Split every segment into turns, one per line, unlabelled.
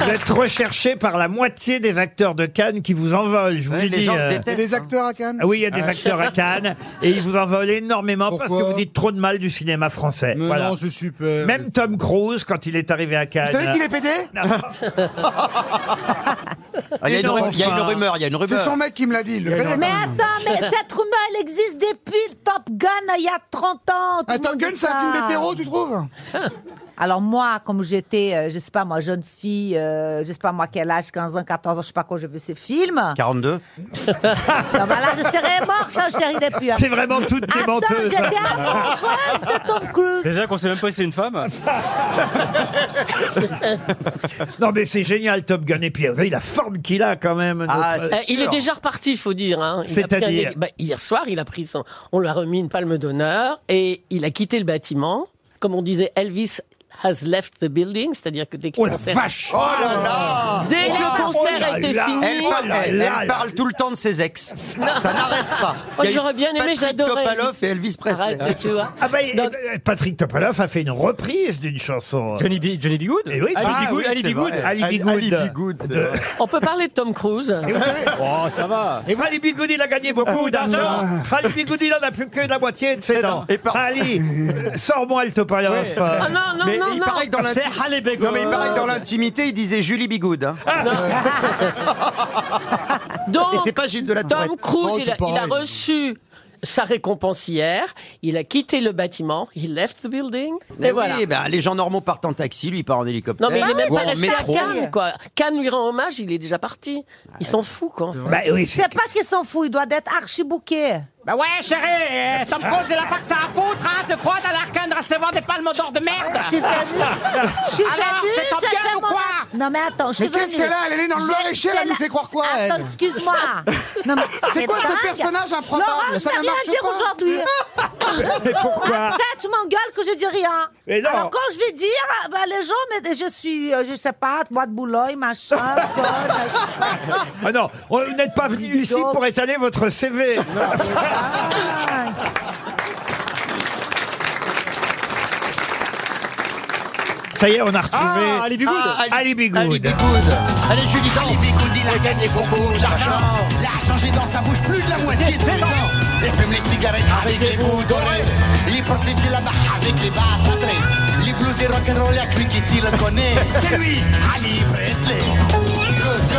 Vous êtes recherché par la moitié des acteurs de Cannes qui vous envolent, je vous le
les
dis.
gens
euh,
détestent. hein.
Et les acteurs à Cannes
ah oui, il y a des acteurs à Cannes et ils vous envolent énormément parce que
Pourquoi
vous dites trop de mal du cinéma français.
Mais
Voilà.
non, c'est super.
Même Tom Cruise, quand il est arrivé à Cannes.
Vous savez qu'il est pédé
Ah, Il y a une
Énorme,
ru- il y a une
enfin.
rumeur, il y a une rumeur.
C'est son mec qui me l'a dit. il Le
Il y a
connaît.
Mais attends, mais cette rumeur, elle existe depuis le Top Gun il y a 30 ans. tout
Un
le
Ah, Top
monde
Gun,
dit
c'est un
ça.
film d'hétéro, tu trouves
Alors moi, comme j'étais, euh, je sais pas moi, jeune fille, euh, je sais pas moi quel âge, 15 ans, 14 ans, je sais pas quand j'ai vu ces films.
42.
Ça va, là, je serais morte, ça, chérie, depuis. hein.
C'est vraiment toutes des
Attends,
menteuses.
j'étais
Ah,
amoureuse de Tom Cruise.
Déjà qu'on sait même pas si c'est une femme.
Non, mais c'est génial, Top Gun. Et puis, vous voyez la forme qu'il a quand même.
Ah,
notre-
c'est
Euh, il
sûr.
est déjà reparti, il faut dire. hein. Il a pris un
C'est-à-dire
dé- bah, Hier soir, il a pris son. On lui a remis une palme d'honneur et il a quitté le bâtiment. Comme on disait, Elvis has left the building, c'est-à-dire que dès que
Oh
le
la
concert,
vache
Oh là là
dès que le concert
Oh là
était
là
fini.
Elle,
Oh
parle,
là
elle-
là
elle
là.
parle tout le temps de ses ex. Ça n'arrête pas.
Oh,
Il y a eu
j'aurais bien aimé,
Patrick
j'adorais
Topalov et Elvis Presley.
Arrête, tu vois.
Ah bah, et-
Donc-
et Patrick Topalov a fait une reprise d'une chanson.
Johnny, B, Johnny B. Good
Eh oui,
Ali
ah
B. Good,
oui,
Ali
c'est
B. Good.
vrai. Ali
Ali-
Bigoud.
Ali Bigoud, c'est
De-
vrai.
On peut parler de Tom Cruise.
Et vous savez,
Oh, ça va. Euh,
Ali Bigoud, il a gagné beaucoup d'argent. Ah, Ali Bigoud, il en a plus que la moitié de ses dents.
Et par-
Ali, euh, sors-moi le Topalov. Euh,
Ah non, non,
Mais
non,
il
non.
paraît que dans
C'est
l'intimité,
Halle
non, mais il paraît que dans l'intimité, il disait Julie Bigoud. hein.
Ah.
Et c'est
Donc,
pas Gilles de la Tourette.
Tom Cruise,
Oh,
Non,
il,
c'est
a, il a
pareil.
reçu sa récompense hier. Il a quitté le bâtiment. He left the building.
Mais
et voilà.
oui, bah, les gens normaux partent en taxi, lui il part en hélicoptère.
Non, mais il est même
ou
pas
en
resté à
métro.
Cannes, quoi. Cannes lui rend hommage, il est déjà parti. Ils s'en foutent, quoi.
bah oui, c'est-
C'est parce qu'il s'en fout, il doit être archibouqué.
Bah ouais, chérie, euh, Tom Cruise, il a pas que ça à foutre, hein, de croire dans l'arcane de recevoir des palmes d'or de merde
Je suis venue. Je suis
Alors,
venue,
c'est Top
j'ai
Gun
fait
ou
mon-
quoi
Non, mais attends, je suis
Mais qu'est-ce
venue.
qu'elle a Elle est née dans le
J'ai-
Loir-et-Cher, elle
j'ai
nous
la-
fait croire quoi,
Attends,
elle
excuse-moi. Non, mais
C'est quoi ce
dingue.
personnage improbable
Laurent,
Ça
je
ne
n'ai rien
marche
à dire
pas.
aujourd'hui.
mais pourquoi
Après, tu m'engueules que je dis rien.
Mais non.
Alors, quand je vais dire, ah, ben, les gens, mais je suis, euh, je sais pas, bois de boulogne, machin, conne.
Ah non, on- vous n'êtes pas venu ici
donc.
pour étaler votre CV. Ça y est, on a retrouvé
Ah, Ali B. Good.
Ah, Ali Bigoud.
Ali Bigoud. Allez, Julie, danse.
Bigoudi, il a gagné beaucoup d'argent. L'argent, j'ai dans sa bouche plus de la moitié de ses dents. Il fume les cigarettes avec les bouts dorés. Il protège la barre avec les basses à trait. Les blues des rock'n'roll, y'a que lui qui t'y le connaît. C'est lui, Ali Presley. Good, good.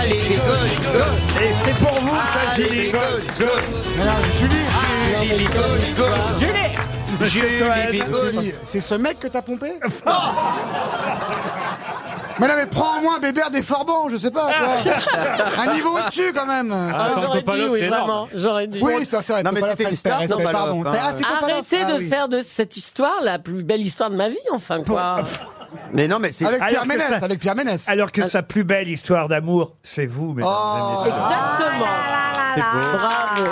Allez, les good, good.
Et c'était pour vous,
Ah,
ça,
Allez, les
Julie.
good, good.
Mais non, Julie,
Allez, les good, good. Julie Bigoud.
Julie, c'est ce mec que t'as pompé Mais non, mais prends au moins Bébert des Forbans, je sais pas. Quoi. Un niveau au-dessus quand même.
Ah,
Tom
j'aurais dû,
Topalov,
oui,
c'est énorme.
vraiment, j'aurais dû.
Oui, c'est vrai.
Non, mais
Topalov,
c'était une
respect,
star,
respect,
Topalov,
pardon.
hein.
Ah, c'est Topalov,
Arrêtez
ah
de
oui.
faire de cette histoire la plus belle histoire de ma vie, enfin, quoi.
Mais non, mais c'est.
Avec
Alors
Pierre
que
Ménès,
ça-
avec Pierre Ménès.
Alors
Ah.
que sa plus belle histoire d'amour, c'est vous, mesdames
Oh.
et messieurs.
Exactement.
ah,
Ah Bravo.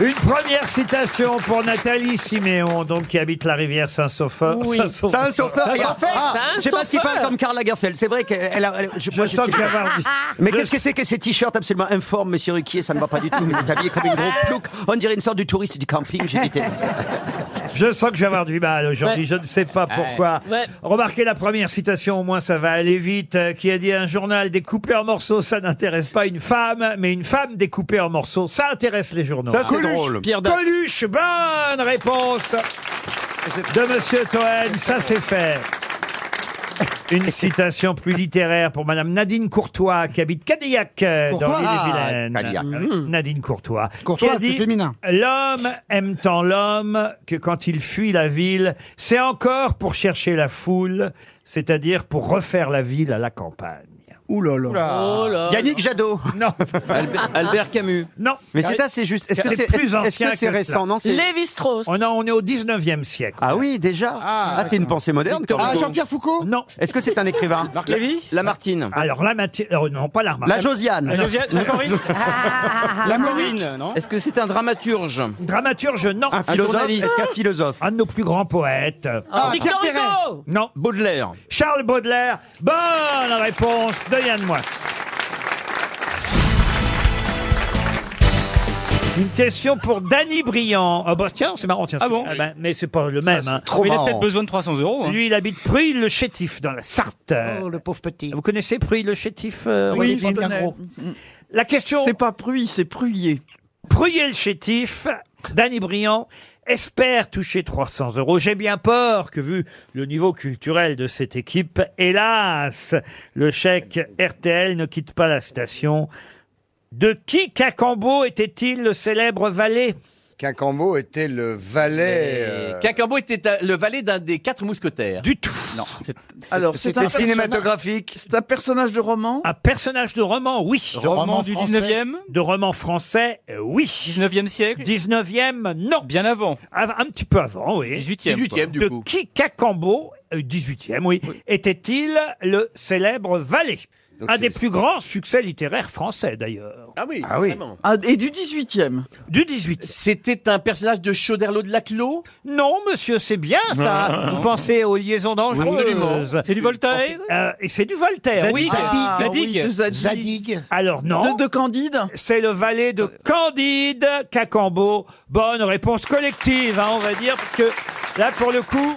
Une première citation pour Nathalie Siméon, donc qui habite la rivière Saint-Sauveur.
Oui.
Saint-Sauveur.
C'est un chauffeur, regarde.
c'est
Ah,
un
Je sais pas ce qu'il
chauffeur.
parle comme Karl Lagerfeld. C'est vrai qu'elle a. elle- je-
Je
moi, je
sens
suis-
qu'il y a un-
Mais
Je
qu'est-ce que c'est que ces t-shirts absolument informes, monsieur Ruquier Ça ne va pas du tout. Vous êtes habillé comme une grosse plouc. On dirait une sorte du touriste du camping, je déteste.
Je sens que je vais avoir du mal aujourd'hui,
Ouais.
je ne sais pas pourquoi.
Ouais.
Remarquez la première citation, au moins ça va aller vite, euh, qui a dit un journal découpé en morceaux, ça n'intéresse pas une femme, mais une femme découpée en morceaux, ça intéresse les journaux.
Ça, c'est
Coluche.
drôle. Pierre Dac.
Coluche, bonne réponse de Monsieur Toen, ça c'est fait. Une citation plus littéraire pour Madame Nadine Courtois, qui habite Cadillac, euh, dans
Courtois.
l'île-et-Vilaine.
Ah, Cadillac.
Euh, Nadine Courtois.
Courtois,
qui a
c'est
dit,
féminin.
L'homme aime tant l'homme que quand il fuit la ville, c'est encore pour chercher la foule, c'est-à-dire pour refaire la ville à la campagne.
Ouh là là.
Oh là.
Yannick Jadot.
Non,
Albert, Albert Camus.
non.
Mais c'est assez juste. Est-ce que c'est
C'est
est-ce-
plus
est-ce
ancien
que c'est
que cela.
récent Non, c'est.
Lévi-Strauss.
On, a- on est au 19e siècle.
Ah oui, déjà. Ah, c'est une pensée moderne. quand
Ah,
même.
Jean-Pierre Foucault
Non.
Est-ce que c'est un écrivain
Marc Lévy
Lamartine.
Alors la matière... oh, non, pas l'arme.
La Josiane. Ah,
La Josiane La Corinne La Corinne, non
Est-ce que c'est un dramaturge
Dramaturge, non.
Un philosophe.
journaliste.
Est-ce qu'un philosophe
Un de nos plus grands poètes.
Ah,
Victor
Pierre Perret.
Hugo.
Non.
Baudelaire.
Charles Baudelaire. Bonne réponse de Yann Moix. Une question pour Danny Briand. Ah bah tiens, c'est marrant. Tiens,
Ah bon
ben, Mais c'est pas le même. hein.
Mais il a peut-être besoin de 300 euros. hein.
Lui, il habite Pruy-le-Chétif, dans la Sarthe.
Oh, le pauvre petit.
Vous connaissez Pruy-le-Chétif euh,
Oui,
Olivier
bien
Donnet
gros.
La question...
C'est pas pruy, c'est pruillé.
Pruyer le chétif, Danny Briand espère toucher 300 euros. J'ai bien peur que, vu le niveau culturel de cette équipe, hélas, le chèque RTL ne quitte pas la station. De qui Cacambo était-il le célèbre valet
Quincambo était le valet. euh,
Cacambo était euh, le valet d'un des quatre mousquetaires.
Du tout.
Non. c'est-
Alors,
C'est
un personnage-
cinématographique.
C'est un personnage de roman
Un personnage de roman, oui.
Roman, du 19e
De roman français, euh, oui.
19e siècle
19e, non.
Bien avant.
Av- Un petit peu avant, oui.
18e.
18e du
de
coup.
qui Cacambo, euh, 18e, oui, était-il le célèbre valet
Donc
Un
c'est-
des plus grands succès littéraires français, d'ailleurs.
Ah oui.
Ah oui.
vraiment.
Ah, et du 18e.
Du 18e.
C'était un personnage de Chauderlot de Laclos.
Non, monsieur, c'est bien ça. Vous pensez aux liaisons dangereuses.
C'est du Voltaire
Euh, et c'est du Voltaire, oui.
Zadig.
Ah,
Zadig.
oui, de Zadig.
Zadig.
Alors non,
De, de Candide.
c'est le valet de Candide Cacambo. Bonne réponse collective, hein, on va dire, parce que là, pour le coup,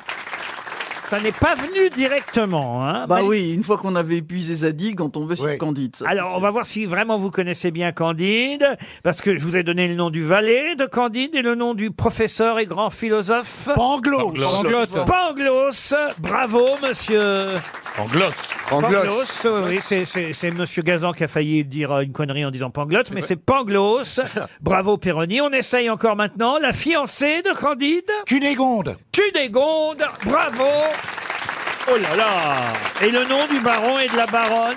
ça n'est pas venu directement. Hein.
Bah oui, une fois qu'on avait épuisé Zadig, on tombait sur
Ouais.
Candide. ça,
Alors, on va voir si vraiment vous connaissez bien Candide, parce que je vous ai donné le nom du valet de Candide et le nom du professeur et grand philosophe
Pangloss.
Anglote.
Pangloss. Bravo, monsieur
Anglos.
Anglos.
Pangloss. Oui, c'est- c'est c'est monsieur Gazan qui a failli dire euh, une connerie en disant Pangloss, mais c'est Pangloss. Bravo, Péroni. On essaye encore maintenant. La fiancée de Candide,
Cunégonde.
Cunégonde. Bravo. Oh là là Et le nom du baron et de la baronne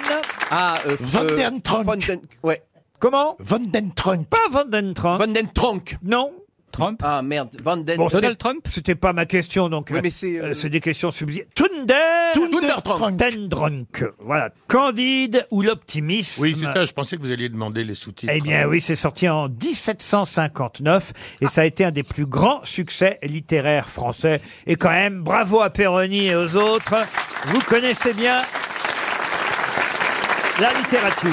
Ah, euh,
Van
euh,
den Tronk.
Van den- ouais.
Comment
Vandentrump.
Pas Van den Trump.
Van den Tronk.
Non
Trump
Ah merde, Van den
Bon,
Donald Trump
C'était pas ma question, donc.
Oui,
euh,
mais c'est, euh,
euh, c'est des questions subsidiaires. Thunder Tendronk. Voilà. Candide ou l'optimisme.
Oui, c'est ça. Je pensais que vous alliez demander les sous-titres.
Eh bien
euh.
oui, c'est sorti en 1759 et ça a été un des plus grands succès littéraires français. Et quand même, bravo à Perroni et aux autres. Vous connaissez bien la littérature.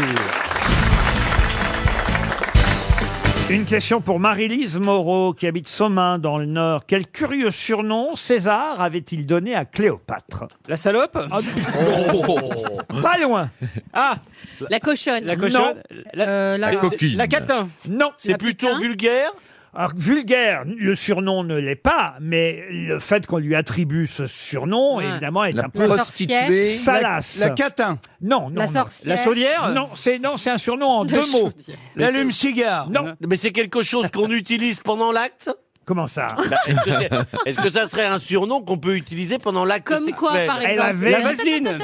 Une question pour Marie-Lise Moreau qui habite Somain dans le Nord. Quel curieux surnom César avait-il donné à Cléopâtre Ah,
La salope Oh.
Pas loin.
Ah
La cochonne.
La cochonne La,
Euh, la-
La coquine.
la catin
Non.
La putain.
vulgaire.
Alors, vulgaire, le surnom ne l'est pas, mais le fait qu'on lui attribue ce surnom,
Ouais.
évidemment, est un peu
La prostituée.
salace.
La catin
non, non,
La
non.
sorcière.
La chaudière
Non, c'est non, c'est un surnom en deux mots.
L'allume-cigare.
Non.
Mais c'est quelque chose qu'on utilise pendant l'acte Bah,
Comment ça
Est-ce que, ça serait un surnom qu'on peut utiliser pendant l'acte
Comme quoi, par exemple
Elle avait-
La vaseline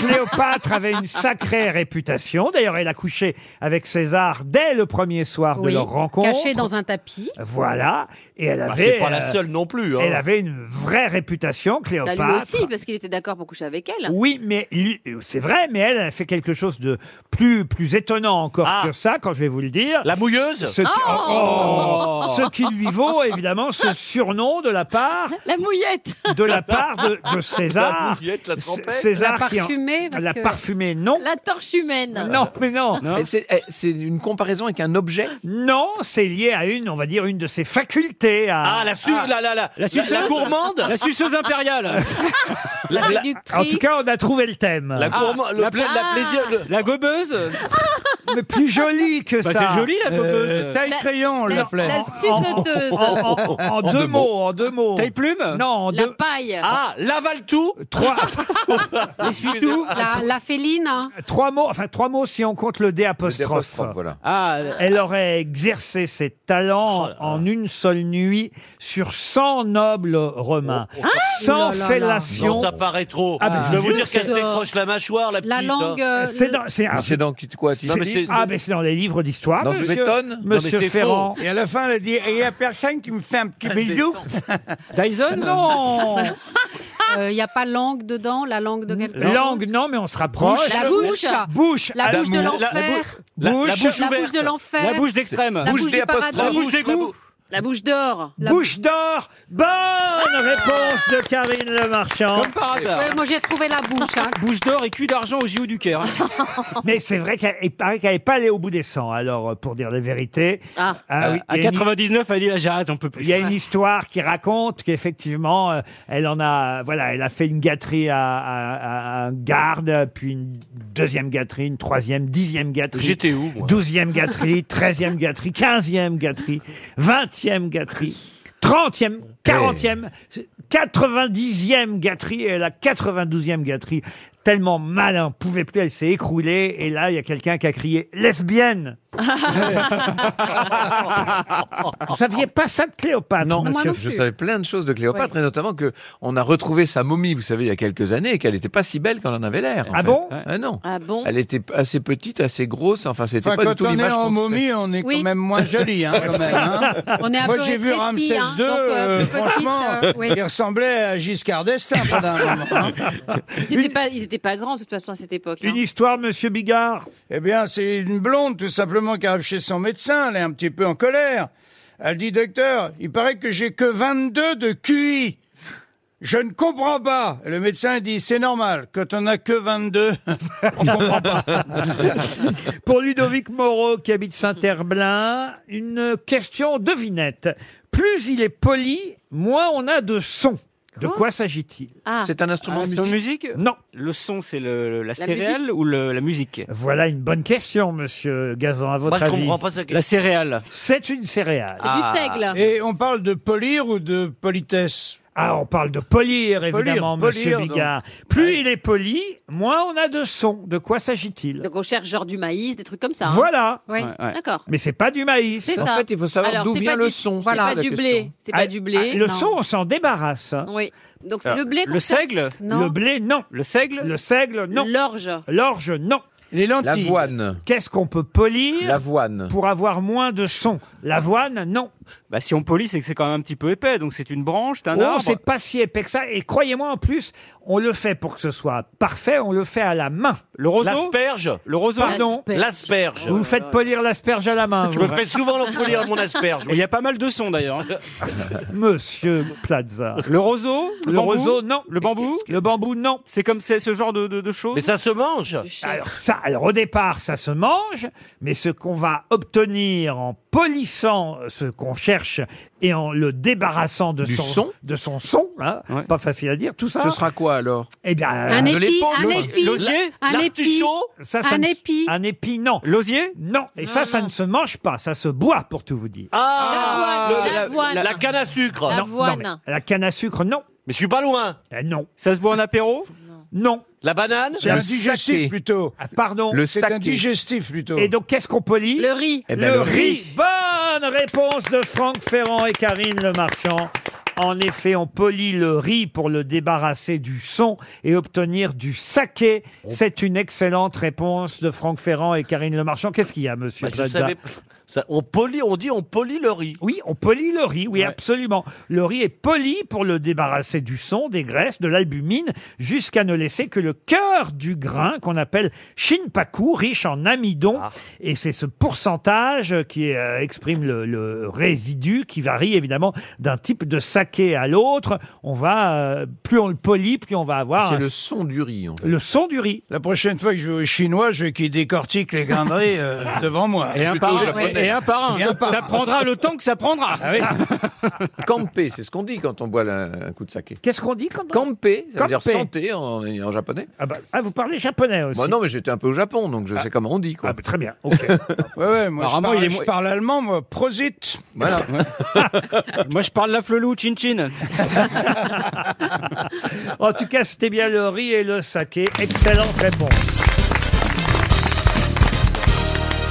Cléopâtre avait une sacrée réputation. D'ailleurs, elle a couché avec César dès le premier soir de
Oui,
leur rencontre.
Cachée dans un tapis.
Voilà, et elle avait.
Ah, C'est pas la
euh,
seule non plus. hein.
Elle avait une vraie réputation,
Bah,
Cléopâtre.
lui aussi, parce qu'il était d'accord pour coucher avec elle.
Oui, mais lui- c'est vrai, mais elle a fait quelque chose de plus, plus étonnant encore
Ah.
que ça, quand je vais vous le dire.
La mouilleuse
Ce qui, oh, oh. ce qui lui vaut évidemment ce surnom de la part
La mouillette.
de la part de, de César.
mouillette, la trompette.
C- César
La
qui en-
parfumée, parce
la
que-
parfumée, non.
La torche humaine.
Non, mais non.
Non.
C'est une comparaison avec un objet
Non, c'est lié à une, on va dire, une de ses facultés. À...
Ah, la, su la, la, la,
La suceuse
gourmande
La suceuse impériale
La
La- la-
réductrice.
En tout cas, on a trouvé le thème.
La gourmande, le
la-
pla- la
Ah.
plaisir. le-
La gobeuse
Mais plus joli que
Bah,
ça. Euh,
C'est joli la gobeuse
taille La-
crayon
la, la suceuse.
En,
Oh,
en- en deux mots, en deux mots.
Taille plume
Non, en
La
deux.
paille.
Ah, l'aval tout
Trois.
Essuie-tout
Ah,
La, la féline. hein.
Trois mots, enfin trois mots si on compte le D apostrophe.
voilà.
Ah, Oh
Elle aurait exercé ses talents en une seule nuit sur 100 nobles romains,
Oh,
sans
Ouh là là là.
fellation.
Non, ça paraît trop.
Ah, mais
je dois vous
juste
dire qu'elle
ça.
décroche la mâchoire, la petite.
La langue.
hein.
euh,
Ah, C'est
le-
dans, c'est un-
dans quoi
c'est- ah, mais c'est dans les livres d'histoire.
Dans
monsieur,
Suétone
monsieur
Ah, Non, mais c'est
Ferrand.
Et à la fin, elle a dit Il n'y a personne qui me fait un petit bisou Dyson
Non
Il n'y Oh. Euh, a pas langue dedans, la langue de quelqu'un.
Langue, non, mais on se rapproche.
La bouche.
Bouche. Ah,
La bouche de
La- la
l'enfer.
La, la
Bouche.
bouche
La bouche
ouverte.
de l'enfer.
La bouche d'extrême
La bouche
des
du
apostrophes.
paradis.
La bouche d'égout.
La bouche d'or. La
Bouche d'or Bonne réponse de Karine Le Marchand.
Comme par hasard. Ouais, moi, j'ai trouvé la bouche. hein.
Bouche d'or et cul d'argent au JO du cœur. hein. Mais c'est vrai qu'elle il paraît qu'elle n'est pas allée au bout des 100, alors, euh, pour dire la vérité.
Ah.
Ah oui,
à
il y a une-
99, elle dit là, j'arrête, on peut plus.
Il y a une histoire qui raconte qu'effectivement, euh, elle en a, voilà, elle a fait une gâterie à, à- à un garde, puis une deuxième gâterie, une troisième, dixième gâterie.
J'étais où, moi
Douzième gâterie, treizième gâterie, quinzième gâterie, vingtième gâterie, trentième, quarantième, quatre-vingt-dixième gâterie, et la quatre-vingt-douzième gâterie. Tellement mal, on pouvait plus, elle s'est écroulée, et là, il y a quelqu'un qui a crié « lesbienne ».
Oh.
Vous saviez pas ça de Cléopâtre
Non,
monsieur
je
Fu.
savais plein de choses de Cléopâtre, et notamment que on a retrouvé sa momie, vous savez, il y a quelques années, et qu'elle n'était pas si belle qu'on en avait l'air. en
Ah
fait.
bon
Ah non.
Ah bon
Elle était assez petite, assez grosse, enfin, c'était
Enfin,
pas du
quand
tout
on est
l'image
en
qu'on se fait.
momie, on est
Oui.
quand même moins joli, hein, quand même. hein.
On est un
Moi,
peu
j'ai vu
rétréci,
Ramsès II,
hein, donc, euh,
euh,
plus petite,
franchement,
euh, oui.
il ressemblait à Giscard d'Estaing pendant un moment. hein.
Ils n'étaient pas, ils étaient pas grands, de toute façon, à cette époque. hein.
Une histoire, monsieur Bigard
Eh bien, c'est une blonde, tout simplement, qui arrive chez son médecin. Elle est un petit peu en colère. Elle dit, docteur, il paraît que j'ai que 22 de QI. Je ne comprends pas. Le médecin dit, c'est normal. Quand on n'a que 22, on comprend pas.
Pour Ludovic Moreau, qui habite Saint-Herblain, une question devinette. Plus il est poli, moins on a de son. De quoi s'agit-il
Ah. C'est un instrument Un de instrument de musique musique
Non.
Le son, c'est le- la,
La
céréale
musique
ou le- la musique
Voilà une bonne question, monsieur Gazan, à votre
je
avis.
comprends pas sa question. La céréale.
C'est une céréale.
Et on parle de polir ou de politesse
Ah, on parle de polir, évidemment,
Polir,
monsieur
polir,
Bigard. Plus il est poli, moins on a de son. De quoi s'agit-il
Donc on cherche genre du maïs, des trucs comme ça. hein.
Voilà.
Oui, d'accord.
Mais c'est pas du maïs.
C'est En ça. fait, il faut savoir Alors, d'où c'est vient pas le du- son, c'est voilà. pas du blé, c'est pas
Ah,
du blé,
ah, le
non.
son, on s'en débarrasse. hein.
Oui. Donc
Ah,
c'est le blé qu'on
Le
cherche.
seigle
Non.
Le blé, non. Le seigle Le seigle, non.
L'orge
L'orge, non. Les lentilles.
L'avoine.
Qu'est-ce qu'on peut polir
L'avoine.
Pour avoir moins de son. L'avoine, non.
Bah, si on polie, c'est que c'est quand même un petit peu épais, donc c'est une branche, t'as un
Oh,
arbre.
c'est pas si épais que ça. Et croyez-moi, en plus, on le fait pour que ce soit parfait, on le fait à la main. Le
roseau
L'asperge
Le roseau
Pardon
L'asperge.
Vous faites polir l'asperge à la main.
Je
vous.
me fais souvent le polir mon asperge.
Et Il y a pas mal de sons d'ailleurs.
Monsieur Plaza.
Le roseau
Le
bambou
roseau, non.
Le bambou
Le bambou, non.
C'est comme c'est ce genre de, de- de choses.
Mais ça se mange.
Alors, ça, alors au départ, ça se mange, mais ce qu'on va obtenir en polissant euh, ce qu'on cherche et en le débarrassant de
Du
son,
son
de son son, hein, pas facile à dire, tout ça.
Ce sera quoi alors
Eh bien,
Un
euh,
épi, De l'épaule, un l'os- épi, l'osier un épi,
Ça, ça
un
ne-
épi.
un épi, non. L'osier Non. Et ça, ça ne se mange pas, ça se boit pour tout vous dire.
Ah,
L'avoine,
le-
l'avoine.
la, la canne à sucre.
Non, non, mais la canne à sucre, non.
Mais je suis pas loin.
Eh non.
Ça se boit en apéro
Non. Ah,
La banane
C'est un digestif plutôt.
pardon.
Le C'est un saké. digestif plutôt.
Et donc, qu'est-ce qu'on polie Le riz.
Eh ben,
le,
le
riz. Bonne réponse de Franck Ferrand et Karine Le Marchand. En effet, on polie le riz pour le débarrasser du son et obtenir du saké.
Oh.
C'est une excellente réponse de Franck Ferrand et Karine Le Marchand. Qu'est-ce qu'il y a, monsieur
Bah, je
Plaza
savais pas. Ça, on polie, on dit on polie le riz.
Oui, on polie le riz, oui, absolument. Le riz est poli pour le débarrasser du son, des graisses, de l'albumine, jusqu'à ne laisser que le cœur du grain, qu'on appelle shinpaku, riche en amidon.
Ah.
Et c'est ce pourcentage qui euh, exprime le, le résidu, qui varie évidemment d'un type de saké à l'autre. On va, euh, plus on le polie, plus on va
Ah,
avoir
C'est
un-
le son du riz. En fait.
le son du riz.
La prochaine fois que je vais aux Chinois, je veux qu'ils décortiquent les grains de riz, euh, devant moi.
Et un, par
Plutôt
un,
japonais.
et un par un.
Et un par
Ça
un.
prendra le temps que ça prendra.
Ah
Camper, c'est ce qu'on dit quand on boit la- un coup de saké.
Qu'est-ce qu'on dit quand
Camper, ça veut dire
Camper.
santé en, en japonais.
Ah,
bah,
vous parlez japonais aussi.
Moi non, mais j'étais un peu au Japon, donc je
Ah.
sais comment on dit. Quoi.
bah,
très bien, ok.
Ouais, ouais, moi, je
Apparemment,
parle,
il est
je
mo-
parle allemand, moi, prosite.
Voilà.
Moi, je parle la flelou, chin chin.
En tout cas, c'était bien le riz et le saké. Excellente réponse.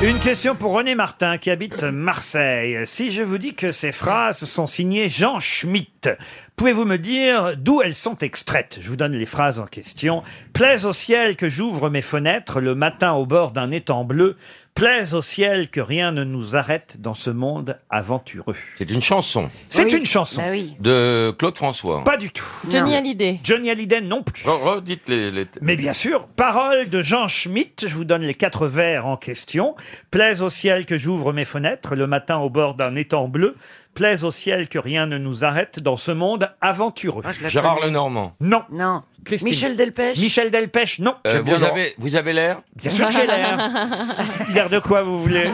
Une question pour René Martin qui habite Marseille. Si je vous dis que ces phrases sont signées Jean Schmitt, pouvez-vous me dire d'où elles sont extraites Je vous donne les phrases en question. Plaise au ciel que j'ouvre mes fenêtres le matin au bord d'un étang bleu. Plaise au ciel que rien ne nous arrête dans ce monde aventureux.
C'est une chanson
C'est une chanson.
Bah
de Claude François.
Pas du tout.
Johnny
Hallyday. Johnny Hallyday non plus.
Redites les. les...
Mais bien sûr, parole de Jean Schmitt, je vous donne les quatre vers en question. Plaise au ciel que j'ouvre mes fenêtres le matin au bord d'un étang bleu. Plaise au ciel que rien ne nous arrête dans ce monde aventureux.
la Gérard connais. Lenormand.
Non. Non.
Michel Delpech
Michel Delpech, non.
Euh,
J'aime bien
vous,
Laurent.
avez, vous avez l'air
Bien sûr que j'ai l'air. Ah. L'air de quoi vous voulez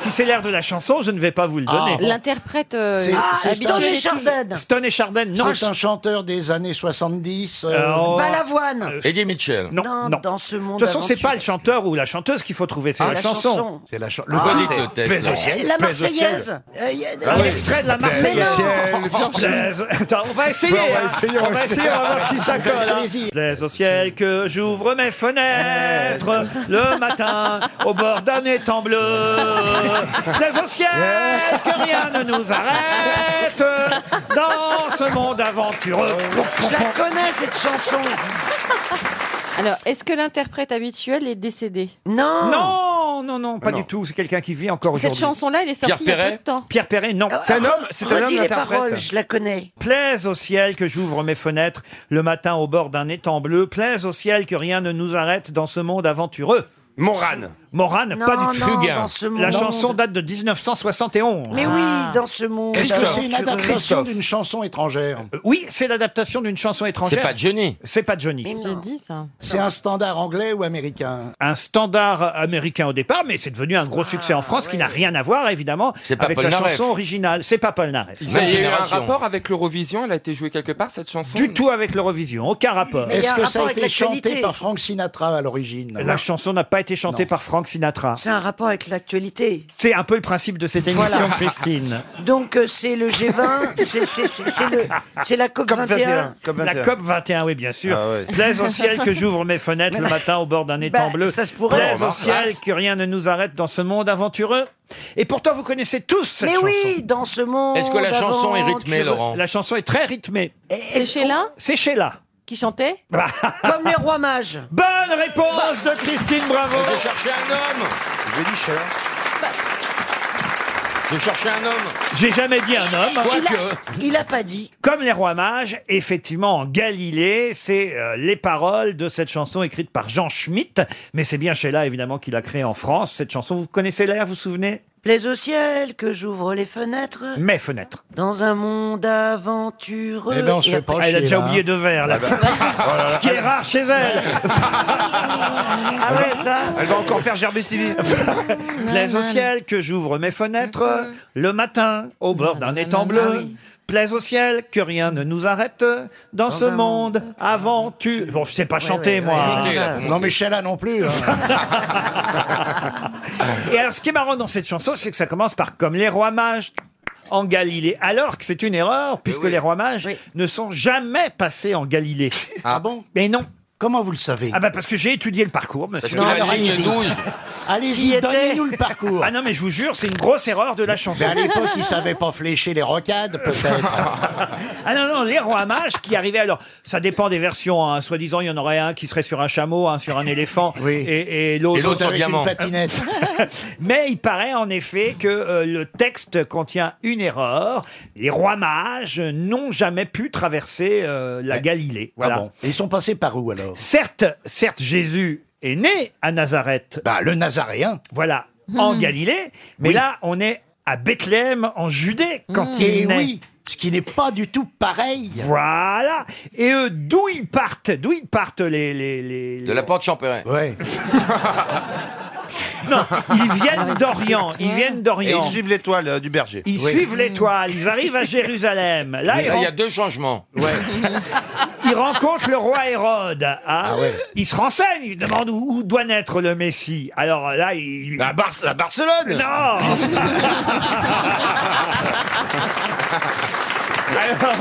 Si c'est l'air de la chanson, je ne vais pas vous le
Ah.
donner.
Ah.
L'interprète euh,
C'est-
ah,
c'est
habituel
Stone et
est
Chardin.
toujours-
Stone et Chardin, non.
C'est un chanteur des années 70.
oh.
Euh,
Bah,
Balavoine.
Euh,
Eddie Mitchell.
Non,
Dans-
non.
dans ce monde
De toute façon, c'est
aventureux.
pas le chanteur ou la chanteuse qu'il faut trouver, c'est
Ah,
la,
la
chanson.
chanson.
C'est la chanson.
Le Ah, bonnet de tête,
Plaise au
là.
ciel.
La
plaise au
Marseillaise.
ciel.
Euh, y a-
Ah
euh,
oui. L'extrait de la
Plaise au
Marseillaise.
ciel,
Plaise-
Jean-Pierre.
Attends, on va essayer.
Ouais, on va
hein.
essayer,
on va essayer, on va voir si ça colle. hein.
Allez-y.
Plaise au ciel que j'ouvre mes fenêtres le matin au bord d'un étang bleu. Plaise au ciel que rien ne nous arrête dans ce monde aventureux.
Je la connais cette chanson.
Alors, est-ce que l'interprète habituel est décédé
Non.
Non, non, non,
Ah
Ah,
pas du tout. C'est quelqu'un qui vit encore aujourd'hui.
Cette chanson-là, elle est sortie il y a peu de temps.
Pierre Perret, non.
C'est un homme- c'est un Euh, Redis homme, les l'interprète. paroles, je la connais.
Plaise au ciel que j'ouvre mes fenêtres le matin au bord d'un étang bleu. Plaise au ciel que rien ne nous arrête dans ce monde aventureux.
Morane.
Morane,
Non,
pas du tout.
non, Fugain. dans ce
La
monde.
chanson date de 1971.
Mais
Ah.
oui, dans ce monde.
Est-ce que c'est une
aventureux.
adaptation d'une chanson étrangère
Euh, Oui, c'est l'adaptation d'une chanson étrangère.
C'est pas Johnny.
C'est pas Johnny.
J'ai dit ça. C'est un standard anglais ou américain
Un standard américain au départ, mais c'est devenu un gros
Ah,
succès en France qui n'a rien à voir, évidemment,
C'est pas
avec la
Polnareff.
chanson originale. C'est pas Paul Naref.
Il y a eu un rapport avec l'Eurovision, elle a été jouée quelque part cette chanson
Du tout avec l'Eurovision, aucun rapport.
Est-ce que ça a été chanté par Frank Sinatra à l'origine
La chanson n'a pas été chantée par Frank Sinatra.
C'est un rapport avec l'actualité.
C'est un peu le principe de cette émission,
Voilà.
Christine.
Donc euh, c'est le G20, c'est- c'est- c'est c'est le- c'est la COP 21.
La COP 21, oui, bien sûr.
Ah ouais.
Plaise au ciel que j'ouvre mes fenêtres le matin au bord d'un étang bleu.
bah, ça se pourrait.
Plaise
Oh,
au
mince.
ciel que rien ne nous arrête dans ce monde aventureux. Et pourtant, vous connaissez tous cette
Mais
chanson.
oui, dans ce monde.
Est-ce que la chanson est rythmée,
aventureux.
Laurent
La chanson est très rythmée.
C'est Sheila
oh.
C'est Sheila.
qui chantait
Comme les rois mages.
Bah. Bonne réponse de Christine Bravo.
Je cherchais un homme J'ai dit hein. Je cherchais un homme
J'ai jamais dit un homme. hein.
Il a, il a pas dit.
Comme les rois mages, effectivement, en Galilée, c'est euh, les paroles de cette chanson écrite par Jean Schmitt. Mais c'est bien Sheila, évidemment, qui l'a créée en France. Cette chanson, vous connaissez l'air, vous vous souvenez
Plaise au ciel que j'ouvre les fenêtres
Mes fenêtres.
dans un monde aventureux.
Eh ben, on se
Et
fait
après-
pas Elle a chier, déjà là, Ah ben. oublié hein. deux verres, là. Ce qui est rare chez elle.
Ah ouais, ça
Elle va encore faire Gervais Stevie. Plaise au ciel que j'ouvre mes fenêtres le matin au bord d'un étang bleu. Plaise au ciel que rien ne nous arrête dans ce monde aventureux. Bon, je sais pas chanter, moi. Ah,
Non, mais Sheila non plus.
Et alors, ce qui est marrant dans cette chanson, c'est que ça commence par comme les rois mages en Galilée. Alors que c'est une erreur, puisque les rois mages ne sont jamais passés en Galilée. Ah bon Mais non. Comment vous le savez Ah bah parce que j'ai étudié le parcours, monsieur.
que Non, la alors ligne allez-y. 12.
Qui
Allez-y,
était
donnez-nous le parcours.
Ah non, mais je vous jure, c'est une grosse erreur de la chanson.
Mais à l'époque, ils
savaient pas flécher les rocades, peut-être. ah non, non, les rois mages qui arrivaient. Alors, ça dépend des versions. hein. Soi-disant, il y en aurait un qui serait sur un chameau, un sur un éléphant, et, et l'autre
Et l'autre sur
avec une
diamant.
patinette. Mais il paraît en effet que euh, le texte contient une erreur. Les rois mages n'ont jamais pu traverser euh, la Galilée. Voilà.
Ah Ils sont passés par où alors
Certes, certes, Jésus est né à Nazareth.
Bah, le Nazaréen.
Voilà, en
Mhm.
Galilée. Mais
Oui.
là, on est à Bethléem, en Judée,
Mhm.
quand il est
Hmm. Et
né.
oui, ce qui n'est pas du tout pareil.
Voilà. Et eux, d'où ils partent D'où ils partent les... les, les-
De la porte Champéret.
Ouais.
Non, ils
Ah,
Ah,
viennent d'Orient. Ils viennent
Et
d'Orient.
ils suivent l'étoile euh, du berger.
Ils
Oui.
suivent l'étoile, ils arrivent à Jérusalem. Là, ils,
Là, il y a
ren-
deux changements.
ils rencontrent le roi Hérode. hein.
Ah ouais.
Ils se renseignent, ils se demandent où, où doit naître le Messie. Alors là, ils...
À, Bar- à Barcelone
Non Alors,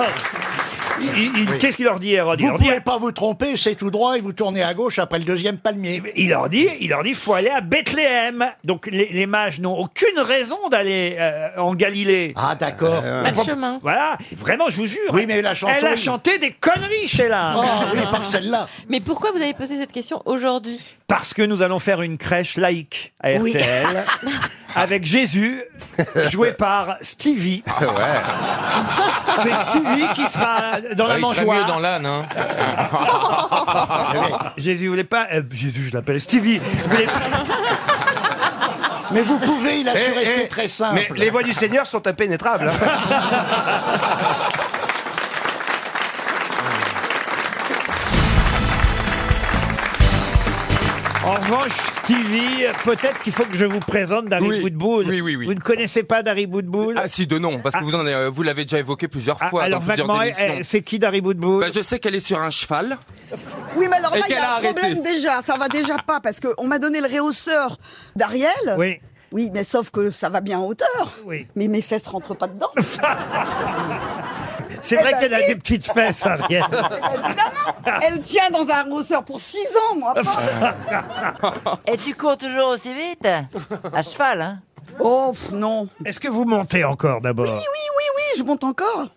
il- il- qu'est-ce qu'il leur dit, Hérode Il
Vous
leur dit-
pouvez pas vous tromper, c'est tout droit et vous tournez à gauche après le deuxième palmier.
il leur dit, il leur dit, faut aller à Bethléem. Donc les, les mages n'ont aucune raison d'aller euh, en Galilée.
Ah d'accord.
Pas le chemin. Voilà, vraiment, je vous jure.
Oui, mais la chanson,
Elle a
oui.
chanté des conneries,
Oh,
Sheila.
Ah oui, par celle-là.
Mais pourquoi vous avez posé cette question aujourd'hui
Parce que nous allons faire une crèche laïque à
Oui.
RTL avec Jésus joué par Stevie.
Ah
C'est Stevie qui sera dans
Bah,
la
il serait mieux
mangeoire.
dans l'âne, hein.
Jésus, vous voulez pas euh, Jésus, je l'appelle Stevie. Vous voulez,
Mais vous pouvez, il a su
Eh,
rester
eh,
très simple.
Mais les voix du Seigneur sont impénétrables. hein.
En revanche, Stevie, peut-être qu'il faut que je vous présente Dari Boudboul. Vous ne connaissez pas Dari Boudboul
Ah si, de nom, parce que
Ah.
vous en avez- euh, vous l'avez déjà évoqué plusieurs
Ah,
fois
alors
dans plusieurs
vaguement,
émissions.
eh, c'est qui Dari Boudboul
Bah, je sais qu'elle est sur un cheval.
Oui, mais alors
Et
là, il y
qu'elle
a
a
un
arrêté.
problème déjà. Ça va déjà pas parce qu'on m'a donné le réhausseur d'Ariel.
Oui.
Oui, mais sauf que ça va bien en hauteur.
Oui.
Mais mes fesses rentrent pas dedans.
C'est
Eh
vrai
ben
qu'elle a
oui.
des petites fesses, Ariel.
Évidemment, elle tient dans un réhausseur pour 6 ans, moi. pas.
Et tu cours toujours aussi vite À cheval, hein
Oh pff, non.
Est-ce que vous montez encore d'abord
Oui, oui, oui, oui, je monte encore.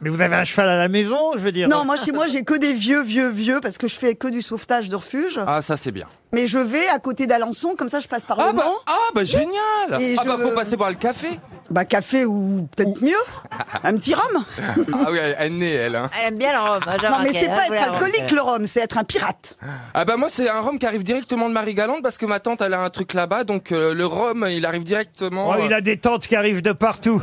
Mais vous avez un cheval à la maison, je veux dire
Non, moi chez moi, j'ai que des vieux, vieux, vieux parce que je fais que du sauvetage de refuge.
Ah ça c'est bien.
Mais je vais à côté d'Alençon, comme ça je passe par le Mans.
Ah bah génial
Et
Ah
je-
bah faut passer boire le café
Bah café ou peut-être mieux. Un petit rhum.
Ah oui, elle, elle est née elle. hein.
Elle aime bien le rhum.
Non, mais
hein,
c'est pas être alcoolique le rhum, c'est être un pirate.
Ah bah moi c'est un rhum qui arrive directement de Marie-Galante parce que ma tante elle a un truc là-bas donc euh, le rhum il arrive directement... euh,
Oh, il a des tentes qui arrivent de partout.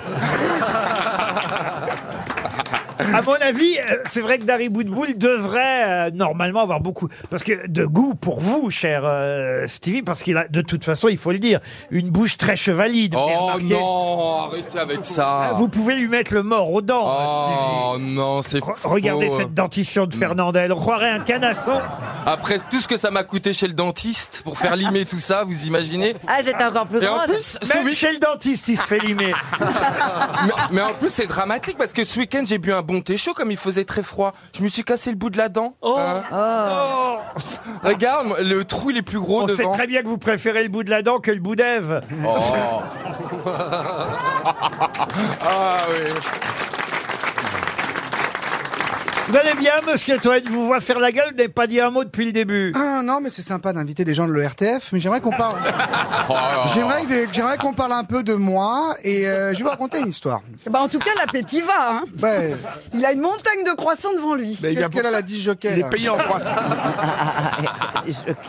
À mon avis, euh, c'est vrai que Dari Boudboul devrait euh, normalement avoir beaucoup, parce que de goût pour vous, cher euh, Stevie, parce qu'il a, de toute façon, il faut le dire, une bouche très chevalide. Vous avez
Oh
remarqué
non, arrêtez avec ça
Ah, Vous pouvez lui mettre le mort aux dents.
Oh euh, mm. non, c'est faux.
Regardez cette dentition de Fernandel, on croirait un canasson.
Après tout ce que ça m'a coûté chez le dentiste pour faire limer tout ça, vous imaginez
Ah, j'étais encore plus
Et en
grande.
plus, ce
Même
week-
Chez le dentiste, il se fait limer.
mais, mais en plus, c'est dramatique parce que ce week-end, j'ai bu un bon thé chaud comme il faisait très froid. Je me suis cassé le bout de la dent. Hein. Regarde, le trou, il est plus gros
On sait
devant.
très bien que vous préférez le bout de la dent que le bout d'Ève.
Oh. ah oui.
Vous allez bien, monsieur Toen Je vous vois faire la gueule, vous n'avez pas dit un mot depuis le début.
Ah, non, mais c'est sympa d'inviter des gens de l'ORTF, mais j'aimerais qu'on parle. J'aimerais que- j'aimerais qu'on parle un peu de moi et euh, je vais vous raconter une histoire.
Bah en tout cas, l'appétit va. Hein.
Ouais.
Il a une montagne de croissants devant lui.
Qu'est-ce qu'elle a, la dit jockey là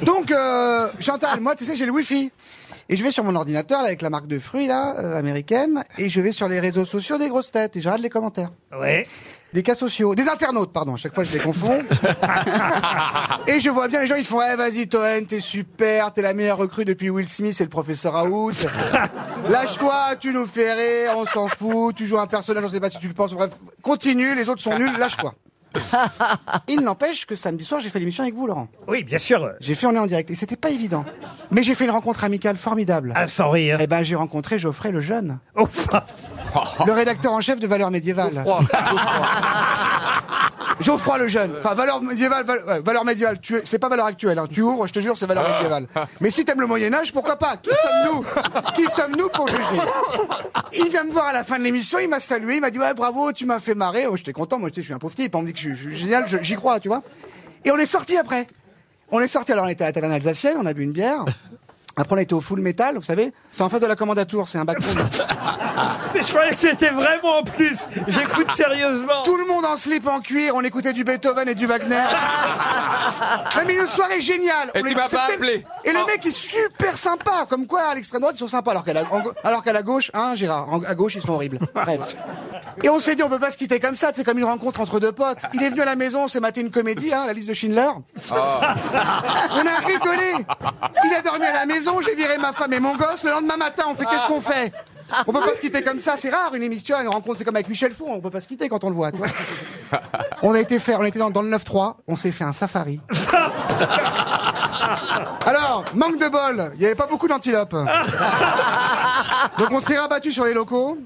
Donc, euh, Chantal, moi, tu sais, j'ai le Wi-Fi. Et je vais sur mon ordinateur là, avec la marque de fruits là, euh, américaine, et je vais sur les réseaux sociaux des grosses têtes et je regarde les commentaires.
Ouais.
Des cas sociaux, des internautes, pardon, à chaque fois je les confonds. et je vois bien les gens, ils font Eh vas-y, Toen, t'es super, t'es la meilleure recrue depuis Will Smith et le professeur Raoult. Lâche-toi, tu nous fais rire, on s'en fout, tu joues un personnage, on sait pas si tu le penses, bref, continue, les autres sont nuls, lâche-toi. Il n'empêche que samedi soir, j'ai fait l'émission avec vous, Laurent.
Oui, bien sûr.
J'ai fait On est en direct et c'était pas évident. Mais j'ai fait une rencontre amicale formidable.
Ah, sans rire. Oh,
Eh ben, j'ai rencontré Geoffrey le Jeune.
Le
rédacteur en chef de Valeurs Médiévales. Geoffroy, le Jeune. Pas Valeurs Médiévales, Val- ouais, Valeurs Médiévales. Tu es- C'est pas Valeurs Actuelles. hein. Tu ouvres, je te jure, c'est Valeurs Médiévales. Mais si t'aimes le Moyen-Âge, pourquoi pas Qui sommes-nous Qui sommes-nous pour juger Il vient me voir à la fin de l'émission, il m'a salué, il m'a dit Ouais, bravo, tu m'as fait marrer. Oh, j'étais content, moi, tu sais, je suis un pauvre type. On me dit que je suis, je suis génial, je- j'y crois, tu vois. Et on est sorti après. On est sorti, alors on était à la taverne alsacienne, on a bu une bière. Après, on était au full métal, vous savez. C'est en face de la commandatour, c'est un bac
Mais je croyais que c'était vraiment en plus. J'écoute sérieusement.
Tout le monde en slip en cuir, on écoutait du Beethoven et du Wagner. Non, mais une soirée géniale.
Et
On
tu
est-
m'as pas
c'était-
appelé. Ah.
Et le mec est super sympa. Comme quoi, à l'extrême droite, ils sont sympas. Alors qu'à la, en- alors qu'à la gauche, hein, Gérard, en- à gauche, ils sont horribles. Bref. Et on s'est dit, on peut pas se quitter comme ça. C'est comme une rencontre entre deux potes. Il est venu à la maison, on s'est maté une comédie, hein, la liste de Schindler.
Oh.
On a rigolé. Il a dormi à la maison, j'ai viré ma femme et mon gosse. Le lendemain matin, on fait qu'est-ce qu'on fait On peut pas se quitter comme ça, c'est rare une émission, une rencontre, c'est comme avec Michel Faux, on peut pas se quitter quand on le voit. tu vois. on a été faire, on était dans, dans le 9-3, on s'est fait un safari. Alors, manque de bol, il y avait pas beaucoup d'antilopes. Donc on s'est rabattu sur les locaux.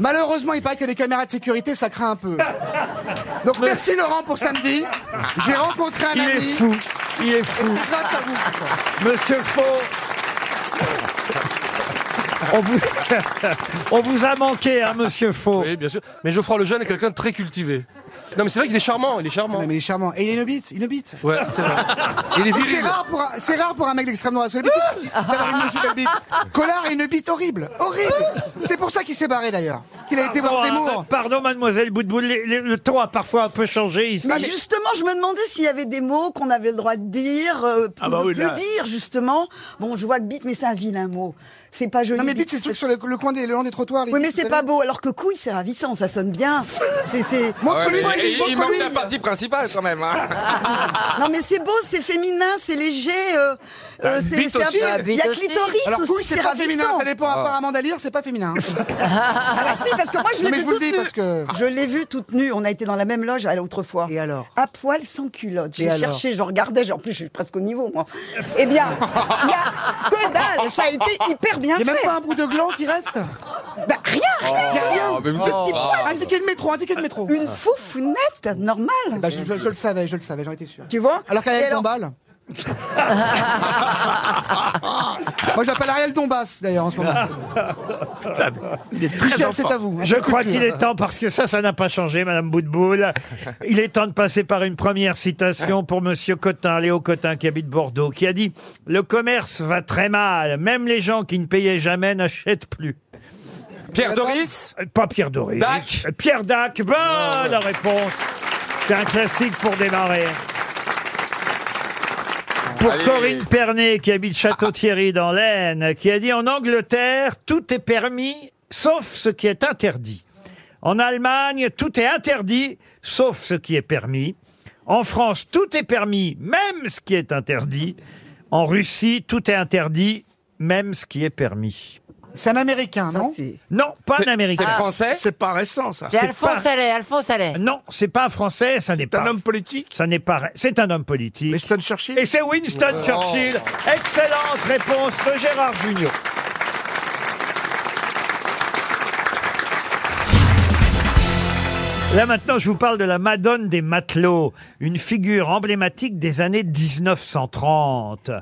Malheureusement, il paraît que les caméras de sécurité, ça craint un peu. Donc merci Laurent pour samedi. J'ai rencontré un
Il
ami.
est fou. Il est fou.
Grâce à vous.
Monsieur Faux. On vous... On vous a manqué, hein, monsieur Faux.
Oui, bien sûr. Mais Geoffroy Lejeune est quelqu'un de très cultivé. Non, mais c'est vrai qu'il est charmant, il est charmant.
mais il est charmant. Et il est inobite, inobite.
Ouais, c'est vrai. Il est
Et
viril.
Oh, C'est rare, pour un- c'est rare pour un mec d'extrême droite. parce que d'habitude, d'avoir une musique à bite. Collard et une bite horrible. Horrible. C'est pour ça qu'il s'est barré d'ailleurs. qu'il a été voir
Pardon,
Zemmour.
hein, Pardon, mademoiselle Boutboul, les- les- le ton a parfois un peu changé ici.
Mais justement, je me demandais s'il y avait des mots qu'on avait le droit de dire, euh,
Ah
ou
bah
de
oui,
plus
là.
dire, justement. Bon, je vois que bite, mais c'est un vilain mot. C'est pas joli.
Non, mais bite, c'est sur- sur le, le coin des, le long des trottoirs.
Oui, mais c'est pas beau, alors que couille, c'est ravissant, ça sonne bien. C'est, c'est...
Ah
Ouais, mais
Montre-lui,
il, il manque
montre-lui.
la partie principale quand même. hein.
Non, mais c'est beau, c'est féminin, c'est léger. euh,
Bah,
euh, c'est,
bite
c'est un
aussi.
peu-
Bah,
Il y
bite
a
aussi.
clitoris
Alors,
aussi,
couille, c'est pas féminin, ça dépend.
Ah.
Apparemment, d'Alire, c'est pas féminin.
Alors si, parce que moi je l'ai
Mais
vue
je vous le
toute
dis
nue.
parce que.
Je l'ai vue toute nue. On a été dans la même loge elle, autrefois. Et
alors
À poil sans culotte.
Et
J'ai
alors
cherché, je regardais. j'ai- En plus, je suis presque au niveau, moi. Eh bien, il y a que dalle. Ça a été hyper bien fait.
Il n'y a même pas un bout de gland qui reste
Bah, rien,
Oh,
rien.
Il y a rien.
Un petit poil.
Oh. Ah, Un ticket de métro, un ticket de métro.
Une foufounette, normal.
Bah, je, je- je le savais, je le savais, j'en étais sûr.
Tu vois
Alors
Et
qu'Ariel
alors
Dombal. Moi, je l'appelle Ariel Dombas, d'ailleurs, en ce moment. Michel, c'est à vous. hein.
Je crois
Culture.
qu'il est temps, parce que ça, ça n'a pas changé, Madame Boutboul. Il est temps de passer par une première citation pour Monsieur Cotin, Léo Cotin, qui habite Bordeaux, qui a dit « Le commerce va très mal. Même les gens qui ne payaient jamais n'achètent plus. »
Pierre Doris
Pas Pierre Doris. Euh,
Dac
Pierre Dac. Bonne réponse. C'est un classique pour démarrer. Pour
Allez.
Corinne Pernet, qui habite Château-Thierry dans l'Aisne, qui a dit en Angleterre, tout est permis sauf ce qui est interdit. En Allemagne, tout est interdit sauf ce qui est permis. En France, tout est permis, même ce qui est interdit. En Russie, tout est interdit, même ce qui est permis.
C'est un Américain, non
Non, pas un Américain.
c'est français
Ah, C'est pas récent, ça.
C'est Alphonse Allais, Alphonse Allais.
Non, c'est pas un français, ça n'est pas. un homme politique Ça n'est pas. C'est un homme politique. Winston Churchill Et c'est Winston
Oh.
Churchill. Excellente réponse de Gérard Junior. Là maintenant, je vous parle de la Madone des matelots, une figure emblématique des années 1930. Et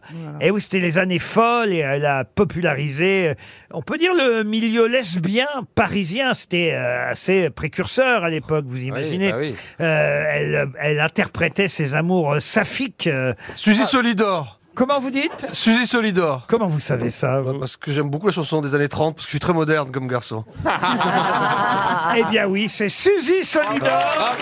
Eh oui, c'était les années folles et elle a popularisé, euh, on peut dire le milieu lesbien parisien, c'était euh, assez précurseur à l'époque, vous imaginez.
bah oui.
Euh, elle, elle interprétait ses amours euh, saphiques. Suzy Solidor. Comment vous dites
Suzy Solidor.
Comment vous savez ça
Parce que j'aime beaucoup les chansons des années 30, parce que je suis très moderne comme garçon.
Eh bien oui, c'est Suzy Solidor.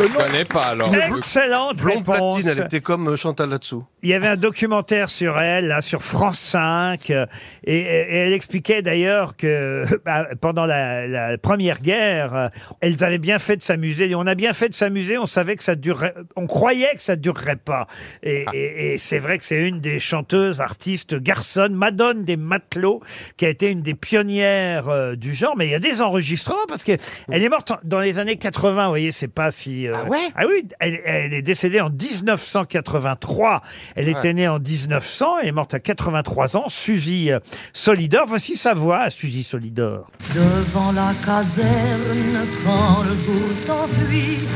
Je connais pas alors.
Excellente
Blonde
réponse.
platine, elle était comme euh, Chantal là-dessous.
Il y avait un documentaire sur elle, là, sur France 5, euh, et, et elle expliquait d'ailleurs que bah, pendant la, la Première Guerre, euh, elles avaient bien fait de s'amuser. Et on a bien fait de s'amuser, on savait que ça durerait, on croyait que ça durerait pas. Et, et- et c'est vrai que c'est une des chanteuses, artistes, garçonnes, Madone des matelots, qui a été une des pionnières euh, du genre. Mais il y a des enregistrements parce que elle est morte en- dans les années 80. Vous voyez, c'est pas si. euh,
Mm. Ah ouais
Ah oui, elle, elle est décédée en 1983. Elle
Ouais.
était née en 1900 et est morte à 83 ans. Suzy euh, Solidor. Voici sa voix, à Suzy Solidor.
Devant la caserne, quand le jour s'enfuit,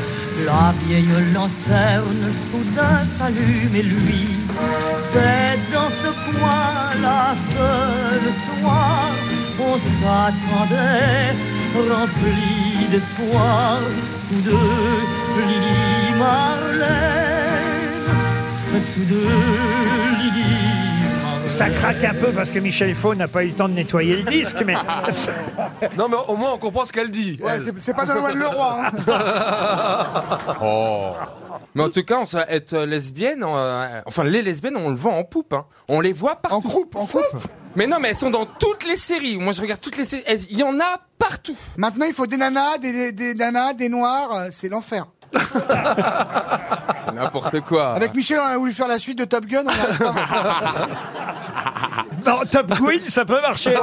la vieille lanterne soudain s'allume et lui, c'est dans ce coin là que le soir, on s'attendait, rempli d'espoir, tous deux, Lily Marlène, tous deux, Lily
Ça craque un peu parce que Michel Faux n'a pas eu le temps de nettoyer le disque, mais.
Non, mais au moins on comprend ce qu'elle dit.
Ouais,
elle.
c'est- c'est pas Nolwenn Leroy. hein.
Oh. Mais en tout cas, on sait être lesbienne, euh, enfin les lesbiennes, on le vend en poupe. hein. On les voit partout. En
croupe, en coupe.
Mais non, mais elles sont dans toutes les séries. Moi, je regarde toutes les séries. Elles- Il y en a partout.
Maintenant, il faut des nanas, des, des, des nanas, des noirs, euh, c'est l'enfer.
N'importe quoi.
Avec Michel, on a voulu faire la suite de Top Gun, on n'y arrive pas.
Non, Top Queen, ça peut marcher.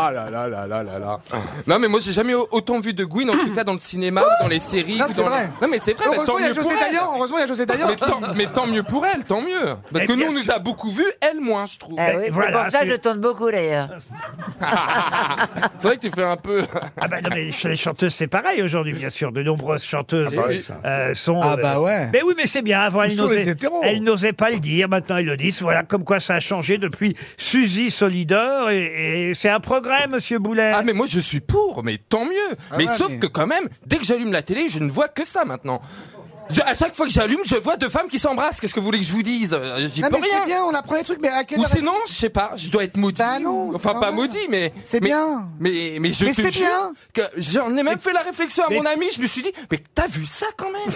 Ah là là là là là là. Non, mais moi, j'ai jamais au- autant vu de Gwyn, en tout cas dans le cinéma, ou dans les séries.
Non,
ou
c'est
dans
vrai.
les- Non, mais c'est vrai. mais
Heureusement,
tant
il y a
mieux
José
pour elle.
Dayan. Heureusement, il y a José Dayan.
Mais tant, mais tant mieux pour elle, tant mieux. Parce
Eh
que nous,
bien
on nous
sûr.
a beaucoup vu, elle moins, je trouve.
Eh
Ah oui, c'est pour ça que je tourne beaucoup d'ailleurs.
c'est vrai que tu fais un peu.
Ah bah non, mais les chanteuses, c'est pareil aujourd'hui, bien sûr. De nombreuses chanteuses
Ah bah oui, ça.
euh, sont.
Ah
euh,
bah ouais.
Mais oui, mais c'est bien. Avant,
Ils
elles
sont les
n'osaient-
hétéros.
elles n'osaient pas le dire. Maintenant, elles le disent. Voilà, comme quoi ça a changé depuis Suzy Solidor. Et, et c'est un progrès, monsieur Boulet.
Ah mais moi je suis pour, mais tant mieux.
Ah
mais
ouais,
sauf
mais-
que quand même, dès que j'allume la télé, je ne vois que ça maintenant. Je- à chaque fois que j'allume, je vois deux femmes qui s'embrassent. Qu'est-ce que vous voulez que je vous dise Euh, J'y
Non,
peux
mais c'est
rien.
bien, on apprend les trucs, mais à quelle Bah
Ou
heure
c'est non, je sais pas, je dois être maudit. ou- enfin,
quand
pas
même.
maudit, mais.
ah C'est
mais-
bien.
Mais, mais je
Mais
te
c'est
jure
bien.
que j'en ai même fait la réflexion à
mais-
mon ami, je me suis dit, mais t'as vu ça quand même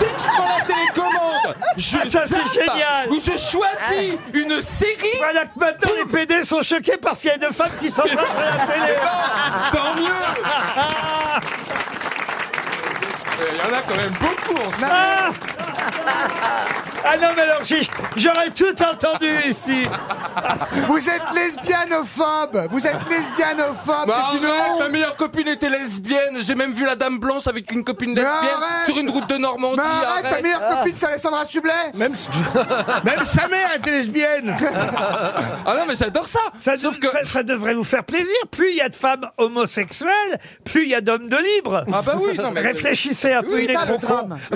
Dès que je prends la télécommande, je.
Ah, ça, c'est
zappe
génial. Ah.
Ou je choisis une série
Voilà que maintenant les PD sont choqués parce qu'il y a deux femmes qui s'embrassent à la télé.
Eh ben, tant
mieux
Il y en a quand même beaucoup en ce
Ah Ah non, mais alors, j'ai- j'aurais tout entendu ici.
Vous êtes lesbianophobe Vous êtes lesbianophobe
Bah
Ah, c'est une
arrête,
honte.
ma meilleure copine était lesbienne. J'ai même vu la dame blanche avec une copine
Mais
lesbienne
arrête
sur une route de Normandie.
Mais arrête, ta meilleure
Ah.
copine, c'est Alessandra Sublet
Même,
Même
sa mère était lesbienne. ah non, mais j'adore ça.
Ça, ça- ça devrait vous faire plaisir. Plus il y a de femmes homosexuelles, plus il y a d'hommes de libre.
Ah bah oui, non mais
Réfléchissez un peu,
Oui,
il est
ça,
trop con.
le drame.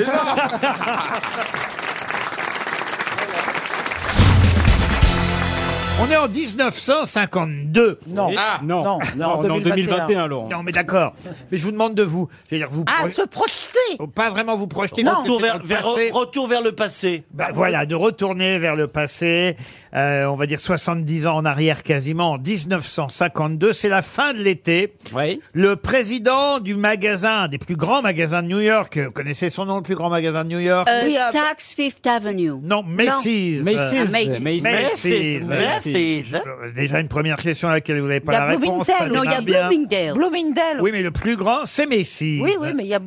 On est en 1952. Non,
Ah, non, non, non, en on est en 2021. 2021, Laurent.
Non, mais d'accord. Mais je vous demande de vous. Je veux dire, vous
Ah,
pro-
se
projeter
Faut Pas vraiment vous projeter.
Non.
parce que
Retour
c'est
vers-
dans le
vers-
passé.
retour vers le passé.
Bah, voilà, de retourner vers le passé, euh, on va dire 70 ans en arrière quasiment, en 1952, c'est la fin de l'été. Le président du magasin, des plus grands magasins de New York, vous connaissez son nom, le plus grand magasin de New York
Euh, Saks Fifth Avenue.
Non, Macy's.
Macy's.
Euh,
Macy's.
Macy's.
Macy's.
Macy's. Euh, Déjà une première question à laquelle vous n'avez pas la réponse. ça
non, il y a
démarre bien.
Bloomingdale. Bloomingdale.
Oui, mais le plus grand, c'est Macy's.
Oui, oui, mais il y a.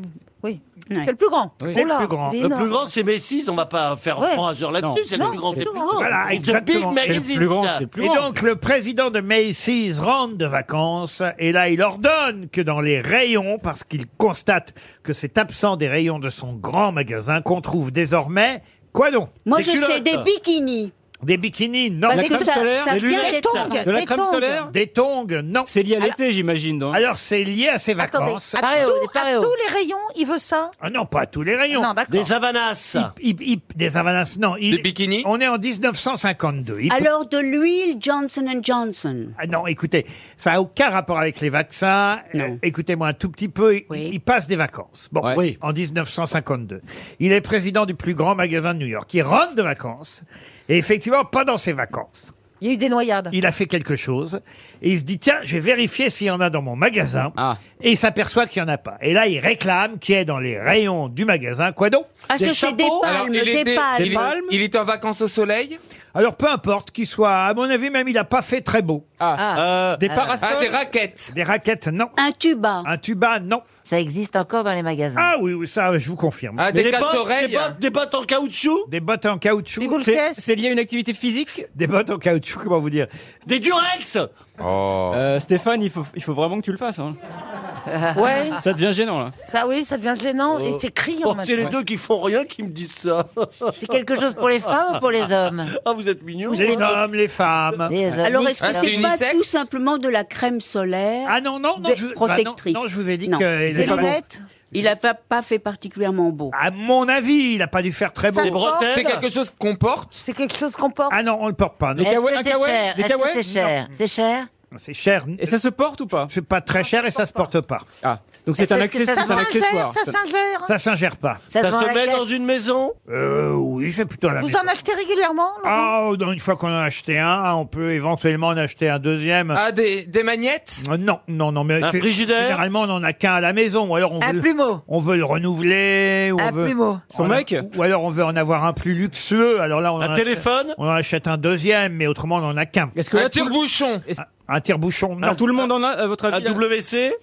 Oui. C'est le plus grand.
C'est
Oh là,
le plus grand.
il est
Le plus
énorme.
grand, c'est Messis. On va pas faire
Ouais.
trois heures
Non.
là-dessus. C'est
Non,
le plus grand.
c'est le
C'est le
plus
plus
grand.
grand.
Voilà,
It's a big
exactement.
magazine. ça.
Et donc, le président de Macy's rentre de vacances, et là, il ordonne que dans les rayons, parce qu'il constate que c'est absent des rayons de son grand magasin, qu'on trouve désormais, quoi donc
Moi, je sais des bikinis.
Des bikinis, non.
Parce La que crème ça- solaire, ça des vient lunettes, des tongs,
de la des crème tongs. solaire
Des tongs, non. C'est lié à
l'été,
j'imagine, donc. Alors, c'est lié à ses
Attendez,
vacances.
à, tout- à tous les rayons, il veut ça
Ah non, pas à tous les rayons.
Non, d'accord. Des
avanas. des avanas, non. des bikinis. On est en 1952. Il-
Alors, de l'huile Johnson Johnson.
Ah non, écoutez, ça n'a aucun rapport avec les vaccins. Euh, Écoutez-moi un tout petit peu, il, il passe des vacances. Bon, en 1952. Il est président du plus grand magasin de New York. Il rentre de vacances. Et effectivement, pendant ses vacances,
Il y a eu des noyades.
il a fait quelque chose. Et il se dit, tiens, je vais vérifier s'il y en a dans mon magasin.
Ah.
Et il s'aperçoit qu'il n'y en a pas. Et là, il réclame qu'il y ait dans les rayons du magasin. Quoi donc
Ah, je sais, des palmes,
Alors, il,
des
était,
palmes.
il, il était en vacances au soleil.
Alors, peu importe qu'il soit, à mon avis, même, il n'a pas fait très beau.
Ah.
des
Alors.
parasols.
Ah, des raquettes.
Des raquettes, non.
Un tuba.
Un tuba, non.
Ça existe encore dans les magasins.
Ah oui, oui, ça, je vous confirme.
Ah, des Mais des bottes, casse-oreilles. des bottes-
en caoutchouc Des bottes en caoutchouc.
boules C'est- caisses
C'est lié à une activité physique Des bottes en caoutchouc, comment vous dire Des durex
Oh.
Euh, Stéphane, il faut, il faut vraiment que tu le fasses. hein.
Ouais.
Ça devient gênant là.
Ça, oui, ça devient gênant et c'est criant
Oh, c'est les
maintenant.
deux qui font rien qui me disent ça. C'est
quelque chose pour les femmes ou pour les hommes
Ah, vous êtes mignons.
Les hommes, les femmes.
Alors, est-ce que c'est pas tout simplement de la crème solaire
Ah non, non, non, je- bah non,
protectrice.
non, je vous ai dit
Non.
que- euh, Des il est pas beau. lunettes
Il a fa- pas fait particulièrement beau.
À mon avis, il n'a pas dû faire très beau.
Ça se Des porte bretelles
C'est quelque chose qu'on porte.
C'est quelque chose qu'on porte.
Ah non, on le porte pas. non.
Est-ce que c'est cher Est-ce que c'est cher
Non.
C'est cher
C'est cher. Et ça se porte ou pas C'est pas très cher et ça se porte pas. Ah,
donc c'est Est-ce un que accessoire- ça c'est un s'ingère accessoire.
Ça s'ingère
Ça s'ingère pas.
Ça se Ça vend se à la met caisse dans
une maison Euh oui, c'est plutôt à la
Vous
maison.
en achetez régulièrement Laurent
Ah, oh, non, une fois qu'on en a acheté un, on peut éventuellement en acheter un deuxième.
Ah, des, des magnettes
Euh, Non, non, non, mais
Un
c'est-
frigidaire
généralement on en a qu'un à la maison, ou alors on
Un
veut, le-
plumeau.
on veut le renouveler, ou
Un
on veut
plumeau. Son
on a-
mec
ou alors on veut en avoir un plus luxueux. Alors là, on
Un
en achète-
téléphone
on en achète un deuxième, mais autrement on en a qu'un.
que Un là, tout-
tire-bouchon Un tire-bouchon. Ah, non.
Alors tout le monde en a, à votre avis hein là
WC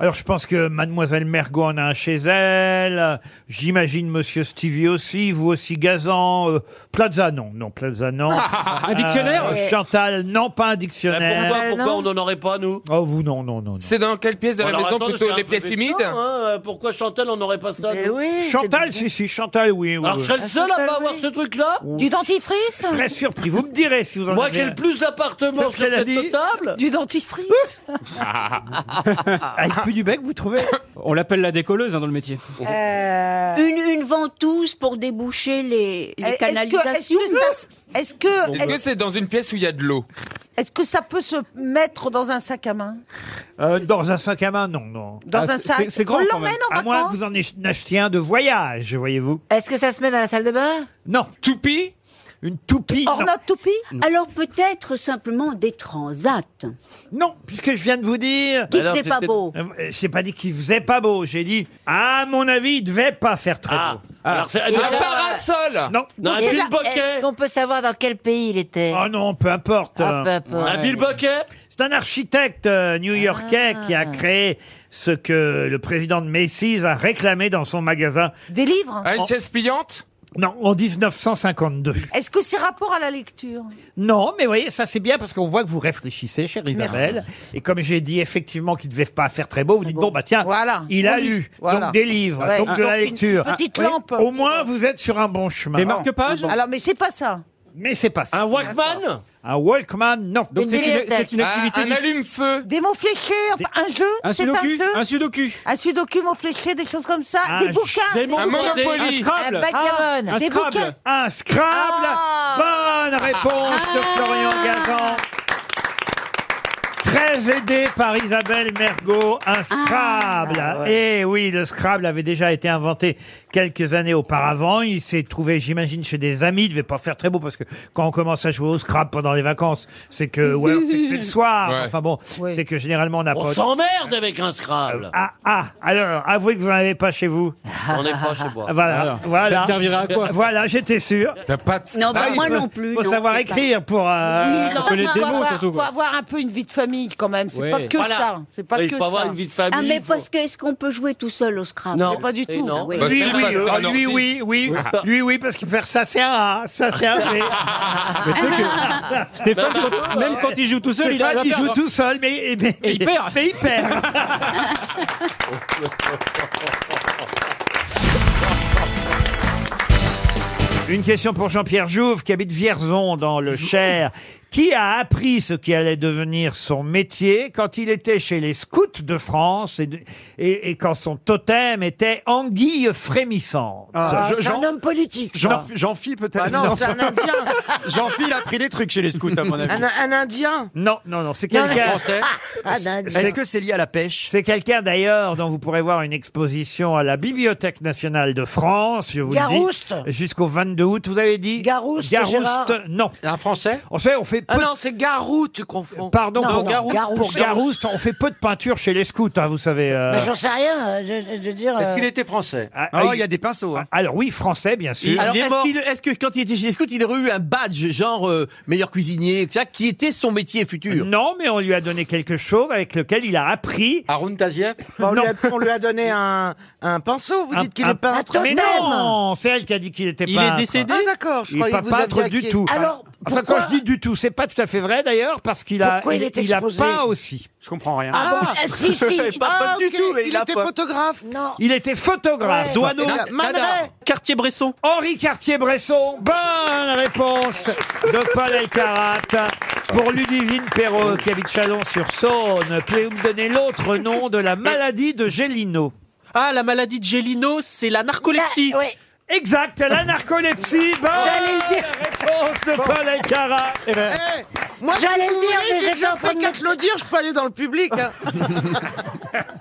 alors je pense que mademoiselle Mergot en a un chez elle, j'imagine monsieur Stevie aussi, vous aussi Gazan, euh, Plaza non, non Plaza non.
Un dictionnaire
Euh, Chantal non, pas un dictionnaire.
Bah, Pourquoi,
Euh,
pourquoi on n'en aurait pas, nous
Oh vous non, non, non. non.
C'est dans quelle pièce de la
Alors,
maison
attends, c'est
Plutôt
un
les
peu
pièces
vexant,
humides
hein, euh, Pourquoi Chantal, on n'aurait pas ça
Eh
Mais
nous
Eh oui,
Chantal, si, si, Chantal, oui. oui,
Alors, je
oui.
serais le seul à pas avoir ce truc-là
Du dentifrice
Très surpris. Vous me direz si vous en
Moi
avez
qui ai
un.
le plus d'appartements
Parce
sur
qu'elle a
cette
dit-
table
Du dentifrice
Hein Avec plus du bec, vous trouvez
On l'appelle la décolleuse hein, dans le métier.
Euh,
Euh,
Une, Euh, une ventouse pour déboucher les, les
Eh,
Est-ce que- est-ce
canalisations
que ça se- Est-ce que.
Est-ce que c'est dans une pièce où il y a de l'eau
Est-ce que ça peut se mettre dans un sac à main
Euh, dans un sac à main, non, non.
Dans Ah, un c'est- sac. c'est- c'est grand, On quand l'emmène même. en
À moins que
vacances
vous en ach- achetiez un de voyage, voyez-vous.
Est-ce que ça se met dans la salle de bain
Non. Toupie Une toupie non.
toupie Alors peut-être simplement des transats.
Non, puisque je viens de vous dire.
Qu'il Alors, faisait c'est pas peut-être- beau.
Euh, J'ai pas dit qu'il faisait pas beau. J'ai dit, à mon avis, il devait pas faire très
Ah.
beau.
Alors, c'est- Un non. parasol
Non.
Non, un
Donc, c'est-
bilboquet.
est-ce qu'on peut savoir dans quel pays il était
Oh non, peu importe.
Ah, peu
bah,
importe.
Un bilboquet
C'est un architecte euh, new-yorkais
Ah.
qui a créé ce que le président de Macy's a réclamé dans son magasin.
Des livres
Ah, une chaise pliante Non, en 1952.
Est-ce que c'est rapport à la lecture
Non, mais vous voyez, ça c'est bien parce qu'on voit que vous réfléchissez, chère Isabelle. Et comme j'ai dit effectivement qu'il ne devait pas faire très beau, vous dites, bon, bah tiens, il a
on lit.
lu.
Voilà.
Donc des livres,
Ouais.
donc de la
Donc, une
lecture.
petite
Ah, oui.
lampe.
Au moins, vous êtes sur un bon chemin.
Non. Alors, mais c'est pas ça.
Mais c'est pas ça. Un
Walkman
Un Walkman, non.
Donc, Une c'est une- bibliothèque. c'est une activité du-
Ah, allume-feu.
Des mots fléchés, enfin, un jeu
Un
c'est
sudoku,
un jeu
un sudoku.
Un sudoku, mots fléchés, des choses comme ça.
Ah,
des bouquins.
des mots Un fléchés. Monopoly. Un Scrabble. Un backgammon.
Ah,
Un
des
Scrabble.
bouquins.
Un Scrabble. Bonne réponse de Florian Gazan. Très aidé par Isabelle Mergot, un Scrabble. Et oui, le Scrabble avait déjà été inventé quelques années auparavant. Il s'est trouvé, j'imagine, chez des amis. Il devait pas faire très beau parce que quand on commence à jouer au Scrabble pendant les vacances, c'est que, ou alors c'est que c'est le soir.
Ouais.
Enfin bon, c'est que généralement on n'a
On
pas.
s'emmerde avec un Scrabble.
Ah, ah, alors, avouez que vous n'en avez pas chez vous.
On n'est pas chez moi.
Voilà,
Alors,
voilà. Euh,
ça te servira à quoi
Voilà, j'étais sûr.
T'as pas de
Non, bah,
il
moi
faut-
non plus,
Faut
non,
savoir
c'est pas-
écrire pour. euh,
Non, faut avoir- faut avoir un peu une vie de famille quand même. C'est
Ouais. Euh.
pas que
Voilà.
ça. C'est pas
Il
que
faut avoir
ça.
une vie de famille,
Ah, mais parce que est-ce qu'on peut jouer tout seul au Scrabble
Non. Mais pas du tout.
Ah oui.
Lui,
Bah,
oui,
c'est
euh,
pas-
lui, oui, oui,
Ah.
lui, oui, parce qu'il hein. faire ça, c'est un A, Ah, ça, c'est un B.
Mais tu sais que Stéphane, quand- même quand il joue tout seul, il
Bah, Stéphane,
arrive à
il joue
perdre.
tout seul, mais, mais-
Et il
mais-
perd.
Mais il perd. Une question pour Jean-Pierre Jouve, qui habite Vierzon, dans le Cher. Qui a appris ce qui allait devenir son métier quand il était chez les scouts de France et, de- et- et quand son totem était anguille frémissante
Ah, c'est un homme politique. ça.
Jean-Phi peut-être
Ah non, c'est un Indien.
Jean-Phi, il a pris des trucs chez les scouts, à mon
un, un Indien.
Non, non, non, c'est
Non,
quelqu'un.
mais- Ah, un Indien.
c'est lié à la pêche C'est quelqu'un d'ailleurs dont vous pourrez voir une exposition à la Bibliothèque nationale de France, je vous le dis.
Garouste.
Jusqu'au 22 août, vous avez dit Garouste.
Gérard.
Garouste, non. Un français On fait, on fait peu
Ah
de-
non, c'est Garou, tu confonds.
Pardon,
Non,
pour,
non,
Garouste, pour Garouste, on fait peu de peinture chez les scouts, hein, vous savez. euh.
Mais j'en sais rien, euh, je, je veux dire. euh,
était français
Ah, il y a des pinceaux. hein.
Alors oui, français, bien sûr.
Alors, est-ce, qu'il- est-ce que quand il était chez les scouts, il aurait eu un badge, genre euh, meilleur cuisinier, etc., qui était son métier futur
Non, mais on lui a donné quelque chose avec lequel il a appris.
Haroun Taziev
bah, on, lui a, on lui a donné un, un pinceau, vous
Un-
dites qu'il
un-
est peintre.
Mais non, c'est elle qui a dit qu'il était
Il est
peintre.
décédé
Ah d'accord, je
Il n'est
croyais
pas
que vous
peintre
aviez
du
acquis-
tout.
Alors,
enfin, quand
pourquoi
je dis du tout, c'est pas tout à fait vrai d'ailleurs, parce qu'il a,
Pourquoi il est
a
exposé
peint aussi. Je comprends rien.
Ah, bon, eh, si, si.
Ah,
pas du
ok,
tout, mais
Il,
il a
était
pas-
photographe. Non.
Il était photographe.
Ouais.
Doineau.
Dada- Manet.
Cartier-Bresson. Henri Cartier-Bresson. Bonne réponse de Paul Elkarat. Pour Ludivine Perrault, qui habite Chalon-sur-Saône, pouvez-vous me donner l'autre nom de la maladie de Gélino
Ah, la maladie de Gélino, c'est la narcolepsie.
Exact, la narcolepsie. Bonne réponse de Paul Elkarat.
ben,
Eh, moi,
J'allais
si
le
vous
dire,
voulez,
mais
dès que
j'étais en
j'en ferai quatre le dire, je peux aller dans le public. hein.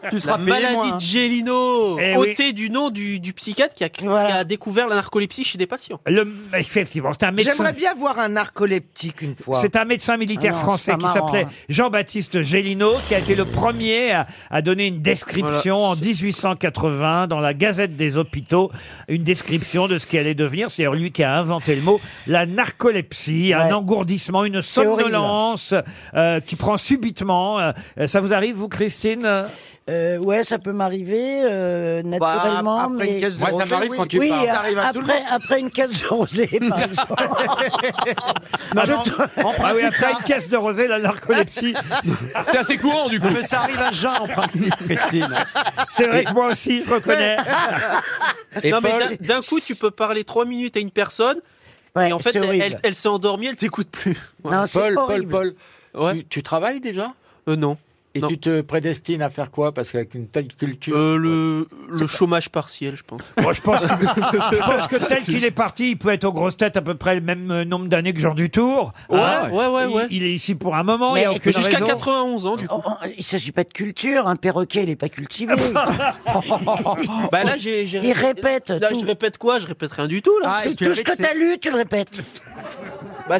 Tu seras la maladie de Gélino,
Eh oui.
ôtée du nom du, du psychiatre qui a, qui a découvert la narcolepsie chez des patients.
Le, effectivement, c'est un médecin.
J'aimerais bien voir un narcoleptique une fois.
C'est un médecin militaire
Ah non, c'est
français
pas
qui
marrant,
s'appelait
hein.
Jean-Baptiste Gélineau, qui a été le premier à, à donner une description en 1880 dans la Gazette des hôpitaux, une description de ce qui allait devenir. C'est d'ailleurs lui qui a inventé le mot, la narcolepsie, un engourdissement, une somnolence euh, qui prend subitement. euh, ça vous arrive, vous, Christine
Euh, ouais, ça peut m'arriver euh, naturellement.
après
mais...
une caisse de Moi, ça rosée, m'arrive oui. quand tu
Oui,
parles.
euh,
Ça arrive à tout le
après, après une caisse de rosée, par exemple.
Ah non, ah oui, après une caisse de rosée, la narcolepsie.
C'est assez courant du coup. Mais ça arrive à Jean en principe, Christine.
C'est vrai que moi aussi, je reconnais.
non, mais d'un- d'un coup, tu peux parler trois minutes à une personne, et en fait,
c'est
elle,
horrible.
elle, elle s'est endormie, elle t'écoute plus.
Non, c'est Paul, Paul, horrible.
Paul, Tu, travailles déjà Non.
Et tu te prédestines à faire quoi Parce qu'avec une telle culture.
le, le chômage partiel, je pense.
Moi, je pense que, je pense que tel qu'il est parti, il peut être aux grosses têtes à peu près le même euh, nombre d'années que Jean Dutour.
Ouais,
Hein
ouais, ouais, ouais.
Il, il est ici pour un moment, il n'y a aucune
jusqu'à
raison.
91
hein,
ans, du coup.
Oh, Il ne s'agit pas de culture, un perroquet, il n'est pas cultivé.
bah là, j'ai. j'ai
Oh, Il répète
Là,
tout. Ah,
je répète quoi Je répète rien du tout, là.
Tout- tout ce que t'as lu, tu le répètes.
Bah,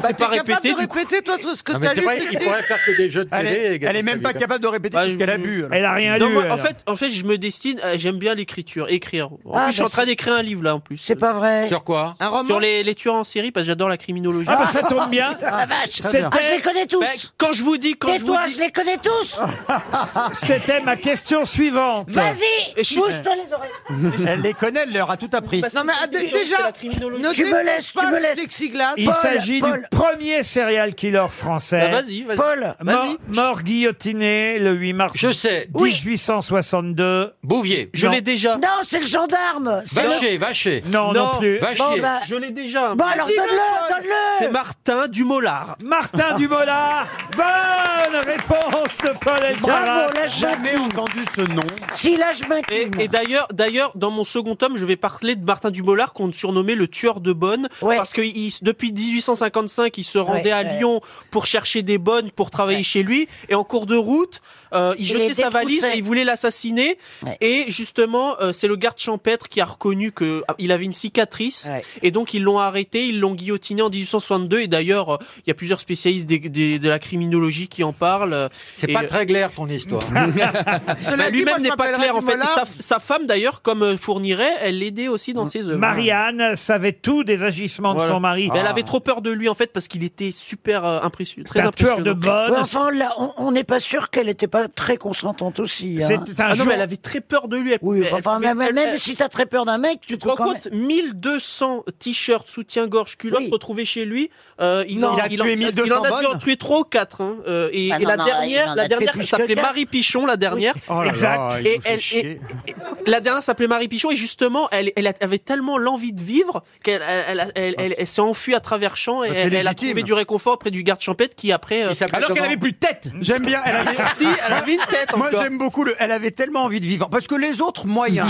Bah,
c'est pas
t'es capable
répété,
de
du coup.
répéter, toi, tout ce que
Non, mais
t'as
c'est
lu.
vrai qu'il pourrait faire que des jeux de
Elle
télé
est,
et gagner
elle est
sa
même
vie,
pas
comme
capable de répéter
Bah,
tout ce qu'elle a
je-
bu. alors.
Non, moi, En fait, en fait, je me destine. euh, J'aime bien l'écriture, écrire. En
Ah,
plus, je suis
bah,
en train
c'est-
d'écrire un livre là, en plus.
C'est pas vrai.
Sur quoi
Un roman
Sur les, les tueurs en série, parce que j'adore la criminologie.
Ah, bah, ça tombe bien.
Ah, la vache.
C'était-
Ah, je les connais tous.
Bah, quand je vous dis, quand je vous
Tais-toi,
dis.
je les connais tous.
C'était ma question suivante.
Vas-y,
Et je suis-
bouge-toi les oreilles.
Elle les connaît, elle leur a tout appris.
Non, mais ah, d- déjà, ne
Tu me
dépose
laisses, tu
pas
me
le
laisses.
plexiglas.
Il
Paul,
s'agit du
Paul.
premier serial killer français.
Bah, vas-y, vas-y.
Paul,
Mort, mort guillotiné le 8 mars
Je sais.
1862.
Bouvier.
Je
Non.
l'ai déjà.
non, c'est le gendarme. C'est le-
Vacher, vacher.
Non, non, plus.
Va
Bon,
chier.
bah,
Je l'ai déjà. hein.
bon, alors donne-le,
C'est
donne-le.
Martin Dumollard.
Martin Dumollard. Bonne réponse de Paul Elkarat.
Bravo, là je m'inquiète.
Jamais entendu ce nom.
Si, là je
Et,
m'incline.
et d'ailleurs, d'ailleurs, dans mon second tome, je vais parler de Martin Dumollard qu'on surnommait le tueur de bonnes,
Ouais.
parce que il- depuis 1855, il se rendait
Ouais,
à
ouais.
Lyon pour chercher des bonnes pour travailler chez lui, et en cours de route, euh, il,
Il les
jetait sa valise
détroussait.
et il voulait l'assassiner.
Ouais.
Et justement, euh, c'est le garde champêtre qui a reconnu que ah, il avait une cicatrice,
Ouais.
et donc ils l'ont arrêté, ils l'ont guillotiné en 1862. Et d'ailleurs, euh, il y a plusieurs spécialistes des- des- de la criminologie qui en parlent. euh,
C'est
et,
pas
euh,
très clair ton histoire.
bah,
Ah,
Cela dit, moi,
Lui-même
je
n'est pas
m'appellerais
clair en fait.
Dumoulin.
Sa, sa femme d'ailleurs, comme euh, Fourniret, elle l'aidait aussi dans ses œuvres.
Marianne savait tout des agissements de
Voilà.
son mari.
Mais Elle avait trop peur de lui en fait parce qu'il était super euh, impression-
C'est
très
un tueur
impressionnant.
de
Ouais,
bonnes.
enfin, là, on- on n'est pas sûr qu'elle n'était pas très consentante aussi. hein.
C'est un
Ah non,
jour-
mais elle avait très peur de lui. Elle,
Oui,
elle
enfin,
pouvait-
même,
elle-
même
elle-
si t'as très peur d'un mec, tu
tu te
trouves
rends
quand même.
compte 1200 t-shirts soutien-gorge culottes
Oui.
retrouvés chez lui. Euh, il,
Non. Il a tué
en,
1200
il en a dû en
bonnes.
tuer 3 ou 4. Euh, et,
Bah
Ah
et
non,
la
non, il en
dernière,
a
la
tué
dernière
plus
elle
que
s'appelait
quatre.
Marie Pichon, la dernière.
Oh là
Exact.
là, il
Et
nous fait
elle,
chier.
et- et- la dernière s'appelait Marie Pichon et justement elle, elle avait tellement l'envie de vivre qu'elle elle, elle, elle- elle- elle s'est enfuie à travers champs et
Bah, c'est
elle, elle a
légitime.
trouvé du réconfort près du garde champêtre qui après euh,
Alors qu'elle avait plus de tête. J'aime bien. Elle avait...
Ah,
si elle avait une tête
Moi
encore.
j'aime beaucoup le. Elle avait tellement envie de vivre parce que les autres moyens.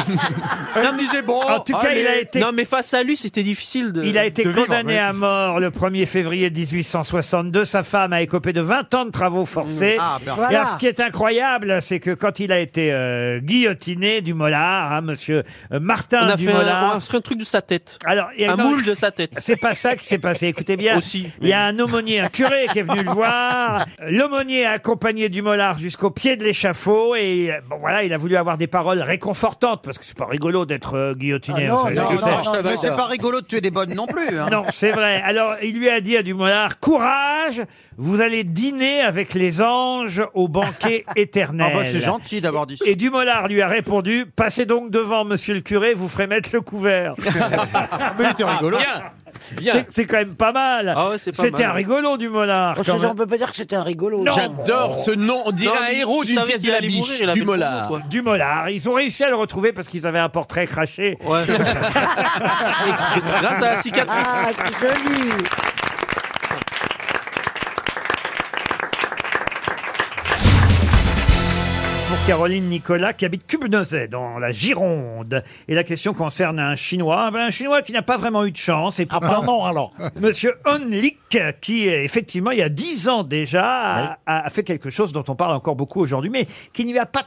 elle me disait bon. ah,
En tout cas,
allez.
il a été
non mais face à lui c'était difficile de hein.
Il a été
de vivre,
condamné
ouais.
à mort le 1er février 1862. Sa femme a écopé de 20 ans de travaux forcés.
Ah, ben.
Et
Voilà.
alors, ce qui est incroyable, c'est que quand il a été euh, guillotiné du Mollard, hein, monsieur euh,
on
Martin
a
du
fait un, on
Mollard.
a fait un truc de sa tête
Alors, il y a-
un
non,
moule de sa tête
C'est pas ça qui s'est passé. Écoutez bien.
Aussi,
il y a un aumônier, un curé qui est venu le
Ah,
voir. Ah, L'aumônier a accompagné du Mollard jusqu'au pied de l'échafaud et euh, bon voilà, il a voulu avoir des paroles réconfortantes parce que c'est pas rigolo d'être euh, guillotiné.
Ah non,
vous savez ce
Non,
que
non,
c'est.
non,
non,
mais
non.
c'est pas rigolo de tuer des bonnes non plus. hein.
Non, c'est vrai. Alors, il lui a dit à Dumollard, courage, vous allez dîner avec les anges au banquet éternel.
Ah bah, c'est gentil d'avoir dit ça.
Et Dumollard lui a répondu, passez donc devant, monsieur le curé, vous ferez mettre le couvert.
Ah,
Mais c'était rigolo.
C'est- C'est quand même pas mal.
Ah ouais, c'est pas
C'était
mal.
un rigolo, Dumollard.
Oh,
quand
c'est- on
même.
peut pas dire que c'était un rigolo.
Non.
J'adore ce nom, on dirait
Non,
un
mais
héros
tu
d'une
savais
pièce
qu'il
de la
allait mourir,
biche,
il avait le
Dumollard.
promo, toi.
Dumollard, ils ont réussi à le retrouver parce qu'ils avaient un portrait craché.
Ouais. grâce à la cicatrice
Ah, c'est joli.
pour Caroline Nicolas qui habite Cubnezet dans la Gironde. Et la question concerne un Chinois, Ben, un Chinois qui n'a pas vraiment eu de chance.
Ah,
Et pourtant,
alors.
Monsieur Onlik, qui euh, effectivement il y a dix ans déjà a- a, a fait quelque chose dont on parle encore beaucoup aujourd'hui, mais qui ne lui a pas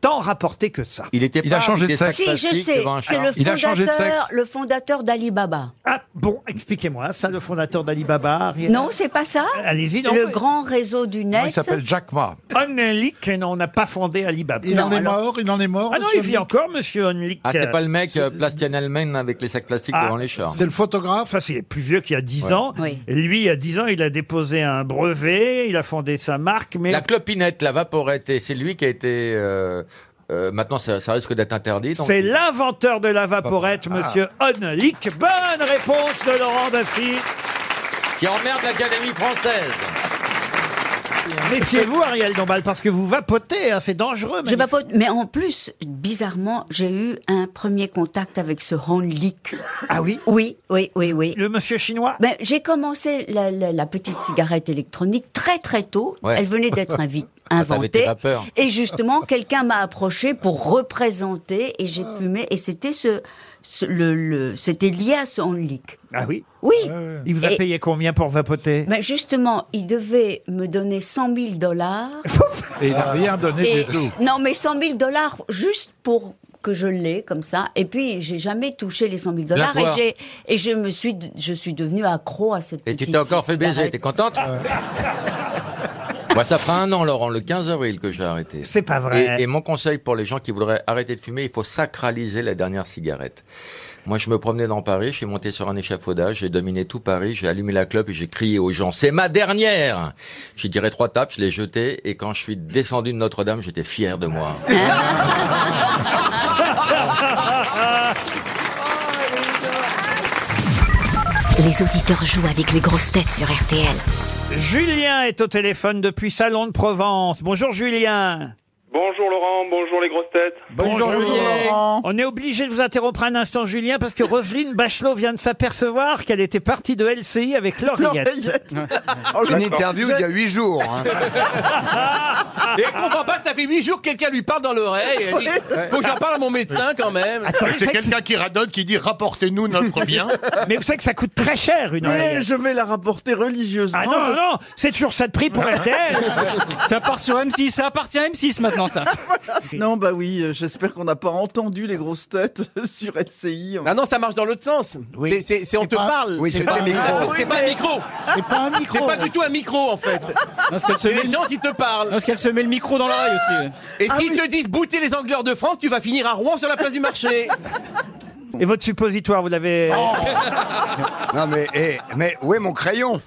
tant rapporté que ça.
Il était.
Il a changé de sexe.
Si, je sais, c'est le
Il a changé de
fondateur, le fondateur d'Alibaba.
Ah bon, expliquez-moi ça, le fondateur d'Alibaba. Ariel
Non, c'est pas ça
Allez-y, non.
Le grand réseau du net.
Il s'appelle Jack Ma.
Onlik, non, on n'a pas fondé Alibaba.
Non, alors-
mort, il en est mort.
Ah non, il vit encore, Monsieur Onlik.
Ah, c'est pas le mec euh, plastien allemand avec les sacs plastiques
Ah.
devant les chars.
le photographe.
Ça, c'est plus vieux qu'il y a 10
Ouais.
ans.
Oui.
Et lui, il y a 10 ans, il a déposé un brevet, il a fondé sa marque, mais
La clopinette, la vaporette, et c'est lui qui a été. euh, euh, maintenant, ça, ça risque d'être interdit. donc-
c'est l'inventeur de la vaporette, monsieur
Ah.
Onlik. Bonne réponse de Laurent Baffy.
Qui emmerde l'Académie française.
Méfiez-vous, Ariel Dombal, parce que vous vapotez, hein, c'est dangereux.
Je vapote, mais en plus, bizarrement, j'ai eu un premier contact avec ce Hanlik.
Ah oui
Oui, oui, oui, oui.
Le monsieur chinois
ben, J'ai commencé la, la- la petite cigarette électronique très très tôt.
Ouais.
Elle venait d'être invi-
Ah, t'avais
inventée.
tes vapeurs.
Et justement, quelqu'un m'a approché pour représenter
Oh.
et j'ai fumé. Et c'était ce, ce- le, le- c'était lié à ce Hanlik.
Ah oui
Oui.
Il vous a
Et-
payé combien pour vapoter
ben justement, il devait me donner 100 000 dollars. Ah.
Et
Euh,
il n'a rien donné
Et-
du tout.
Non, mais 100 000 dollars juste pour que je l'ai comme ça. Et puis, j'ai jamais touché les 100 000 dollars. Et,
Bien toi.
j'ai- et je me suis, je suis devenue accro à cette
Et tu
petite
t'es encore fait baiser,
cigarette.
t'es contente
Ah.
Moi, ça fera un an, Laurent, le 15 avril que j'ai arrêté.
C'est pas vrai.
Et, et mon conseil pour les gens qui voudraient arrêter de fumer, il faut sacraliser la dernière cigarette. Moi, je me promenais dans Paris, je suis monté sur un échafaudage, j'ai dominé tout Paris, j'ai allumé la clope et j'ai crié aux gens, c'est ma dernière J'ai tiré trois tapes, je l'ai jetée, et quand je suis descendu de Notre-Dame, j'étais fier de moi.
Les auditeurs jouent avec les grosses têtes sur RTL.
Julien est au téléphone depuis Salon de Provence. Bonjour Julien.
Bonjour Laurent, bonjour les grosses têtes.
On est obligé de vous interrompre un instant, Julien, parce que Roselyne Bachelot vient de s'apercevoir qu'elle était partie de LCI avec l'Orillette.
Oh, Une interview il y a 8 jours. hein.
Ah, Et elle comprend pas, ça fait 8 jours que quelqu'un lui parle dans l'oreille. et elle dit, Faut que j'en parle à mon médecin quand même.
c'est quelqu'un qui radonne, qui dit rapportez-nous notre bien.
Mais vous savez que ça coûte très cher une
oreillette.
je vais la rapporter religieusement. Ah non, non, non, c'est toujours ça de prix pour RTL.
Ça part sur M6, ça appartient à M6 maintenant, ça.
Non, bah oui, euh, j'espère qu'on n'a pas entendu les grosses têtes sur LCI.
Ah non, ça marche dans l'autre sens. C'est- C'est c'est on te parle.
oui, c'est pas un micro. Ah oui,
C'est pas un
mais-
micro.
C'est pas un micro.
C'est pas du tout un micro en fait.
parce qu'elle se
C'est
met-
les gens qui te parlent.
Parce qu'elle se met le micro dans l'oreille aussi.
Et
Ah
s'ils te disent bouter les anglais hors de France, tu vas finir à Rouen sur la place du marché.
Et votre suppositoire, vous l'avez.
Non mais, eh, mais où est mon crayon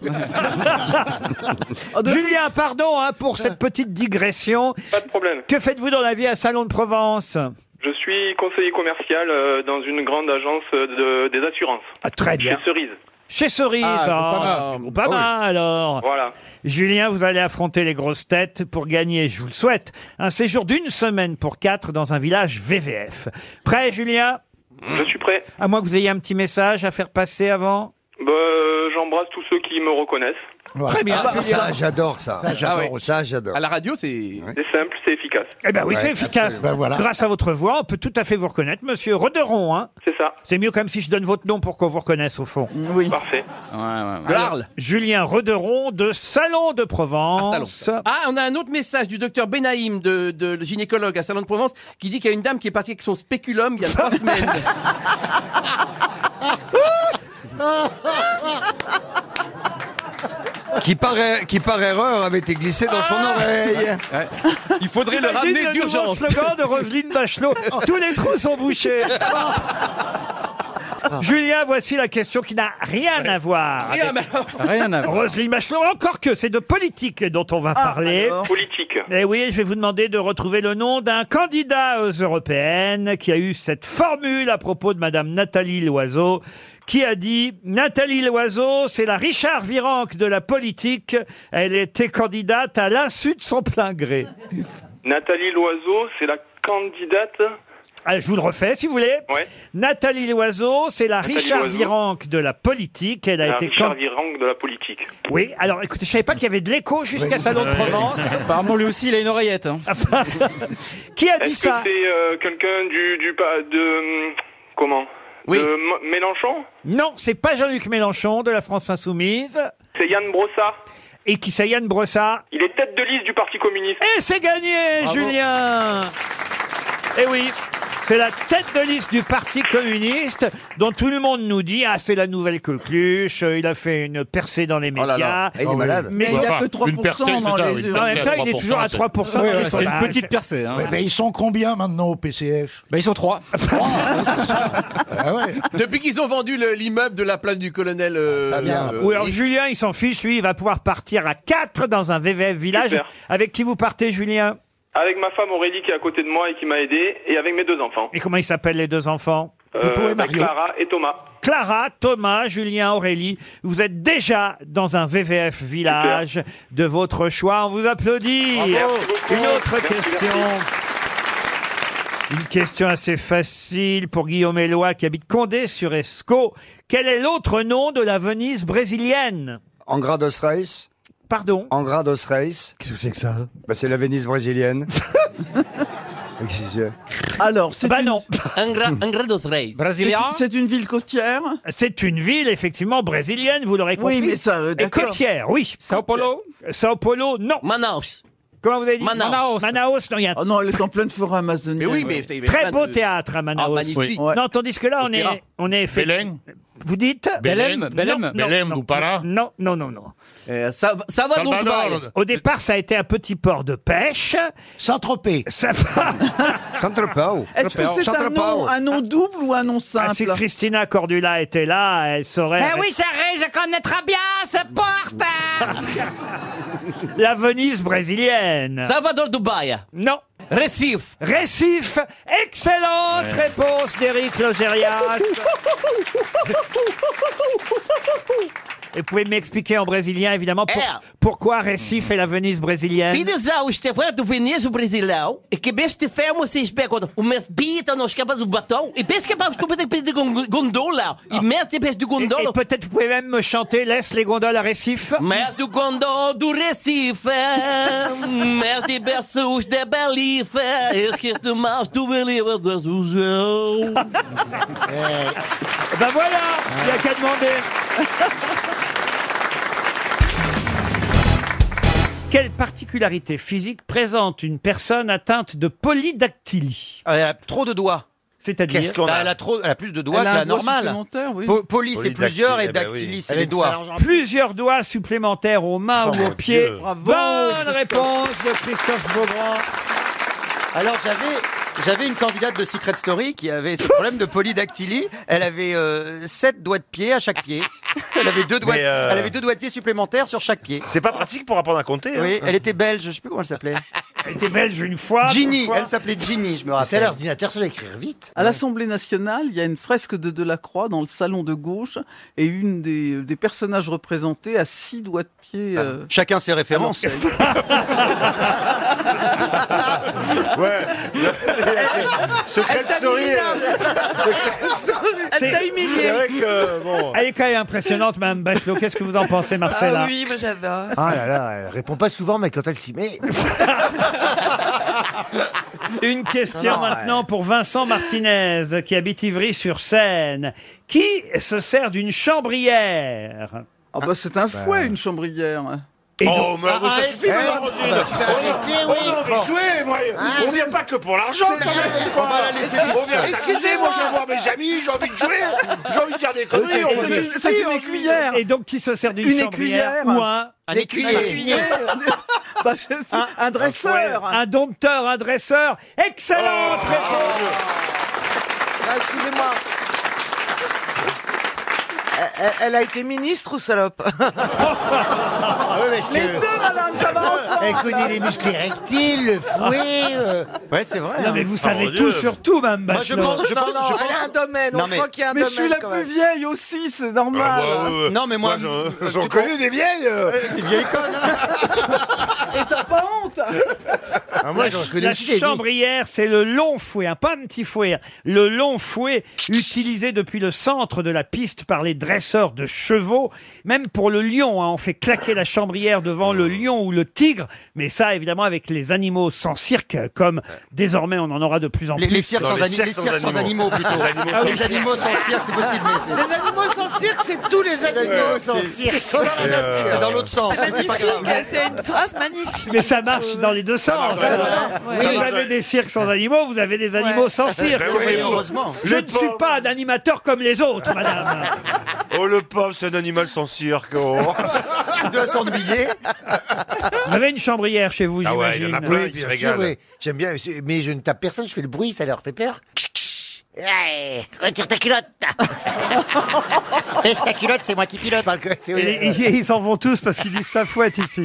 Julien, pardon hein, pour cette petite digression.
Pas de problème.
Que faites-vous dans la vie à Salon de Provence
Je suis conseiller commercial euh, dans une grande agence euh, de, des assurances.
Ah, très bien.
Chez Cerise.
Chez Cerise,
Ah,
hein.
Groupama.
Groupama,
Ah oui.
alors.
Voilà.
Julien, vous allez affronter les grosses têtes pour gagner, je vous le souhaite, un séjour d'une semaine pour quatre dans un village VVF. Prêt, Julien Hmm.
Je suis prêt.
À moins que vous ayez un petit message à faire passer avant.
Bah, euh, J'embrasse tous ceux qui me reconnaissent.
Très bien.
Ah bah, ça, j'adore ça.
Ça, j'adore
Ah ouais. Ça, j'adore.
À la radio, c'est.
C'est simple, c'est efficace.
Eh ben oui, c'est efficace. Grâce à votre voix, on peut tout à fait vous reconnaître, monsieur Roderon. Hein
c'est ça.
C'est mieux comme si je donne votre nom pour qu'on vous reconnaisse, au fond.
Oui. Parfait.
Alors, Julien Roderon de Salon de Provence.
Ah, on a un autre message du docteur Benahim, de, de- le gynécologue à Salon de Provence, qui dit qu'il y a une dame qui est partie avec son spéculum il y a trois semaines.
Qui par, qui par erreur avait été glissé dans son oreille.
Ah Il
faudrait le J'imagine ramener le nouveau d'urgence. slogan de Roselyne Bachelot. Tous les trous sont bouchés. Julien, voici la question qui n'a rien à voir.
Rien,
avec-
mais alors- Rien à voir.
Roselyne Bachelot, encore que c'est de politique dont on va parler.
Politique.
Eh oui, je vais vous demander de retrouver le nom d'un candidat aux européennes qui a eu cette formule à propos de Madame Nathalie Loiseau, qui a dit Nathalie Loiseau, c'est la Richard Virenque de la politique. Elle était candidate à l'insu de son plein gré.
Nathalie Loiseau, c'est la candidate.
Ah, je vous le refais si vous voulez.
Ouais.
Nathalie Loiseau, c'est la
Nathalie
Richard
Loiseau.
Virenque de la politique. Elle a
la
été
Richard
can-
Virenque de la politique.
Oui, alors écoutez, je savais pas qu'il y avait de l'écho jusqu'à Salon de
Ouais.
Provence. Ah, bah.
Apparemment, lui aussi, il a une oreillette. hein.
Qui a
Est-ce
dit
que
ça
c'est euh, quelqu'un du, du pa- de hum, comment
Oui.
De M- Mélenchon
Non, c'est pas Jean-Luc Mélenchon de la France Insoumise.
C'est Yann Brossard.
Et qui c'est Yann Brossard
Il est tête de liste du Parti communiste.
Et Eh, c'est gagné, Julien Eh oui c'est la tête de liste du Parti communiste dont tout le monde nous dit ah c'est la nouvelle coqueluche, euh, il a fait une percée dans les médias.
Ah,
là là. Eh, il est malade. Mais il y a que 3% dans les urnes.
En même temps, il est toujours à 3 dans les sondages.
percée. hein.
Ouais, ben, ils sont combien maintenant au PCF
Ben,
Bah, ils sont trois.
Ah
Depuis qu'ils ont vendu le- l'immeuble de la place du colonel. euh, euh,
Ou alors
il-
Julien, il s'en fiche, lui, il va pouvoir partir à 4 dans un VVF village.
Super.
Avec qui vous partez, Julien
Avec ma femme Aurélie qui est à côté de moi et qui m'a aidé, et avec mes deux enfants.
Et comment ils s'appellent les deux enfants
euh, avec
Mario.
Clara et Thomas.
Clara, Thomas, Julien, Aurélie, vous êtes déjà dans un VVF village de votre choix. On vous applaudit.
Bravo. Merci beaucoup.
Une autre
Merci,
question.
merci.
Une question assez facile pour Guillaume Eloi qui habite Condé-sur-Escaut. Quel est l'autre nom de la Venise brésilienne
Angra dos Reis.
Pardon
Angra dos Reis.
Qu'est-ce que c'est que ça
bah, C'est la Venise brésilienne.
Alors, c'est
bah non.
Brasilia C'est une ville côtière
C'est une ville, effectivement, brésilienne, vous l'aurez
Oui,
compris.
mais ça, euh,
Et
d'accord.
côtière, oui. Sao Paulo Sao Paulo, non. Manaus. Comment vous avez dit
Manaus.
Manaus, non, il y a un
Oh non, elle est en pleine forêt amazonienne.
Mais oui, mais- mais- Très plein beau de- théâtre à Manaus. Ah, magnifique. Oui. Non, tandis que là, on est- on est fait- Belém Vous dites
Belém,
Non,
Belém.
non,
Belém
non,
ou Pará
Non, non, non, non.
Eh, ça, ça va donc Salvador. mal.
Au départ, ça a été un petit port de pêche. Saint-Tropez. Saint-Tropez.
Est-ce que c'est un nom, un nom double ou un nom simple
Ah, si Christina Cordula était là, elle saurait.
Mais Eh oui, Saré, je connais très bien ce porte
La Venise brésilienne.
Salvador Dubaï.
Non.
Récif. Eh.
Récif. Excellente
Ouais.
réponse d'Éric Logérias. Et vous pouvez m'expliquer en brésilien, évidemment, pour-
Eh.
pourquoi Récif est la Venise brésilienne.
Bem-vindos ao Estevão do Veneza Brasilão. E que bem estivemos se especando o mês bita nos capas do batom. E bem que vamos comprar de gondola. E mês de peixe de gondola.
Et peut-être vous pouvez même me chanter Laisse les gondoles à Récif.
Mês do gondol do Recife. Mês de berços de Belife. Esquece mais do Belife da Suzão.
É. Ben voilà, il n'y a qu'à demander. Quelle particularité physique présente une personne atteinte de polydactylie
Ah,
Elle a trop de doigts. C'est-à-dire
Qu'est-ce qu'on a Bah, elle a trop- elle a plus de doigts Elle a que un la doigt normale. supplémentaire, oui. Po- poly, c'est plusieurs, et Polydactyle, eh ben oui. dactyly, c'est
Elle
les
est
doigts.
phalange en- Plusieurs doigts supplémentaires aux mains
Oh
ou
mon
aux pieds.
Dieu. Bravo,
Bonne
Christophe.
réponse de Christophe Beaugrand.
Alors j'avais j'avais une candidate de Secret Story qui avait ce problème de polydactylie. Elle avait euh, sept doigts de pied à chaque pied. Elle avait deux doigts.
Mais, euh,
Elle avait deux doigts de pied supplémentaires sur chaque pied.
C'est pas pratique pour apprendre à compter. hein.
Oui, elle était belge. Je sais plus comment elle s'appelait.
Elle était belge une fois.
Ginny.
deux fois.
Elle s'appelait Ginny. Je me rappelle.
c'est l'ordinateur,
ça va écrire vite.
À l'Assemblée nationale, il y a une fresque de Delacroix dans le salon de gauche et une des, des personnages représentés a six doigts de
Ah.
pied. euh,
Chacun
Ah
ses références.
Ouais. Secret Story. euh,
Elle t'a humilié.
C'est vrai que bon.
Elle est quand même impressionnante, Madame Bachelot. Qu'est-ce que vous en
Ah
pensez, Marcella
moi j'adore.
Ah là là, elle répond pas souvent, mais quand elle s'y met.
Une question
Non, non,
maintenant pour Vincent Martinez, qui habite Ivry-sur-Seine. Qui se sert d'une chambrière
Ah bah c'est un fouet, une chambrière.
Et donc-
Oh, mais
Ah,
ça
Eh,
et
suffit
puis,
Eh,
maintenant. Oh,
bah,
On
bah, c'est
a-
clair,
on a
oui.
envie de jouer, moi.
Hein
Ah,
On vient pas que pour l'argent,
C'est
quand
ça.
même,
On
quoi.
va la laisser vivre.
Excusez-moi, je vais voir mes amis, j'ai envie de jouer, j'ai envie de dire des conneries. on va-
C'est- C'est une cuillère.
Et donc qui se sert d'une
Une
chambrière
écuyère
ou un
Un écuyer. Bah, je sais, un, dresseur.
Un, dompteur, un dresseur. Excellente
Oh,
réponse
excusez-moi. Elle, elle a été ministre ou salope
Ah
Les deux, madame, ça va ensemble.
Elle connaît les muscles érectiles, le fouet. euh.
Ouais,
Oh.
c'est vrai.
Non, mais vous
Ah,
savez tout sur tout, Mme
Moi, je
Bachelot.
pense- je
Non,
pense-
non,
je
elle a un domaine,
Non,
on
mais-
sent qu'il y a un
Mais je
domaine.
suis la
quand
plus
même.
vieille aussi, c'est normal.
Ah, ouais, ouais, ouais. Non, mais moi,
Moi, j'en-
tu
j'en
comprends-
connais des vieilles. euh.
Des vieilles connes. Ah,
Et t'as pas honte
La- la chambrière, c'est le long fouet, hein, pas un petit fouet, hein. le long fouet utilisé depuis le centre de la piste par les dresseurs de chevaux, même pour le lion. hein, on fait claquer la chambrière devant
Oh.
le lion ou le tigre, mais ça évidemment avec les animaux sans cirque, comme désormais on en aura de plus en
Les,
plus.
les cirques sans, ani- les cirques sans animaux, plutôt.
Ah oui.
les animaux sans cirque, c'est possible. mais c'est-
Les animaux sans cirque, c'est tous les
animaux
animaux
sans
sans
cirque.
cirque.
C'est, euh, C'est dans l'autre sens, hein, c'est pas grave.
magnifique, c'est une phrase magnifique.
Mais ça marche dans les deux sens.
marche,
Vous avez des cirques sans animaux, vous avez des animaux
Ouais.
sans cirque.
Ben oui,
voyez-vous.
heureusement.
Je
Le
ne suis
pauvre.
pas un animateur comme les autres, madame.
Oh, le pauvre, c'est un animal sans cirque. oh.
Ah, Il doit s'ennuyer.
Vous avez une chambrière chez vous,
Ah ouais,
j'imagine.
il y en a plein,
Oui,
il se
bien sûr,
régale.
oui. J'aime bien, mais je ne tape personne, je fais le bruit, ça leur fait peur.
Eh,
Ouais, retire ta culotte. Baisse ta culotte, c'est moi qui pilote.
Et les- ils- ils s'en vont tous parce qu'ils disent ça fouette ici.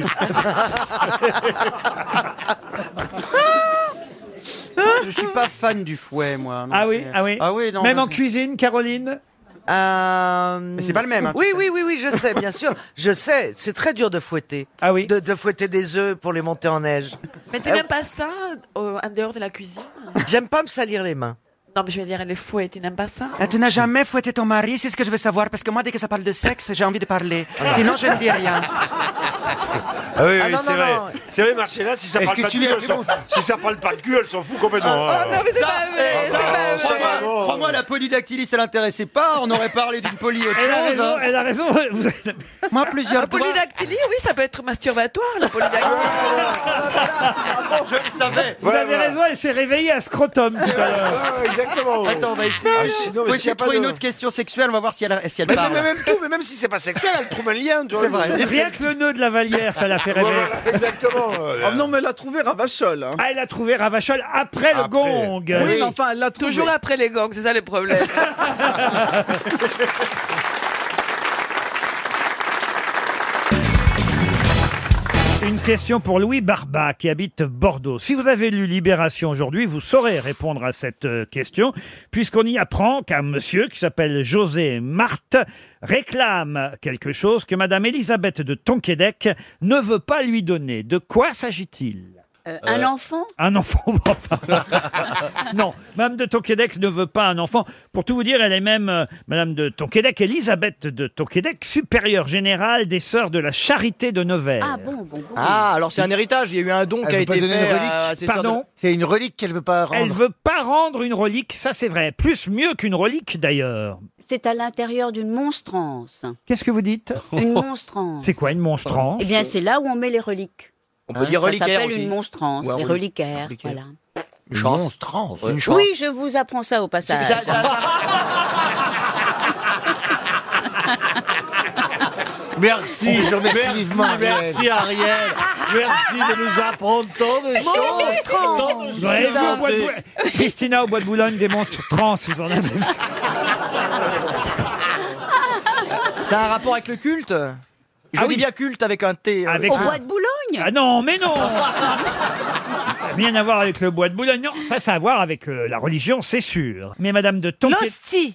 je suis pas fan du fouet, moi. non,
Ah oui,
c'est-
ah oui.
Ah oui, non.
Même
non,
en cuisine, Caroline
Mais c'est pas le même, hein.
Euh, Oui, oui, oui, oui, je sais, bien sûr. Je sais, c'est très dur de fouetter.
Ah oui
De, de fouetter des œufs pour les monter en neige. Mais Euh, tu n'aimes pas ça euh, en dehors de la cuisine J'aime pas me salir les mains. Non, mais je vais dire les fouets, tu n'aimes pas ça
Ah, tu n'as jamais fouetté ton mari, c'est ce que je veux savoir, parce que moi, dès que ça parle de sexe, j'ai envie de parler. Sinon, je ne dis rien.
Ah oui,
Ah
oui,
non,
c'est
non,
vrai.
non.
C'est vrai, Marcella, si ça
Est-ce
parle
que
pas
tu Ah,
de
lui
cul,
as
elle s'en- si ça parle pas de cul, elle s'en fout complètement. hein. oh,
Crois-moi, la polydactylie, ça l'intéressait pas. On aurait parlé d'une poly autre
Elle a
chose.
raison,
hein.
elle a raison.
Moi, plusieurs
La
doigts.
polydactylie, oui, ça peut être masturbatoire, la polydactylie.
Je le savais.
Vous avez raison, elle s'est réveillée à scrotum tout à l'heure.
exactement.
Attends, on va essayer.
Ah, sinon, mais
Faut
s'il y
essayer
a
de
pas
trouver
de-
une autre question sexuelle, on va voir si elle, si elle
Mais, mais-
parle.
mais même tout, mais même si c'est pas sexuel, elle trouve un lien. tu vois.
C'est vrai.
Rien que le nœud de la valière, ça l'a fait rêver.
Voilà, exactement.
Oh
Ah non, mais elle a trouvé Ravachol. hein.
Ah, elle a trouvé Ravachol après le gong.
Oui, mais enfin, elle l'a trouvé.
Toujours après les gangs, c'est ça le problème.
Une question pour Louis Barba qui habite Bordeaux. Si vous avez lu Libération aujourd'hui, vous saurez répondre à cette euh, question puisqu'on y apprend qu'un monsieur qui s'appelle José Marthe réclame quelque chose que madame Elisabeth de Tonquédec ne veut pas lui donner. De quoi s'agit-il
Euh, un enfant
un enfant, bon, enfin, non, Madame de Tonquédec ne veut pas un enfant. Pour tout vous dire, elle est même, euh, Madame de Tonquédec, Elisabeth de Tonquédec, supérieure générale des Sœurs de la Charité de Nevers.
Ah bon, bon, bon.
Ah, alors c'est un héritage. Il y a eu un don qui a été fait. euh, à- à ses sœurs de-
Pardon
C'est une relique qu'elle veut pas rendre.
Elle veut pas rendre une relique, ça c'est vrai. Plus mieux qu'une relique d'ailleurs.
C'est à l'intérieur d'une monstrance.
Qu'est-ce que vous dites
Une monstrance.
C'est quoi une monstrance
Eh bien, c'est là où on met les reliques.
On peut dire
ça
reliquaire
s'appelle
aussi.
une monstrance,
Ouais,
les
relique-
reliquaires.
reliquaire.
Voilà.
Une monstrance. Une chance.
Oui, je vous apprends ça au passage.
C'est- ça- ça-
Merci, je vous remercie vivement, Ariel.
Merci Ariel. Merci de nous apprendre tant de choses. tant de
Vous en avez
choses.
vu au bois de Bou- Christina au bois de Boulogne des monstres trans, vous en avez vu
Ça a un rapport avec le culte Je
Ah
dis
oui.
bien culte avec un T. euh,
Avec
un-
un-
Boulogne
Ah non, mais non Rien à voir avec le bois de Boulogne. Non, ça, ça a à voir avec euh, la religion, c'est sûr. Mais Madame de Tonquédec...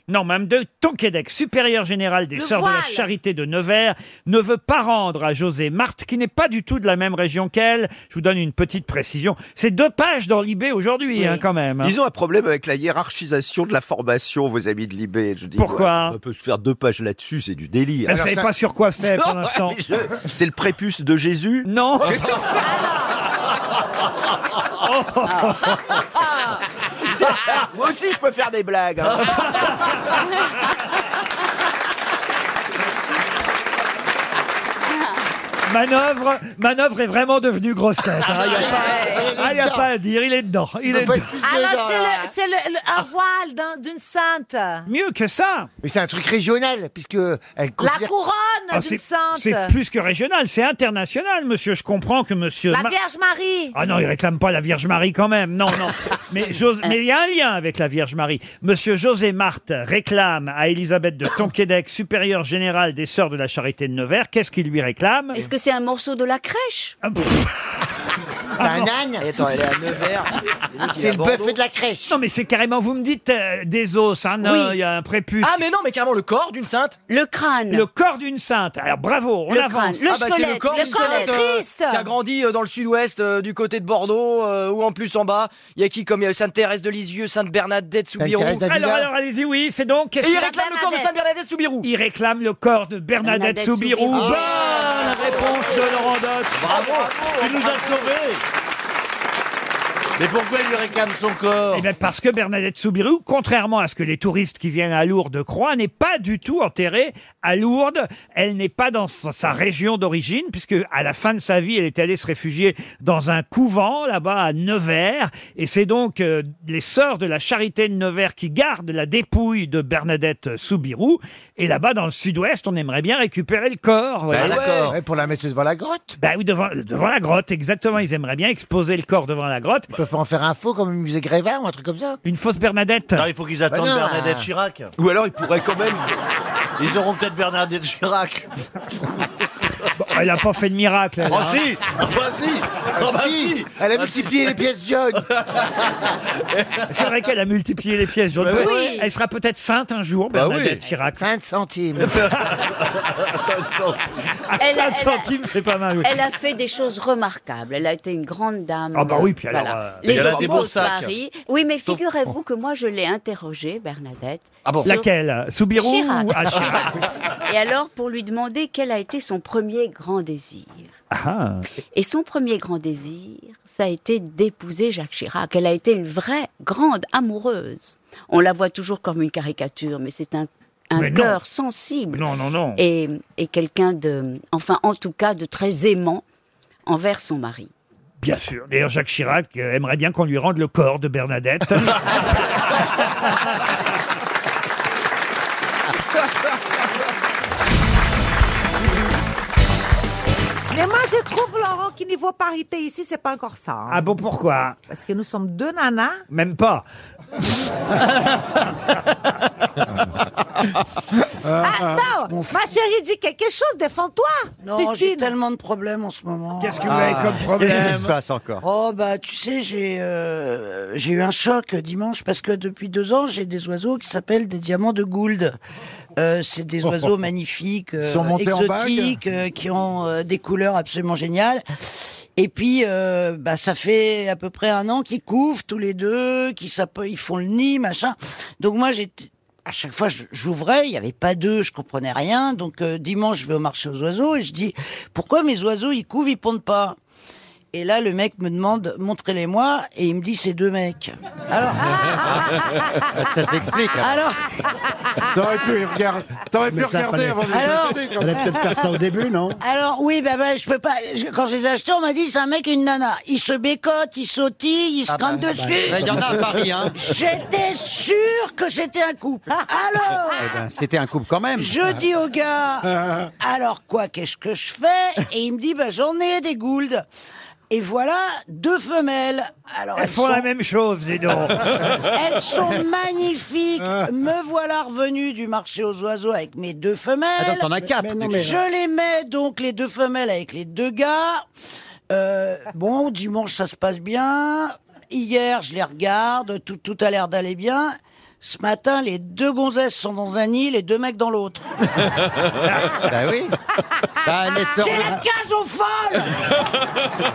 Non, Madame de Tonquédec, supérieure générale des
Le
Sœurs de la
voile.
Charité de Nevers, ne veut pas rendre à José Marthe, qui n'est pas du tout de la même région qu'elle. Je vous donne une petite précision. C'est deux pages dans l'IB aujourd'hui, hein, quand même.
Ils ont un problème avec la hiérarchisation de la formation, vos amis de l'IB. Je dis,
Pourquoi
ouais, On peut se faire deux pages là-dessus, c'est du délire.
Mais vous savez pas sur quoi c'est pour l'instant.
C'est le prépuce de Jésus
Non
Ah. Moi aussi, je peux faire des blagues. hein.
Manœuvre, manœuvre est vraiment devenue grosse tête. hein. Il n'y a,
Ouais,
pas,
il est
Ah, il y a
dedans.
pas à dire, il est dedans. Il est dedans.
Alors, c'est le- c'est le, le- un voile d'un- d'une sainte.
Mieux que ça
Mais c'est un truc régional, puisque elle
La
considère...
couronne
Ah,
d'une
c'est
sainte.
c'est plus que régional, c'est international, monsieur. Je comprends que monsieur.
La
Mar-
Vierge Marie.
Ah non, il réclame pas la Vierge Marie quand même. Non, non. Mais Jos- mais il y a un lien avec la Vierge Marie. Monsieur José Marthe réclame à Elisabeth de Tonquédec, supérieure générale des Sœurs de la Charité de Nevers, qu'est-ce qu'il lui réclame
Est-ce que c'est un morceau de la crèche
Ah
C'est un âne
Attends, elle est à Nevers. Ah,
C'est le bœuf de la crèche.
Non, mais c'est carrément, vous me dites euh, des os, hein, non, il
Oui.
y a un prépuce.
Ah, mais non, mais carrément, le corps d'une sainte
Le crâne.
Le corps d'une sainte. Alors bravo, on
Le
avance.
crâne, le
Ah bah, c'est le
squelette,
corps d'une
le
sainte
squelette.
euh,
Christ.
qui a grandi euh, dans le sud-ouest, euh, du côté de Bordeaux, euh, ou en plus en bas. Il y a qui comme euh, Sainte-Thérèse de Lisieux, Sainte-Bernadette, Soubirou.
Sainte-Thérèse d'Avila.
Alors, alors allez-y, oui, c'est donc.
Et il réclame le corps de Sainte-Bernadette Soubirou.
Il réclame le corps de Bernadette,
Bernadette
Soubirou.
Soubirou.
Ah.
Bonne réponse de Laurent Dodge.
Bravo, tu nous as sauvés. Mais pourquoi il lui réclame son corps
Eh bien, parce que Bernadette Soubirou, contrairement à ce que les touristes qui viennent à Lourdes croient, n'est pas du tout enterrée à Lourdes. Elle n'est pas dans sa sa région d'origine, puisque à la fin de sa vie, elle est allée se réfugier dans un couvent là-bas à Nevers. Et c'est donc euh, les sœurs de la charité de Nevers qui gardent la dépouille de Bernadette Soubirou. Et là-bas, dans le sud-ouest, on aimerait bien récupérer le corps.
Ben
Ah,
voyez.
ouais, ouais, pour la mettre devant la grotte.
Ben oui, devant, devant la grotte, exactement. Ils aimeraient bien exposer le corps devant la grotte.
Ils peuvent pas en faire un faux comme au musée Grévin ou un truc comme ça.
Une fausse Bernadette.
Non, il faut qu'ils attendent
Bah non.
Bernadette Chirac.
Ou alors, il pourrait quand même.
Ils auront peut-être Bernadette Chirac.
Elle n'a pas fait de miracle. elle,
Oh
hein.
si Enfin si Oh, bah,
Ah, Si,
si
elle a
Ah,
multiplié
si.
les pièces jaunes.
C'est vrai qu'elle a multiplié les pièces. jaunes.
Bah oui.
Elle sera peut-être sainte un jour,
Bah oui.
Bernadette Chirac.
5 centimes.
À
Elle a-
5
elle a-
Ah, centimes, c'est pas mal. Ah oui.
Elle a fait des choses remarquables. Elle a été une grande dame.
Ah bah oui, puis alors, euh,
Les
elle a
autres
des beaux
de
sacs.
Paris. Oui, mais
Sauf-
figurez-vous que moi, je l'ai interrogée, Bernadette.
Ah bon
sur-
Laquelle Soubirou
Chirac.
ou- ah, Chirac.
Et alors, pour lui demander quel a été son premier grand désir.
Ah.
Et son premier grand désir, ça a été d'épouser Jacques Chirac. Elle a été une vraie grande amoureuse. On la voit toujours comme une caricature, mais c'est un, un
Mais non.
cœur sensible.
Non, non, non.
Et, et quelqu'un de, enfin, en tout cas, de très aimant envers son mari.
Bien sûr. D'ailleurs, Jacques Chirac euh, aimerait bien qu'on lui rende le corps de Bernadette.
Mais moi, je trouve, Laurent, qu'au niveau parité ici, c'est pas encore ça. hein.
ah bon, pourquoi
Parce que nous sommes deux nanas.
Même pas.
Ah,
Ah, Attends, ma chérie dit quelque chose, défends-toi.
Non, j'ai tellement de problèmes en ce moment.
Qu'est-ce
que
vous avez comme problème
Qu'est-ce
Ah. qui se passe encore
Oh bah tu sais, j'ai euh, j'ai eu un choc dimanche parce que depuis deux ans, j'ai des oiseaux qui s'appellent des diamants de Gould. Euh, c'est des oiseaux magnifiques,
Ils sont montés en bague
euh, exotiques, euh, qui ont euh, des couleurs absolument géniales. Et puis, euh, bah, ça fait à peu près un an qu'ils couvent tous les deux, qu'ils s'appe- ils font le nid, machin. Donc moi, j'ai à chaque fois, je- j'ouvrais, il n'y avait pas d'œufs, je comprenais rien. Donc euh, dimanche, je vais au marché aux oiseaux et je dis pourquoi mes oiseaux ils couvent, ils pondent pas. Et là, le mec me demande montrez-les-moi et il me dit c'est deux mecs. Alors
Ça s'explique, alors.
Alors
T'aurais pu, y regard- t'aurais pu
Mais ça
regarder
fallait-
avant de les
Alors-
acheter, quand
Fallait
même.
peut-être faire ça au début,
non
Alors oui, bah, bah, je peux pas. je- quand je les ai achetés, on m'a dit c'est un mec et une nana. Ils se bécotent, ils sautillent, ils se
Ah bah,
crament
bah,
dessus.
bah, il y en a à Paris, hein.
J'étais sûr que c'était un couple. Alors.
Eh ben, c'était un couple quand même.
Je dis au gars, alors quoi, qu'est-ce que je fais Et il me dit, bah, j'en ai des gouldes. Et voilà deux femelles. Alors,
Elles font
sont-
la même chose, dis donc.
Elles sont magnifiques.
Ah.
Me voilà revenu du marché aux oiseaux avec mes deux femelles.
Attends, t'en as quatre. Mais non, mais-
Je les mets donc les deux femelles avec les deux gars. Euh, bon, dimanche ça se passe bien. Hier je les regarde, tout, tout a l'air d'aller bien. Ce matin, les deux gonzesses sont dans un nid, les deux mecs dans l'autre.
bah oui. Bah, Nestor-
Ah, C'est la cage aux folles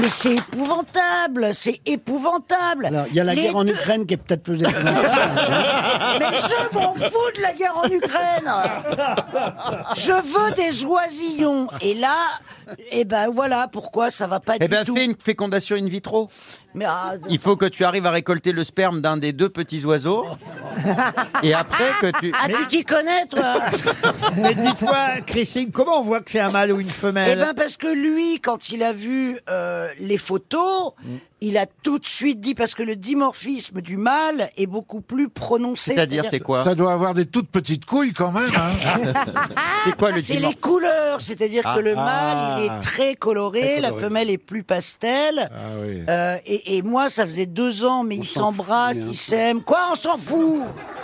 Mais c'est épouvantable, c'est épouvantable.
Il y a la
Les
guerre en
deux-
Ukraine qui est peut-être plus étonnante.
Mais je m'en fous de la guerre en Ukraine. Je veux des oisillons. Et là, eh ben voilà pourquoi ça va pas
Eh
du
ben,
tout.
fais une fécondation in vitro.
Mais, ah,
Il faut que tu arrives à récolter le sperme d'un des deux petits oiseaux. Et après que tu.
ah, tu t'y connais, toi
Mais dites-moi, Christine, comment on voit que c'est un mâle ou une
Eh
femelle
ben parce que lui, quand il a vu euh, les photos,
Mm.
il a tout de suite dit parce que le dimorphisme du mâle est beaucoup plus prononcé.
Ça doit avoir des toutes petites couilles quand même. hein.
C'est quoi
Ah, C'est les couleurs, c'est-à-dire
Ah.
que le mâle il
Ah.
est très coloré,
Très
la
coloré.
femelle est plus pastel.
Ah
oui.
Euh, et, et moi, ça faisait deux ans, mais ils
s'en
s'embrassent,
fout, mais un
ils s'aiment. Quoi, on s'en fout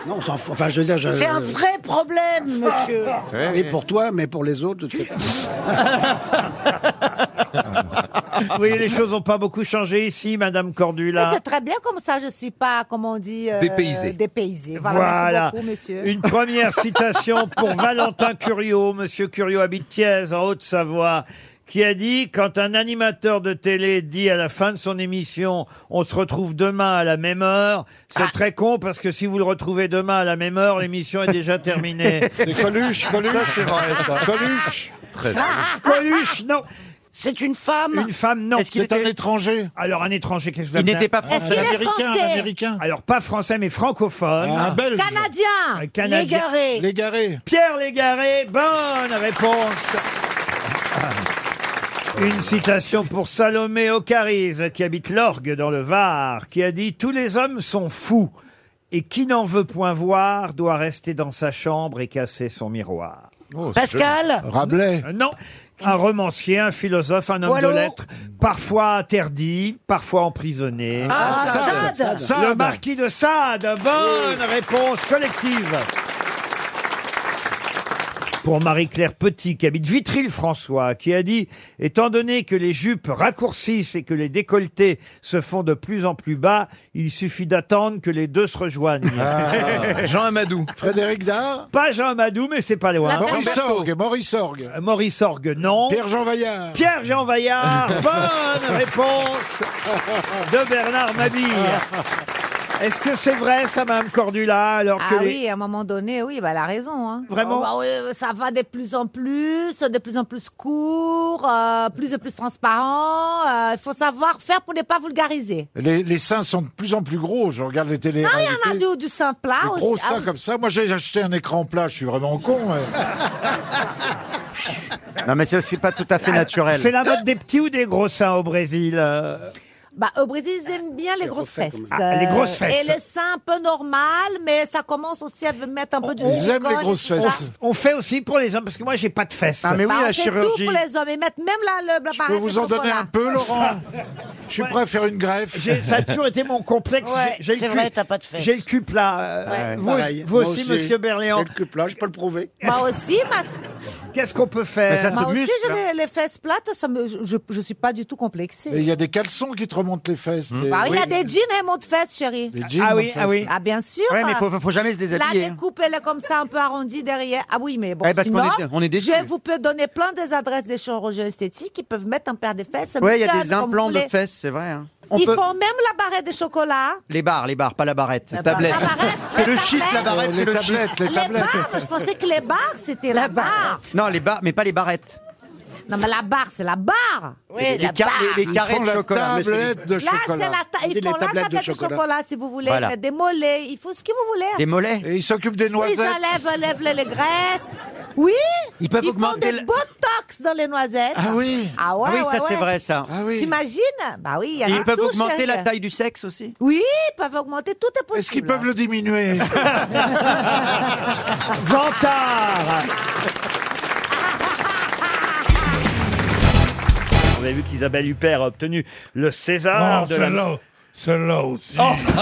Non, on s'en fout. Enfin, je veux dire, je-
C'est un vrai problème, monsieur.
Oui, pour toi, mais pour les autres, je sais pas.
Vous voyez, les choses n'ont pas beaucoup changé ici, Madame
Mais
Cordula.
C'est très bien comme ça, je suis pas, comme on dit, euh,
Dépaysée.
dépaysée. Voilà.
Voilà.
Merci beaucoup, monsieur.
Une première citation pour Valentin Curio. Monsieur Curio habite Thiès, en Haute-Savoie, qui a dit Quand un animateur de télé dit à la fin de son émission On se retrouve demain à la même heure, c'est
Ah.
très con parce que si vous le retrouvez demain à la même heure, l'émission est déjà terminée.
C'est Coluche, Coluche. Ça, c'est vrai,
Euh.
ça. Coluche. Très bien.
Ah, Coluche, non.
C'est une femme.
Une femme, non.
Est-ce qu'il C'est était- un étranger
Alors un étranger, qu'est-ce que vous
Il
appelez
n'était pas
un-
Est-ce français. qu'il est Américain, français américain.
Alors pas français, mais francophone.
Ah. Un Belge.
Un
Canadien.
Canadien. Pierre Légaré, bonne réponse. Une citation pour Salomé Ocarise, qui habite l'Orgue dans le Var, qui a dit Tous les hommes sont fous, et qui n'en veut point voir doit rester dans sa chambre et casser son miroir.
Oh, Pascal
Rabelais Non. Un romancier, un philosophe, un homme
Boileau
de lettres, parfois interdit, parfois emprisonné.
Ah, Ah, Sade. Sade.
Le marquis de Sade. Bonne réponse collective. pour Marie-Claire Petit, qui habite Vitry-le-François, qui a dit « Étant donné que les jupes raccourcissent et que les décolletés se font de plus en plus bas, il suffit d'attendre que les deux se rejoignent.
Jean
Amadou. Frédéric Dard Pas Jean Amadou, mais c'est pas loin.
Maurice Sorgue,
Maurice Sorgue. Maurice Sorgue, non.
Pierre-Jean Vaillard.
Pierre-Jean Vaillard. Bonne réponse de Bernard Mabille. Est-ce que c'est vrai, ça, Mme Cordula, alors que
Ah
les-
oui, à un moment donné, oui, bah, elle a raison. hein.
Vraiment
Oh, bah oui, Ça va de plus en plus, de plus en plus court, euh, plus et plus transparent. euh, Il faut savoir faire pour ne pas vulgariser.
Les, les seins sont de plus en plus gros. Je regarde les télé
Ah, il y en a du, du sein plat
Des
aussi.
gros
Ah
seins
oui.
comme ça. Moi, j'ai acheté un écran plat. Je suis vraiment con.
Non, mais c'est aussi pas tout à fait naturel.
C'est la mode des petits ou des gros seins au Brésil euh
Bah, au Brésil, ils aiment bien les grosses fesses.
Ah, les grosses
Euh,
fesses.
Et les seins un peu normal, mais ça commence aussi à mettre un peu du silicone et tout ça.
On fait aussi pour les hommes, parce que moi, j'ai pas de fesses.
Ah,
Bah, on fait tout pour les hommes. Ils mettent même la, le, la
Je peux vous en donner un peu, Laurent Je suis prêt à faire une greffe.
J'ai- ça a toujours été mon complexe.
Ouais,
J'ai- j'ai le
c'est
cul-
Eh,
vrai, t'as pas de fesses.
J'ai le cul plat. euh,
Ouais.
vous,
Pareil.
vous
Moi
aussi,
aussi.
monsieur Berléand.
J'ai le cul plat, je peux le prouver.
Moi aussi, ma...
Qu'est-ce qu'on peut faire
Moi aussi,
hein.
j'ai les- les fesses plates, ça me- je, je, je suis pas du tout complexée.
Mais il y a des caleçons qui te remontent les fesses.
Hmm.
des-
Bah, il y a des jeans et monte fesses, chérie.
Des jeans Ah oui, monte-fesses. ah oui.
Ah bien sûr.
Ouais, mais faut- faut jamais se déshabiller,
La
hein.
découpe, elle est comme ça, un peu arrondie derrière. Ah oui, mais bon.
Eh, parce qu'on
sinon,
est- on est déçus.
Je vous peux donner plein des adresses des chirurgiens esthétiques qui peuvent mettre un paire de fesses.
Ouais, il y a
nickel,
des
comme
implants
vous
de
voulez.
fesses, c'est vrai. hein. On
Ils
peut-
font même la barrette de chocolat.
Les barres, les barres, pas la barrette.
La
tablette.
barre- la barrette,
c'est le
la
shit, la
tablette.
barrette,
Les
c'est le
tablettes,
shit.
les barres, moi, je pensais que les barres, c'était la, barre.
Non, les barres, mais pas les barrettes.
Non, mais la barre, c'est la barre.
Les- les car- les- les carrés Ils font de la chocolat, mais c'est des- tablette de
Là, c'est
chocolat.
la ta-
On dit
Ils
les
font la
tablettes de
tablette de chocolat.
chocolat.
si vous voulez.
Voilà.
Des mollets, il faut ce que vous voulez.
Des mollets.
Et ils s'occupent des noisettes.
Ils enlèvent, enlèvent les, les graisses. Oui
Ils peuvent
font
augmenter
des
le-
botox dans les noisettes.
Ah oui.
Ah ouais,
Ah oui,
ouais,
ça, c'est
ouais.
vrai, ça. Ah oui.
T'imagines Bah oui, il y a
Ils
tout,
peuvent augmenter
chérie.
la taille du sexe aussi.
Oui, ils peuvent augmenter, tout est possible. Est-ce qu'ils peuvent
le diminuer
Ah Vantard On a vu qu'Isabelle Huppert a obtenu le César
Ah, Non,
de la...
celle-là-
Celle-là aussi.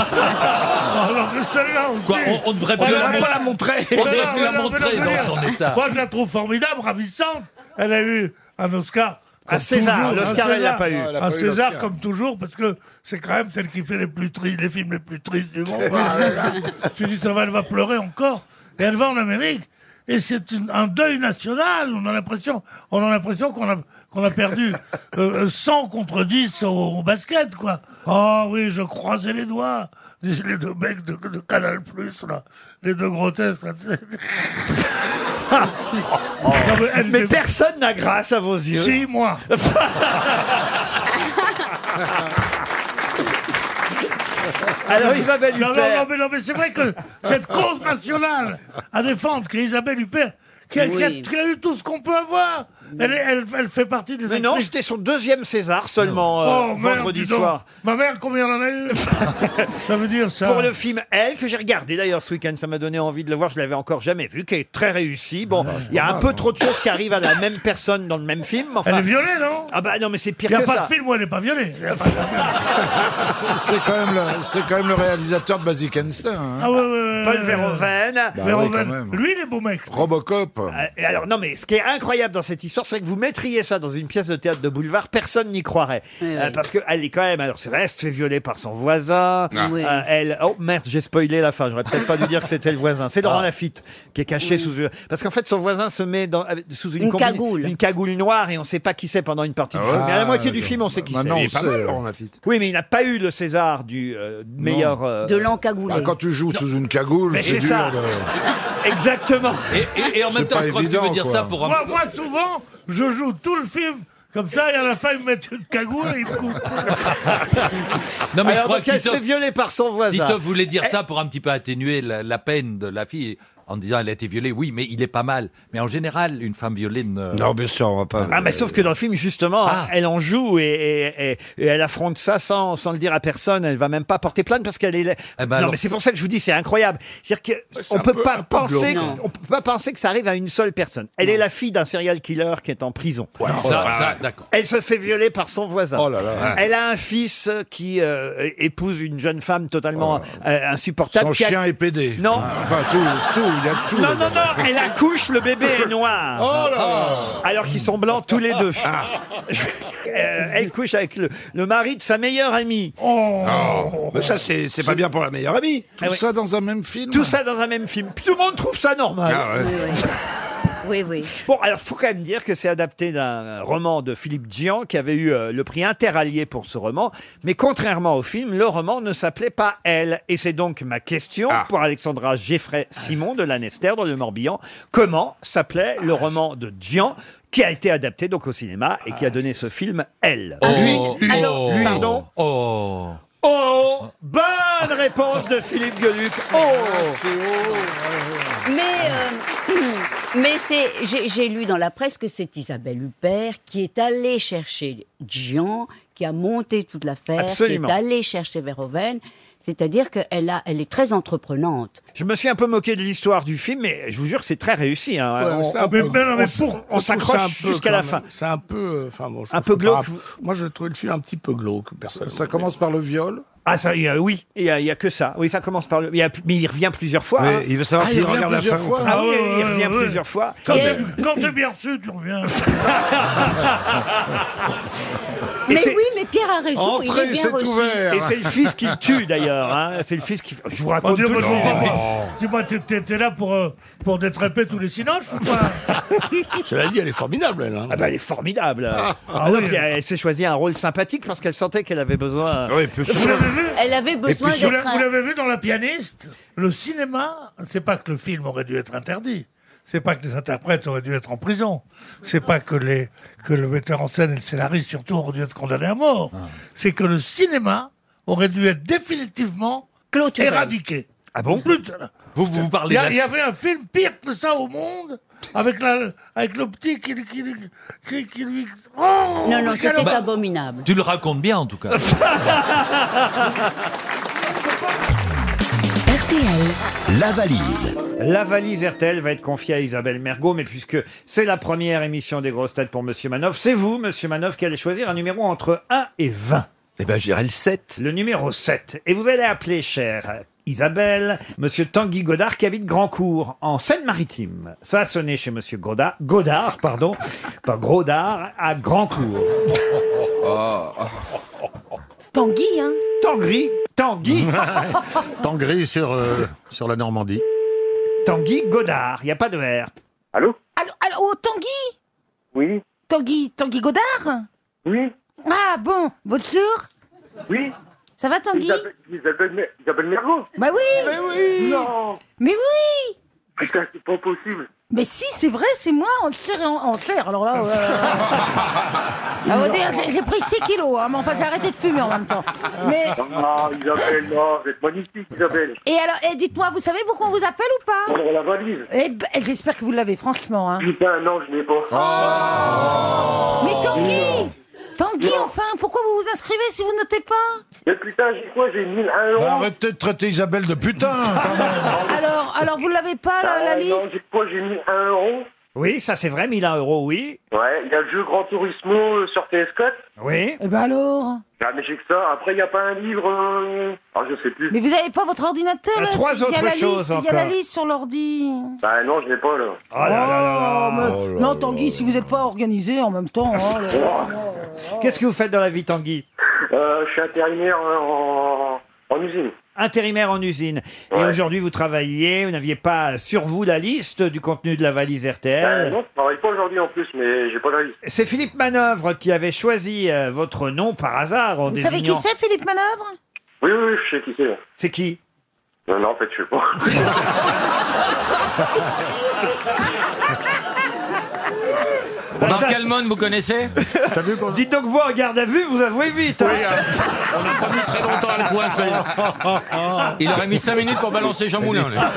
Oh non, mais celle-là aussi.
Quoi, on- on devrait pas la-
devrait
pas la montrer.
Mais
On devrait
non,
plus
mais
la
non, mais
montrer
non,
dans
mais
son
non.
état.
Moi, je la trouve formidable, ravissante. Elle a eu un Oscar. comme
César,
toujours.
l'Oscar,
Un
elle l'a
César.
pas eu. Non, elle a
Un
pas eu
César
l'Oscar.
comme toujours, parce que c'est quand même celle qui fait les plus tristes, les films les plus tristes du monde. Je me suis dit, ça va, elle va pleurer encore. Et elle va en Amérique. Et c'est une- un deuil national. On a l'impression, on a l'impression qu'on a, qu'on a perdu euh, euh, 100 contre 10 au, au basket, quoi. Ah oui, je croisais les doigts. Les deux mecs de, de Canal Plus, là. Les deux grotesques, là. tu sais. Non, mais elle
Mais
était-
personne n'a grâce à vos yeux.
Si, moi.
Alors, Isabelle
non, non,
Huppert.
non, mais, non, mais c'est vrai que cette cause nationale à défendre, qui est Isabelle Huppert, qui a, qui a-
Oui.
qui a eu tout ce qu'on peut avoir, elle, est- elle- elle fait partie des
Mais non,
actrices-
c'était son deuxième César seulement euh,
Oh, merde,
vendredi
dis donc.
soir.
Ma mère, combien elle en a eu Ça veut dire ça.
Pour le film Elle, que j'ai regardé d'ailleurs ce week-end, ça m'a donné envie de le voir, je l'avais encore jamais vu, qui est très réussi. Bon, il y a un peu trop de choses qui arrivent à la même personne dans le même film. mais Enfin,
hein. Elle est violée, non
Ah bah non, mais c'est
Il
pire
n'y a
que
pas
ça.
de film où elle n'est pas violée. Y a pas-
C'est quand, même le- c'est quand même le réalisateur de Basic Einstein. hein.
Ah ouais, ouais, ouais,
Paul
ouais.
Verhoeven.
oui, Verhoeven. quand même.
Lui, il est beau mec.
Robocop.
Euh, et alors non mais ce qui est incroyable dans cette histoire, c'est que vous mettriez ça dans une pièce de théâtre de boulevard, personne n'y croirait, Euh, parce que elle est quand même. Alors c'est vrai, elle se fait violer par son voisin.
Ah. Oui.
Euh, elle, oh merde, j'ai spoilé la fin. J'aurais peut-être pas dû dire que c'était le voisin. C'est Laurent Lafitte qui est caché sous une- parce qu'en fait son voisin se met dans, avec- sous une,
Une
combine-
cagoule.
une cagoule noire et on sait pas qui c'est pendant une partie du
Ah
film.
ouais.
Mais à la moitié
Ah,
du film, on sait qui c'est.
Maintenant, on Il est pas sait, mal, Laurent
Lafitte. Oui, mais il n'a pas eu le César du euh, meilleur. euh,
Bah, quand tu joues sous une cagoule,
Mais
c'est
c'est
dur.
ça. Exactement.
Et, et- et en même
C'est
temps,
pas
je crois que tu veux
évident,
dire
quoi.
ça pour un-
Moi, moi, souvent, je joue tout le film comme ça, et à la fin, ils me mettent une cagoule et ils me coupent.
Non, mais je
Alors,
crois
donc,
que
elle se
Tito-
fait violer par son voisin.
Tito voulait dire ça pour un petit peu atténuer la, la peine de la fille en disant elle a été violée. Oui, mais il est pas mal. Mais en général, une femme euh, violée ne.
Non,
bien sûr, on va pas. euh,
Ah, mais sauf que dans le film, justement,
Ah.
elle en joue et, et- et- et elle affronte ça sans, sans le dire à personne. Elle va même pas porter plainte parce qu'elle est. là- non,
Eh ben, alors-
mais c'est pour ça que je vous dis, c'est incroyable. C'est-à-dire
C'est
qu'on
un
peut
peu- un
pas
peu
penser,
glauque.
qu'on- on peut pas penser que ça arrive à une seule personne. Elle est la fille d'un serial killer qui est en prison.
Ça, ça, d'accord.
Elle se fait violer par son voisin.
Oh
Elle a un fils qui euh, épouse une jeune femme totalement euh, insupportable.
Son
qui a-
chien est pédé. Ah,
Non.
Enfin, tout, tout, il a tout.
Non, non, non, elle accouche, le bébé est noir. Ah.
Oh là là
Alors qu'ils sont blancs tous les deux.
Ah.
Euh, elle couche avec le, le mari de sa meilleure amie.
Oh.
Mais ça, c'est pas bien pour la meilleure amie.
Tout ça dans un même film
Tout ça dans un même film. Tout le monde trouve ça normal.
Ah ouais. Oui,
Oui, oui.
Bon, alors faut quand même dire que c'est adapté d'un roman de Philippe Gian qui avait eu euh, le prix Interallié pour ce roman. Mais contrairement au film, le roman ne s'appelait pas Elle. Et c'est donc ma question
Ah.
pour Alexandra Geffray Simon de Lanester dans le Morbihan. Comment s'appelait
Ah,
le roman de Gian qui a été adapté donc au cinéma et qui a donné ce film Elle
Ah,
lui,
Oh. Alors,
lui.
pardon.
Oh.
Oh Bonne réponse de Philippe Gueluc. Oh.
Mais, euh, mais c'est, j'ai, j'ai lu dans la presse que c'est Isabelle Huppert qui est allée chercher Gian, qui a monté toute l'affaire,
Absolument.
qui est allée chercher Verhoeven. C'est-à-dire qu'elle a, elle est très entreprenante.
Je me suis un peu moqué de l'histoire du film, mais je vous jure que c'est très réussi. hein.
Ouais,
On-
c'est un
on-
peu-
on- on s-
pour-
on
pour- c'est un
s'accroche
peu
jusqu'à la
quand
fin. Ah.
même. C'est un peu, euh, enfin bon, je
Un peu
trouve pas
glauque,
grave. Moi, je trouve le film un petit peu glauque. personnellement.
Ça commence par le viol
Ah ça, y a- oui, il y, a- il y a que ça. Oui, ça commence par le. il y a- mais il revient plusieurs fois.
Mais
hein.
il veut savoir Ah, s'il il revient regarde la plusieurs fin ou pas. fois.
Ah oui,
Ah ouais,
il
ouais,
revient
ouais.
plusieurs fois.
Quand
Et-
t'es- quand t'es bien reçu, tu reviens.
Et
mais
c'est-
oui, mais Pierre a raison, il est bien reçu.
Et c'est le fils qui le tue d'ailleurs. hein. C'est le fils qui. Je vous raconte
Mon Dieu,
tout le
moi, je
film.
comprends pas. Dis-moi, t'es- t'es t'es là pour, euh, pour détraper tous les sinoches ou pas
Cela dit, elle est formidable, elle. hein.
Ah bah, elle est formidable.
Ah,
Ah non, puis elle, elle s'est choisi un rôle sympathique parce qu'elle sentait qu'elle avait besoin.
Elle avait besoin
Vous l'avez-
d'être
vous
un...
l'avez vu dans La Pianiste Le cinéma, c'est pas que le film aurait dû être interdit. C'est pas que les interprètes auraient dû être en prison. C'est pas que les que le metteur en scène et le scénariste surtout auraient dû être condamnés à mort.
Ah.
C'est que le cinéma aurait dû être définitivement éradiqué.
Ah bon
Plus-
Vous, vous
Il
parlez
y,
de
a-
la-
il y avait un film pire que ça au monde avec la avec le petit qui qui qui, qui lui Oh,
Non, non,
quelle
c'était
horreur.
abominable.
oh. Tu le racontes bien en tout cas.
La valise. La valise RTL va être confiée à Isabelle Mergot, mais puisque c'est la première émission des grosses têtes pour Monsieur Manoff, c'est vous, Monsieur Manoff, qui allez choisir un numéro entre 1 et 20. Eh ben, j'irai le 7. Le numéro 7. Et vous allez appeler, cher Isabelle, Monsieur Tanguy Godard, qui habite Grandcourt, en Seine-Maritime. Ça a sonné chez Monsieur Godard, Godard, pardon, pas Grodard, à Grandcourt. Oh,
Ah, Tanguy, hein
Tanguy, Tanguy.
Tanguy sur, euh, sur la Normandie.
Tanguy Godard, il n'y a pas de R.
Allô
Allô, allô, oh, Tanguy
Oui
Tanguy, Tanguy Godard
Oui
Ah bon, bonjour
Oui
Ça va Tanguy
Isabelle, Isabelle Mergo
Ben
Bah oui Mais oui
Non
Mais oui
Putain, c'est pas possible
Mais si, c'est vrai, c'est moi, en chair et en, en chair, alors là... euh, Ah, on dirait que j'ai- j'ai pris 6 kilos, hein, mais enfin j'ai arrêté de fumer en même temps. Mais...
Ah, Isabelle, non, vous êtes magnifique, Isabelle
Et alors, eh, dites-moi, vous savez pourquoi on vous appelle ou pas
Prendre la valise
Eh ben, j'espère que vous l'avez, franchement. Hein.
Putain, non, je l'ai pas.
Oh. Mais Tanguy Tanguy, enfin, pourquoi vous vous inscrivez si vous notez pas
Mais putain, j'ai quoi J'ai 1001 euros
Bah, Arrête de traiter Isabelle de putain hein, quand même.
Alors, alors vous l'avez pas, la, la
Ah,
liste
Non, j'ai quoi J'ai 1001 euros
Oui, ça c'est vrai, 1001 euros, oui.
Ouais, il y a le jeu Grand Turismo euh, sur PS4.
Oui.
Eh ben alors
Ah, mais j'ai que ça. Après, il n'y a pas un livre. euh, Ah, je sais plus.
Mais vous avez pas votre ordinateur
Il y a
là
trois
Il y a
autres
la
choses
liste, Il y a la
encore.
liste sur l'ordi.
Bah, non, je l'ai pas, là.
Oh là là là là.
Oh, mais- non, Tanguy, si vous n'êtes pas organisé en même temps. hein, là-
Qu'est-ce que vous faites dans la vie, Tanguy
Euh, je suis intérimaire euh, en, en usine.
Intérimaire en usine. Et aujourd'hui, vous travaillez, vous n'aviez pas sur vous la liste du contenu de la valise
Bah,
RTL.
non, je travaille pas aujourd'hui en plus, mais j'ai pas la liste.
C'est Philippe Manœuvre qui avait choisi euh, votre nom par hasard en
Vous savez qui
désignant.
c'est, Philippe Manœuvre
Oui, oui, oui, je sais qui c'est.
C'est qui
Non, non, en fait, je sais pas.
Marc Almond, vous connaissez
Dites donc, vous en garde à vue, vous avouez vite. hein.
Très longtemps à le coincer. Il aurait mis 5 minutes pour balancer Jean Moulin. là.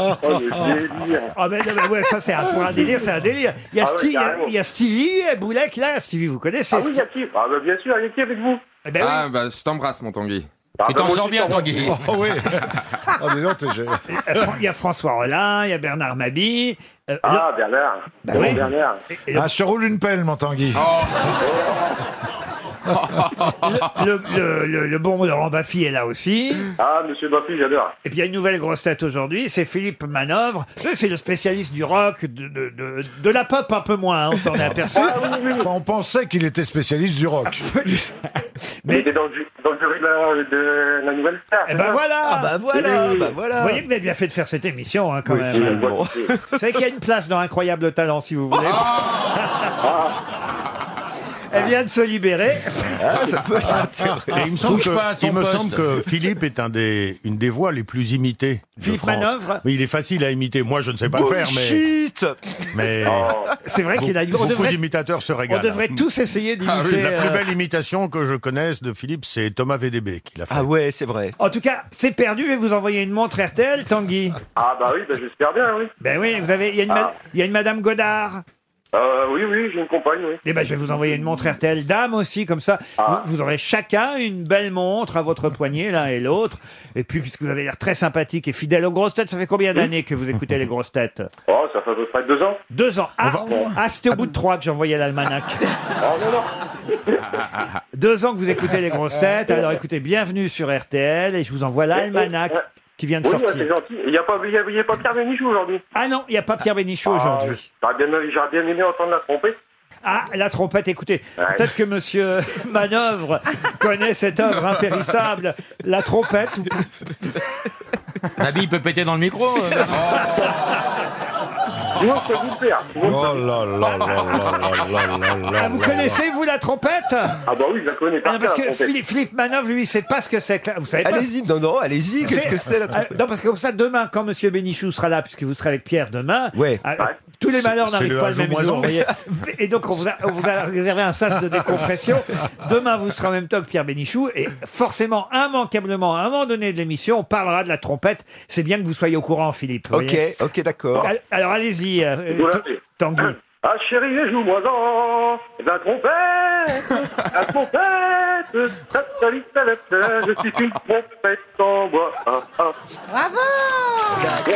Oh, le délire.
Ah ben, non, ben ouais, ça c'est un, pour un délire, c'est un délire. Il y a,
Ah ouais,
Sti-
carrément.
il y a Stevie Boulek là, Stevie vous connaissez.
Ah oui, il y a qui Ah, bah, bien sûr, il y a qui avec vous
Eh ben oui.
ah, bah, je t'embrasse, mon Tanguy.
Ah,
tu
bah,
t'en
moi
sors
aussi,
bien,
je t'en-
Tanguy.
Oh oui. Oh, dis donc, t'es gé-
Il y a Fran- Il y a François Rollin, il y a Bernard Mabie. euh,
Ah, Bernard. Oh,
Bah
Bon,
oui.
Bernard.
Et- et-
Ah, je te roule une pelle, mon Tanguy.
le, le- le- le bon Laurent Baffy est là aussi.
Ah, monsieur Baffy, j'adore.
Et puis il y a Eh une nouvelle grosse tête aujourd'hui, c'est Philippe Manœuvre. Eux, C'est le spécialiste du rock, de, de- de- de la pop un peu moins, hein, on s'en est aperçu.
Ah,
Ah
Enfin, on pensait qu'il était spécialiste du rock.
Il était dans le, ju- dans le jury de la, de la nouvelle star.
Eh ben voilà
Ah bah
bah
Oui, oui.
Vous voyez que vous avez bien fait de faire cette émission, hein, quand
Oui, c'est
même.
bon.
Vous savez qu'il y a une place dans Incroyable Talent, si vous voulez.
Ah.
Ah,
Elle vient de se libérer.
Ah, Et il me semble, que, il me semble que Philippe est un des, une des voix les plus imitées. de
Philippe
France.
Manœuvre
Oui, il est facile à imiter. Moi, je ne sais pas faire, mais.
Bullshit
mais
C'est vrai qu'il a- on
Beaucoup
devrait-
d'imitateurs se régalent. hein.
on devrait tous essayer d'imiter,
Ah oui, la
euh,
plus belle imitation que je connaisse de Philippe, c'est Thomas VDB qui l'a fait. Ah
ouais, c'est vrai. En tout cas, c'est perdu, je vais vous envoyer une montre RTL, Tanguy.
Ah bah oui, bah j'espère bien, oui. Ah.
Ben oui, vous avez, il y, a une ma- il y a une Madame Godard.
Euh, oui, oui, j'ai une compagne, oui.
Eh ben, je vais vous envoyer une montre RTL dame aussi, comme ça,
Ah.
vous, vous aurez chacun une belle montre à votre poignet, l'un et l'autre. Et puis, puisque vous avez l'air très sympathique et fidèle aux grosses têtes, ça fait combien d'années que vous écoutez les grosses têtes
Oh, ça fait à peu près deux ans.
Deux ans. Ah, ah, c'était au bout de trois que j'envoyais l'almanach.
Oh non, non.
Deux ans que vous écoutez les grosses têtes. Alors, écoutez, bienvenue sur RTL et je vous envoie l'almanach qui vient de
oui, ouais,
sortir.
c'est gentil. Il n'y a pas, il y a, il y a pas Pierre Bénichou aujourd'hui.
Ah non, il n'y a pas Pierre Bénichou aujourd'hui.
J'aurais bien, j'aurais bien aimé entendre la tromper.
Ah, la trompette, écoutez, peut-être que monsieur Manœuvre connaît cette œuvre impérissable, la trompette.
Nabi, il peut péter dans le micro. euh,
Sinon, je peux vous le faire. Sinon, je peux vous le faire.
Ah, vous connaissez, vous, la trompette
Ah bah oui, je la connais
Ah
par
non, parce
cœur,
que
la trompette.
Philippe, Philippe Manœuvre, lui, il sait pas ce que c'est. que la- Vous savez pas
Allez-y, non, non, allez-y, qu'est-ce que c'est, la
Ah,
trompette
Non, parce que comme ça, demain, quand Monsieur Bénichou sera là, puisque vous serez avec Pierre demain, ah, tous les
C'est-
malheurs
c'est
n'arrivent
le
pas
un
le
jour
même
moins
jour.
un.
vous voyez. Et donc, on vous, a, on vous a réservé un sas de décompression. Demain, vous serez en même temps que Pierre Bénichou. Et forcément, immanquablement, à un moment donné de l'émission, on parlera de la trompette. C'est bien que vous soyez au courant, Philippe. vous
Ok,
voyez.
ok, d'accord.
Al- Alors, allez-y, euh, euh,
Vous
T-
l'avez.
Tanguy.
Ah chérie, joue-moi en la trompette, la trompette, ta ta li, ta la, ta, je suis une trompette en bois. Ah, ah.
Bravo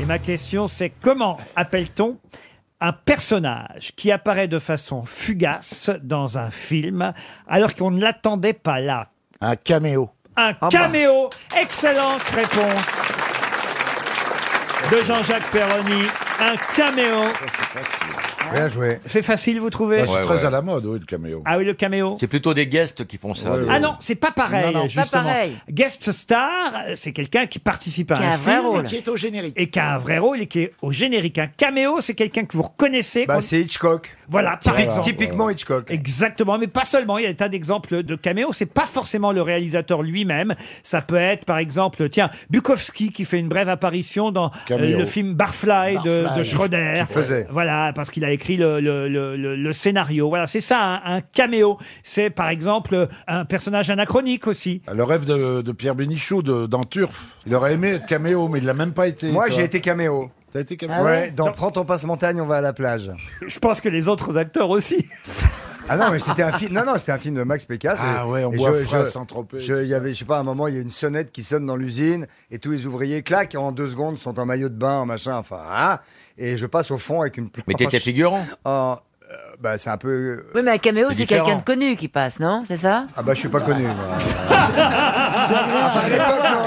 Et ma question, c'est comment appelle-t-on un personnage qui apparaît de façon fugace dans un film alors qu'on ne l'attendait pas là Un caméo.
Ah,
Un
bah.
caméo. Excellente réponse de Jean-Jacques Perroni. Un caméo.
Bien joué.
C'est facile, vous trouvez
Bah, c'est très à la mode, oui, le caméo.
Ah oui, le caméo.
C'est plutôt des guests qui font ça.
Ouais,
des-
Ah non, c'est pas pareil.
Non, non, pas
justement.
pareil.
Guest star, c'est quelqu'un qui participe à
Qui a un vrai
film
rôle. Et qui est au générique.
Et qui a un vrai rôle et qui est au générique. Un caméo, c'est quelqu'un que vous reconnaissez.
Bah,
qu'on-
c'est Hitchcock.
Voilà, par
Typique-
exemple.
typiquement
Hitchcock. Exactement, mais pas seulement. Il y a des tas d'exemples de caméos. C'est pas forcément le réalisateur lui-même. Ça peut être, par exemple, tiens, Bukowski qui fait une brève apparition dans euh,
Caméo.
le film Barfly, de,
Barfly.
de Schroeder.
Qui faisait.
Voilà, parce qu'il a écrit le, le- le- le- le scénario. Voilà, c'est ça, un, un caméo. C'est par exemple un personnage anachronique aussi.
Le rêve de, de Pierre Bénichou de, dans Turf. Il aurait aimé être caméo, mais il l'a même pas été.
Moi,
toi.
j'ai été caméo.
T'as été caméo
Ah
Ah ouais, dans Prends ton passe-montagne, on va à la plage.
Je pense que les autres acteurs aussi.
Ah non, mais c'était un film. Non, non, c'était un film de Max Pécasse.
Ah
Et-
ouais, on
et
boit
je-
frais
je-
sans tromper.
Je, il y avait, je sais pas, à un moment, il y a une sonnette qui sonne dans l'usine et tous les ouvriers claquent et en deux secondes sont en maillot de bain, en machin, enfin, ah, et je passe au fond avec une.
Mais t'étais figurant.
En- euh, bah, c'est un peu.
Oui, mais un caméo,
C'est
c'est
différent.
quelqu'un de connu qui passe, non C'est ça
Ah bah, je suis pas connu. moi.
Ah,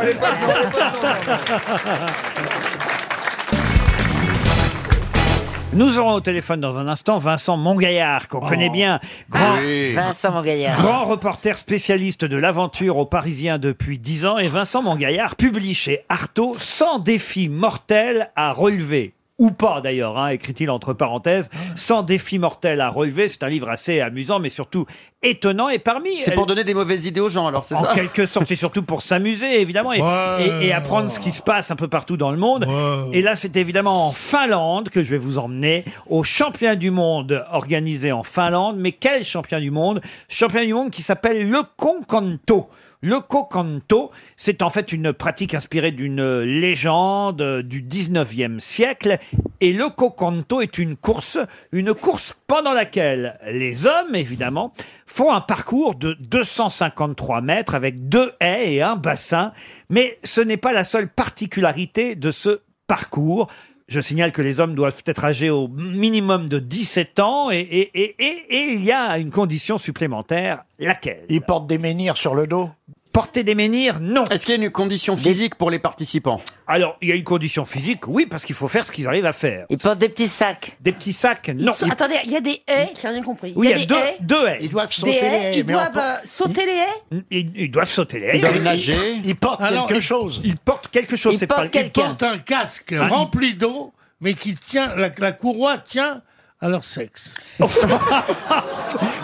Nous aurons au téléphone dans un instant Vincent Mongaillard, qu'on connaît bien.
Ah
Grand,
Vincent Mongaillard.
Grand reporter spécialiste de l'aventure aux Parisiens depuis 10 ans, et Vincent Mongaillard publie chez Artaud 100 défis mortels à relever. Ou pas d'ailleurs, hein, écrit-il entre
Ah
parenthèses, 100 défis mortels à relever. C'est un livre assez amusant, mais surtout étonnant. Et parmi.
C'est pour donner des mauvaises idées aux gens, alors, c'est
En
ça
quelque sorte, c'est surtout pour s'amuser, évidemment, et,
Ouais.
et- et apprendre ce qui se passe un peu partout dans le monde. Et là, c'est évidemment en Finlande que je vais vous emmener au championnat du monde organisé en Finlande. Mais quel championnat du monde Championnat du monde qui s'appelle le Concanto. Le Kokanto, c'est en fait une pratique inspirée d'une légende euh, du 19e siècle. Et le Kokanto est une course, une course pendant laquelle les hommes, évidemment, font un parcours de 253 mètres avec deux haies et un bassin. Mais ce n'est pas la seule particularité de ce parcours. Je signale que les hommes doivent être âgés au minimum de 17 ans et, et- et- et- et il y a une condition supplémentaire, laquelle Ils portent des menhirs sur le dos Porter des menhirs, non.
Est-ce qu'il y a une condition physique pour les participants
Alors, il y a une condition physique, oui, parce qu'il faut faire ce qu'ils arrivent à faire. Ils portent des petits sacs Des petits sacs, non.
Ils sont- Attendez, il y a des haies, j'ai rien compris.
Oui, il y a
des
deux,
haies,
deux haies. Ils
des haies, ils doivent euh, sauter les haies
Ils, ils doivent sauter les haies.
Ils doivent nager. Ils portent Alors, quelque ils-
chose. Ils portent quelque chose.
Il
c'est
porte
pas
quelqu'un. Ils portent un casque
Ah,
rempli d'eau, mais qui tient, la, la courroie tient à leur sexe.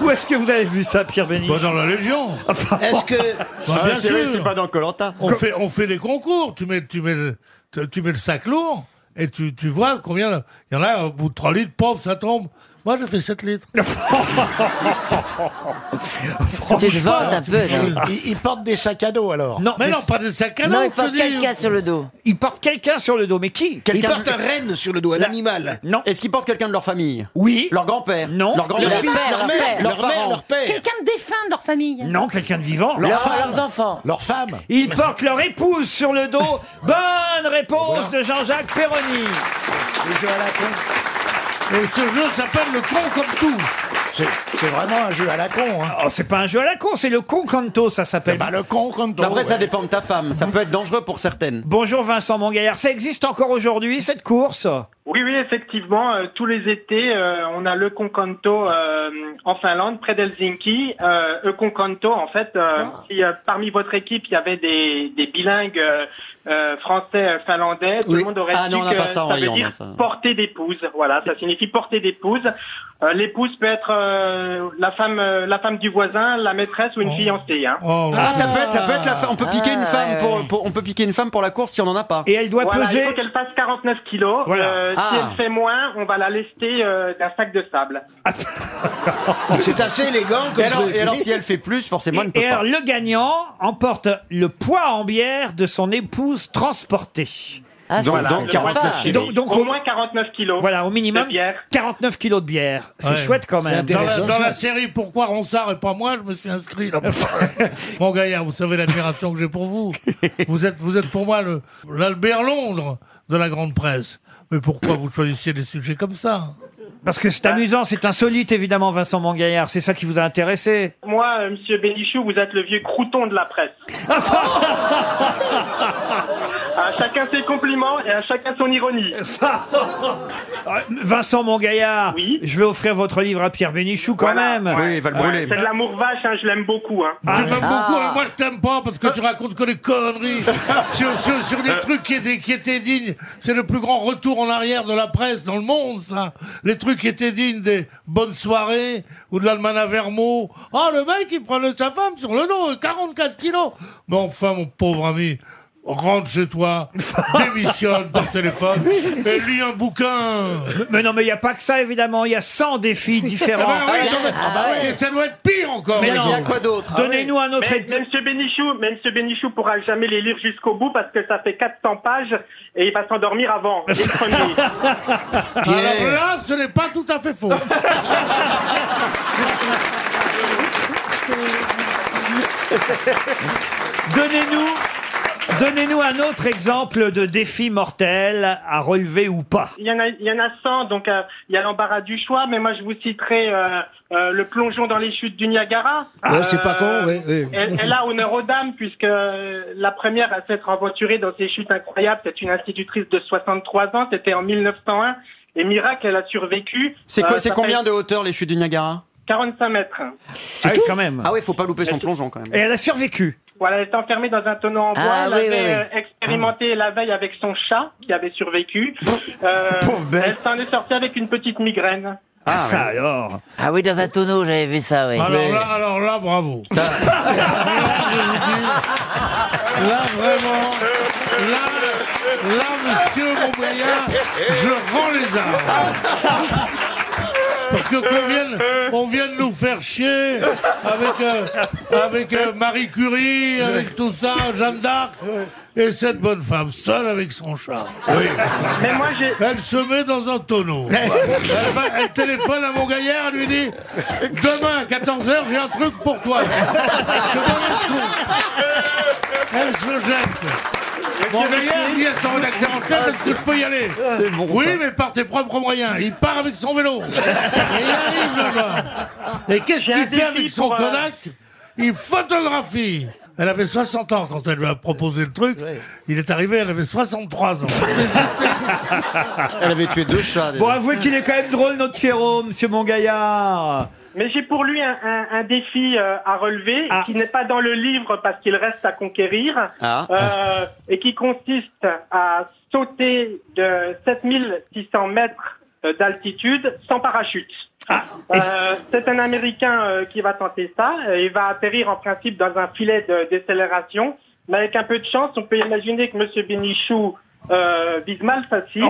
Où est-ce que vous avez vu ça, Pierre Bénichou
Bah, Dans la Légion.
Est-ce que-
Bah,
Ah,
bien
c'est vrai,
sûr.
c'est pas dans Koh-Lanta.
On fait, on fait des concours. Tu mets, tu mets, le, tu, tu mets le sac lourd et tu, tu vois combien. Il y en a, au bout de 3 litres, pauvre, ça tombe. Moi, j'ai fait 7 litres.
Tu te vantes un peu, non
Ils portent des sacs à dos alors Non, mais, non, pas des sacs à dos.
Non,
on
ils
te
portent
dit.
quelqu'un sur le dos.
Ils portent quelqu'un sur le dos, mais qui
Ils portent un renne sur le dos, un animal.
Non.
Est-ce qu'ils portent quelqu'un de leur famille
Oui.
Leur grand-père
Non.
Leur grand-père
Leur fils, leur mère, leur mère,
parents.
leur père.
Quelqu'un de défunt de leur famille
Non, quelqu'un de vivant.
Leur
Leur-
femme.
Leurs enfants.
Leur femme.
Ils portent leur épouse sur le dos. Bonne réponse de Jean-Jacques Perroni.
Et ce jeu s'appelle le con comme tout.
C'est vraiment un jeu à la con.
Oh, c'est pas un jeu à la con, c'est le con canto, ça s'appelle.
Bah, le con comme
Mais Après, ça dépend de ta femme. Ça peut être dangereux pour certaines.
Bonjour Vincent Mongaillard, ça existe encore aujourd'hui cette course
Oui, oui, effectivement, euh, tous les étés, euh, on a le Concanto euh, en Finlande, près d'Helsinki. Euh, le Concanto, en fait,
Ah.
euh, si euh, parmi votre équipe, il y avait des, des bilingues euh, euh, français, euh, finlandais, tout le monde aurait
Ah
dit
non, on n'a
que
pas ça en
veut
rayon,
dire
non, ça.
porter d'épouse. Voilà, ça signifie porter d'épouse. Euh, L'épouse peut être euh, la femme, euh, la femme du voisin, la maîtresse ou une fiancée. Hein.
Oh,
Ah,
Ah, ça peut être, ça peut être la femme. On peut piquer une femme pour, pour- on peut piquer une femme pour la course si on en a pas.
Et elle doit
Voilà, il faut qu'elle fasse 49 kilos.
Voilà.
Euh, Si
Ah.
elle fait moins, on va la lester euh, d'un sac de sable.
C'est assez élégant
Et alors, et alors, si elle fait plus, forcément, elle ne peut
Et
pas.
alors, le gagnant emporte le poids en bière de son épouse transportée.
Ah, c'est Voilà. sympa.
Donc, donc,
Au moins 49 kilos.
Voilà, au minimum,
de bière.
49 kilos de bière. C'est
Ouais.
chouette quand même.
Dans la, dans la série Pourquoi Ronsard et pas moi, je me suis inscrit. là. Mon gaillard, vous savez l'admiration que j'ai pour vous. Vous êtes, vous êtes pour moi le- l'Albert Londres de la grande presse. Mais pourquoi vous choisissez des sujets comme ça
Parce que c'est amusant, c'est insolite évidemment, Vincent Mangaillard. C'est ça qui vous a intéressé.
Moi, euh, monsieur Bénichou, vous êtes le vieux crouton de la presse. à chacun ses compliments et à chacun son ironie.
Ah, bah
Vincent Mangaillard, je vais offrir votre livre à Pierre Bénichou quand même.
Ouais. Ouais, Euh, C'est de l'amour vache, hein, je l'aime beaucoup. Hein.
Tu m'aimes beaucoup et moi je t'aime pas parce que tu racontes que des conneries sur, sur- sur
Euh.
des trucs qui étaient, qui étaient dignes. C'est le plus grand retour en arrière de la presse dans le monde, ça. Les trucs qui étaient dignes des bonnes soirées ou de l'Almanach Vermo. Ah, le mec, il prenait sa femme sur le dos, 44 kilos. Mais enfin, mon pauvre ami, rentre chez toi, démissionne par téléphone et lis un bouquin.
Mais non, mais il n'y a pas que ça évidemment, il y a 100 défis différents.
Ah bah oui, non, mais- et ça doit être pire encore.
Mais non. Il y a quoi
hein
d'autre Donnez-nous un autre
Mais, mais monsieur Bénichou, mais monsieur Bénichou pourra jamais les lire jusqu'au bout parce que ça fait 400 pages et il va s'endormir avant. les premiers.
Ah, bah,
Alors là, ce n'est pas tout à fait faux.
Donnez-nous donnez-nous un autre exemple de défi mortel à relever ou pas.
Il y en a, il y en a 100, donc euh, il y a l'embarras du choix, mais moi je vous citerai euh, euh, le plongeon dans les chutes du Niagara.
Ouais, c'est Ah, pas
Euh,
con, ouais, ouais.
Elle, elle a honneur aux dames, puisque euh, la première à s'être aventurée dans ces chutes incroyables, c'est une institutrice de 63 ans, c'était en 1901, et miracle, elle a survécu.
C'est quoi,
Euh,
c'est
ça
combien
fait
de hauteur les chutes du Niagara
45 mètres.
Ah oui, quand même.
Ah ouais, faut pas louper son plongeon quand même.
Et elle a survécu.
Voilà, elle est enfermée dans un tonneau en bois.
Ah,
elle
oui,
avait
oui, oui.
euh, expérimenté la veille avec son chat qui avait survécu. Euh, elle s'en est sortie avec une petite migraine.
Ah, ça
oh.
alors
Ah oui, dans un tonneau, j'avais vu ça, oui.
Alors là, alors là, bravo. Là, vraiment, là, là, monsieur Montbriand, je rends les armes. Parce que qu'on vienne, on vienne nous faire chier avec, euh, avec euh, Marie Curie, avec tout ça, Jeanne d'Arc, et cette bonne femme seule avec son chat.
Mais moi,
Elle se met dans un tonneau. elle, va- elle téléphone à mon gaillard, elle lui dit Demain à 14h, j'ai un truc pour toi. Je te donne un scoop. Elle se jette. Bon, d'ailleurs, il dit à son rédacteur en chef, est-ce que je peux y aller
Ah, C'est bon,
Oui,
ça.
mais par tes propres moyens. Il part avec son vélo. Et il arrive là-bas. Et qu'est-ce
J'ai un
qu'il
défi
fait avec son
Ah, pour, euh,
Kodak Il photographie. Elle avait 60 ans quand elle lui a proposé le truc. Il est arrivé, elle avait 63 ans.
Elle avait tué deux chats.
Bon, avouez qu'il est quand même drôle, notre Pierrot, monsieur Mongaillard.
Mais j'ai pour lui un, un- un défi euh, à relever,
Ah.
qui n'est pas dans le livre parce qu'il reste à conquérir,
Ah.
euh, et qui consiste à sauter de 7600 mètres euh, d'altitude sans parachute.
Ah.
Euh, C'est un Américain euh, qui va tenter ça. euh, Il va atterrir en principe dans un filet de décélération, mais avec un peu de chance, on peut imaginer que Monsieur Bénichou euh, vise mal sa cible.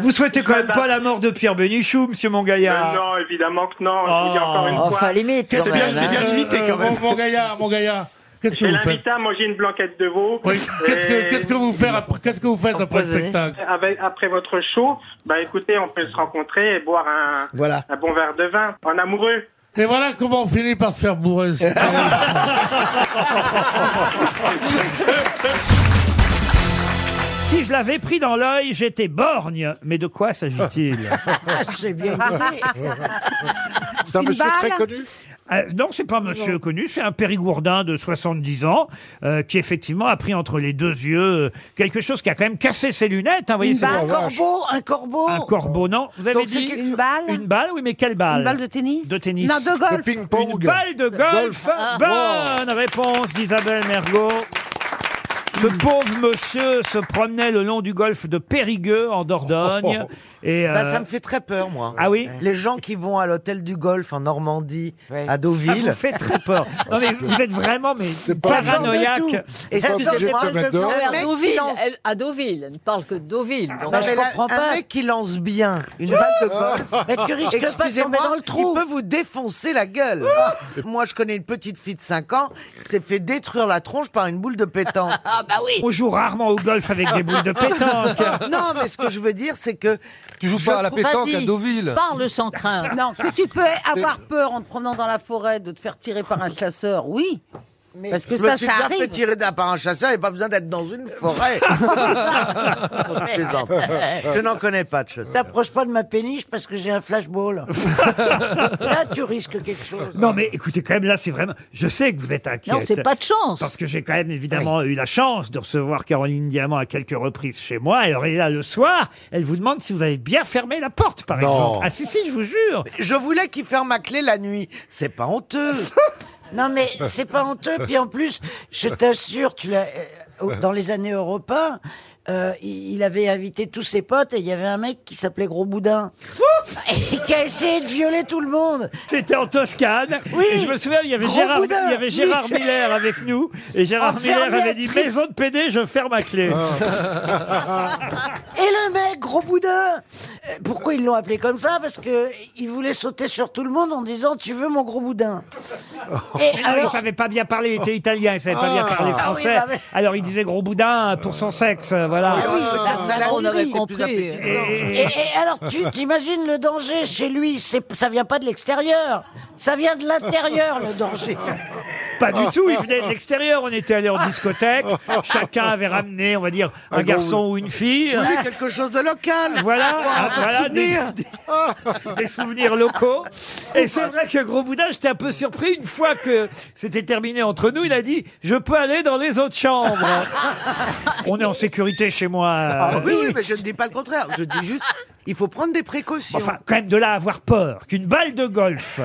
Vous souhaitez quand même pas la mort de Pierre Bénichou, monsieur Mongaillard
Mais Euh, non, évidemment que non.
Oh.
Je vous dis encore une
Enfin,
fois.
limite, C'est quand bien- même, c'est hein. bien limité, quand même.
Euh, Mon, mon gaillard, mon gaillard. Qu'est-ce que
Je
vous
l'invite
faites
à manger une blanquette de veau.
Oui, qu'est-ce que-
Et-
qu'est-ce que vous faites après- Qu'est-ce que vous faites après le spectacle
Avec- après votre show, bah écoutez, on peut se rencontrer et boire un,
Voilà.
un bon verre de vin en amoureux.
Et voilà comment on finit par se faire bourrer. c'est terrible.
Si je l'avais pris dans l'œil, j'étais borgne. Mais de quoi s'agit-il
Ah,
Ah,
Ah,
C'est bien
C'est un monsieur très connu Euh, Non, c'est pas un monsieur connu, c'est un périgourdin de 70 ans euh, qui effectivement a pris entre les deux yeux euh, quelque chose qui a quand même cassé ses lunettes. hein, vous voyez,
Une
c'est-
balle, un corbeau, un corbeau.
Un corbeau, non. Vous avez
Donc c'est
dit
quelque- Une balle
Une balle, oui, mais quelle balle
Une balle de tennis
De tennis.
Non, de golf. De ping-pong.
Une balle de golf.
Golf. Ah.
Bonne réponse d'Isabelle Mergot. Ce
Hmm.
pauvre monsieur se promenait le long du golfe de Périgueux en Dordogne. Et
Bah,
euh,
ça me fait très peur, moi.
Ah oui
Les gens qui vont à l'hôtel du golf en Normandie, à Deauville.
Ça vous fait très peur. Non, mais vous êtes vraiment mais paranoïaque.
Excusez-moi, je
Non, mais
un
à
mec qui
Deauville,
lance-
elle, à Deauville, elle ne parle que de Deauville.
Non,
donc-
mais la- Un mec qui lance bien une balle de golf.
Mais tu risques pas de tomber
Excusez-moi,
dans le trou.
Il peut vous défoncer la gueule. Moi, je connais une petite fille de 5 ans qui s'est fait détruire la tronche par une boule de pétanque.
Ah bah oui.
On joue rarement au golf avec des boules de pétanque.
Non, mais ce que je veux dire, c'est que tu joues
Vas-y, Parle sans crainte.
Non, que tu peux avoir peur en te promenant dans la forêt de te faire tirer par un chasseur, oui. Parce que
je
ça,
me suis
ça
déjà fait
arrive.
tirer d'un- par un chasseur, il n'y a pas besoin d'être dans une forêt. je plaisante. Je n'en connais pas de chasseur.
T'approches pas de ma péniche parce que j'ai un flashball. Là, tu risques quelque chose.
Non mais écoutez quand même là c'est vraiment je sais que vous êtes inquiète.
Non, c'est pas de chance.
Parce que j'ai quand même évidemment eu la chance de recevoir Caroline Diamant à quelques reprises chez moi. Et alors et là le soir, elle vous demande si vous avez bien fermé la porte par exemple. Ah si si, je vous jure.
Je voulais qu'il ferme ma clé la nuit. C'est pas honteux.
Non, mais c'est pas honteux. Puis en plus, je t'assure, tu l'as. euh, Dans les années européennes, il il avait invité tous ses potes et il y avait un mec qui s'appelait Gros Boudin et qui a essayé de violer tout le monde.
C'était en Toscane.
Oui.
Et je me souviens, il y avait
Gros
Gérard,
boudin.
il y avait Gérard
Oui.
Miller avec nous. Et Gérard
Enfermé
Miller avait
à
dit
tri- Ah.
maison de PD, je ferme à clé.
Et le mec, gros boudin euh, Pourquoi ils l'ont appelé comme ça Parce que il voulait sauter sur tout le monde en disant Tu veux mon gros boudin
Et non, il savait pas bien parler, il était italien, il savait pas bien
Ah.
parler
Ah oui,
français.
bah oui.
Alors il disait gros boudin pour son sexe, euh, voilà.
Ah oui,
ça, là, on avait
Oui.
compris.
Et, et alors, tu t'imagines le danger chez lui c'est- Ça vient pas de l'extérieur, ça vient de l'intérieur le danger.
Pas du tout, il venait de l'extérieur, on était allé en discothèque, chacun avait ramené, on va dire, un,
Un gros
garçon
boudin.
ou une fille.
Oui, quelque chose de local.
Voilà, ah,
un
voilà, des,
souvenir.
des- des souvenirs locaux. Et c'est vrai que Gros Boudin, j'étais un peu surpris une fois que c'était terminé entre nous. Il a dit Je peux aller dans les autres chambres. On est en sécurité chez moi.
Ah oui, oui, mais je ne dis pas le contraire. Je dis juste, il faut prendre des précautions.
Enfin, quand même de là à avoir peur qu'une balle de golf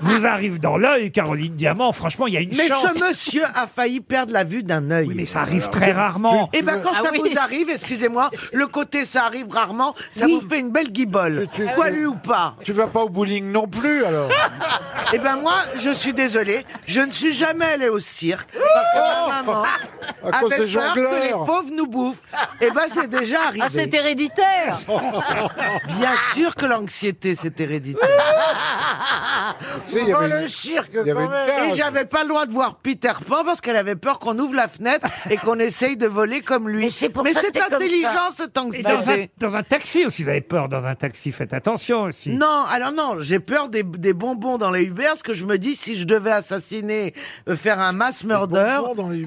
vous arrive dans l'œil, Caroline Diamant, franchement, il y a une
mais
chance.
ce monsieur a failli perdre la vue d'un œil.
mais ça arrive très rarement.
Et bien, Eh ben, quand
Ah
ça
oui.
vous arrive, excusez-moi, le côté ça arrive rarement, ça
Oui.
vous fait une belle guibole.
Tu- tu-
Poilu ou pas. Tu vas pas au bowling non plus, alors Eh ben moi, je suis désolé, je ne suis jamais allé au cirque parce que ma maman
Oh
À
avait
cause des
peur
jongleurs.
que les pauvres nous bouffent. Eh ben c'est déjà arrivé.
Ah, c'est héréditaire.
Bien sûr que l'anxiété, c'est héréditaire. Tu sais, il y
Oh,
avait une-
le cirque,
il y avait
quand
une
même.
carte. Et j'avais pas le droit de voir Peter Pan parce qu'elle avait peur qu'on ouvre la fenêtre et qu'on essaye de voler comme lui. Mais c'est
ça que t'es comme
intelligent
ça.
cette
Et dans, un,
anxiété.
dans un taxi aussi, vous avez peur dans un taxi, faites attention aussi.
Non, alors non, j'ai peur des, des bonbons dans les Uber, parce que je me dis, si je devais assassiner, euh, faire un mass murder,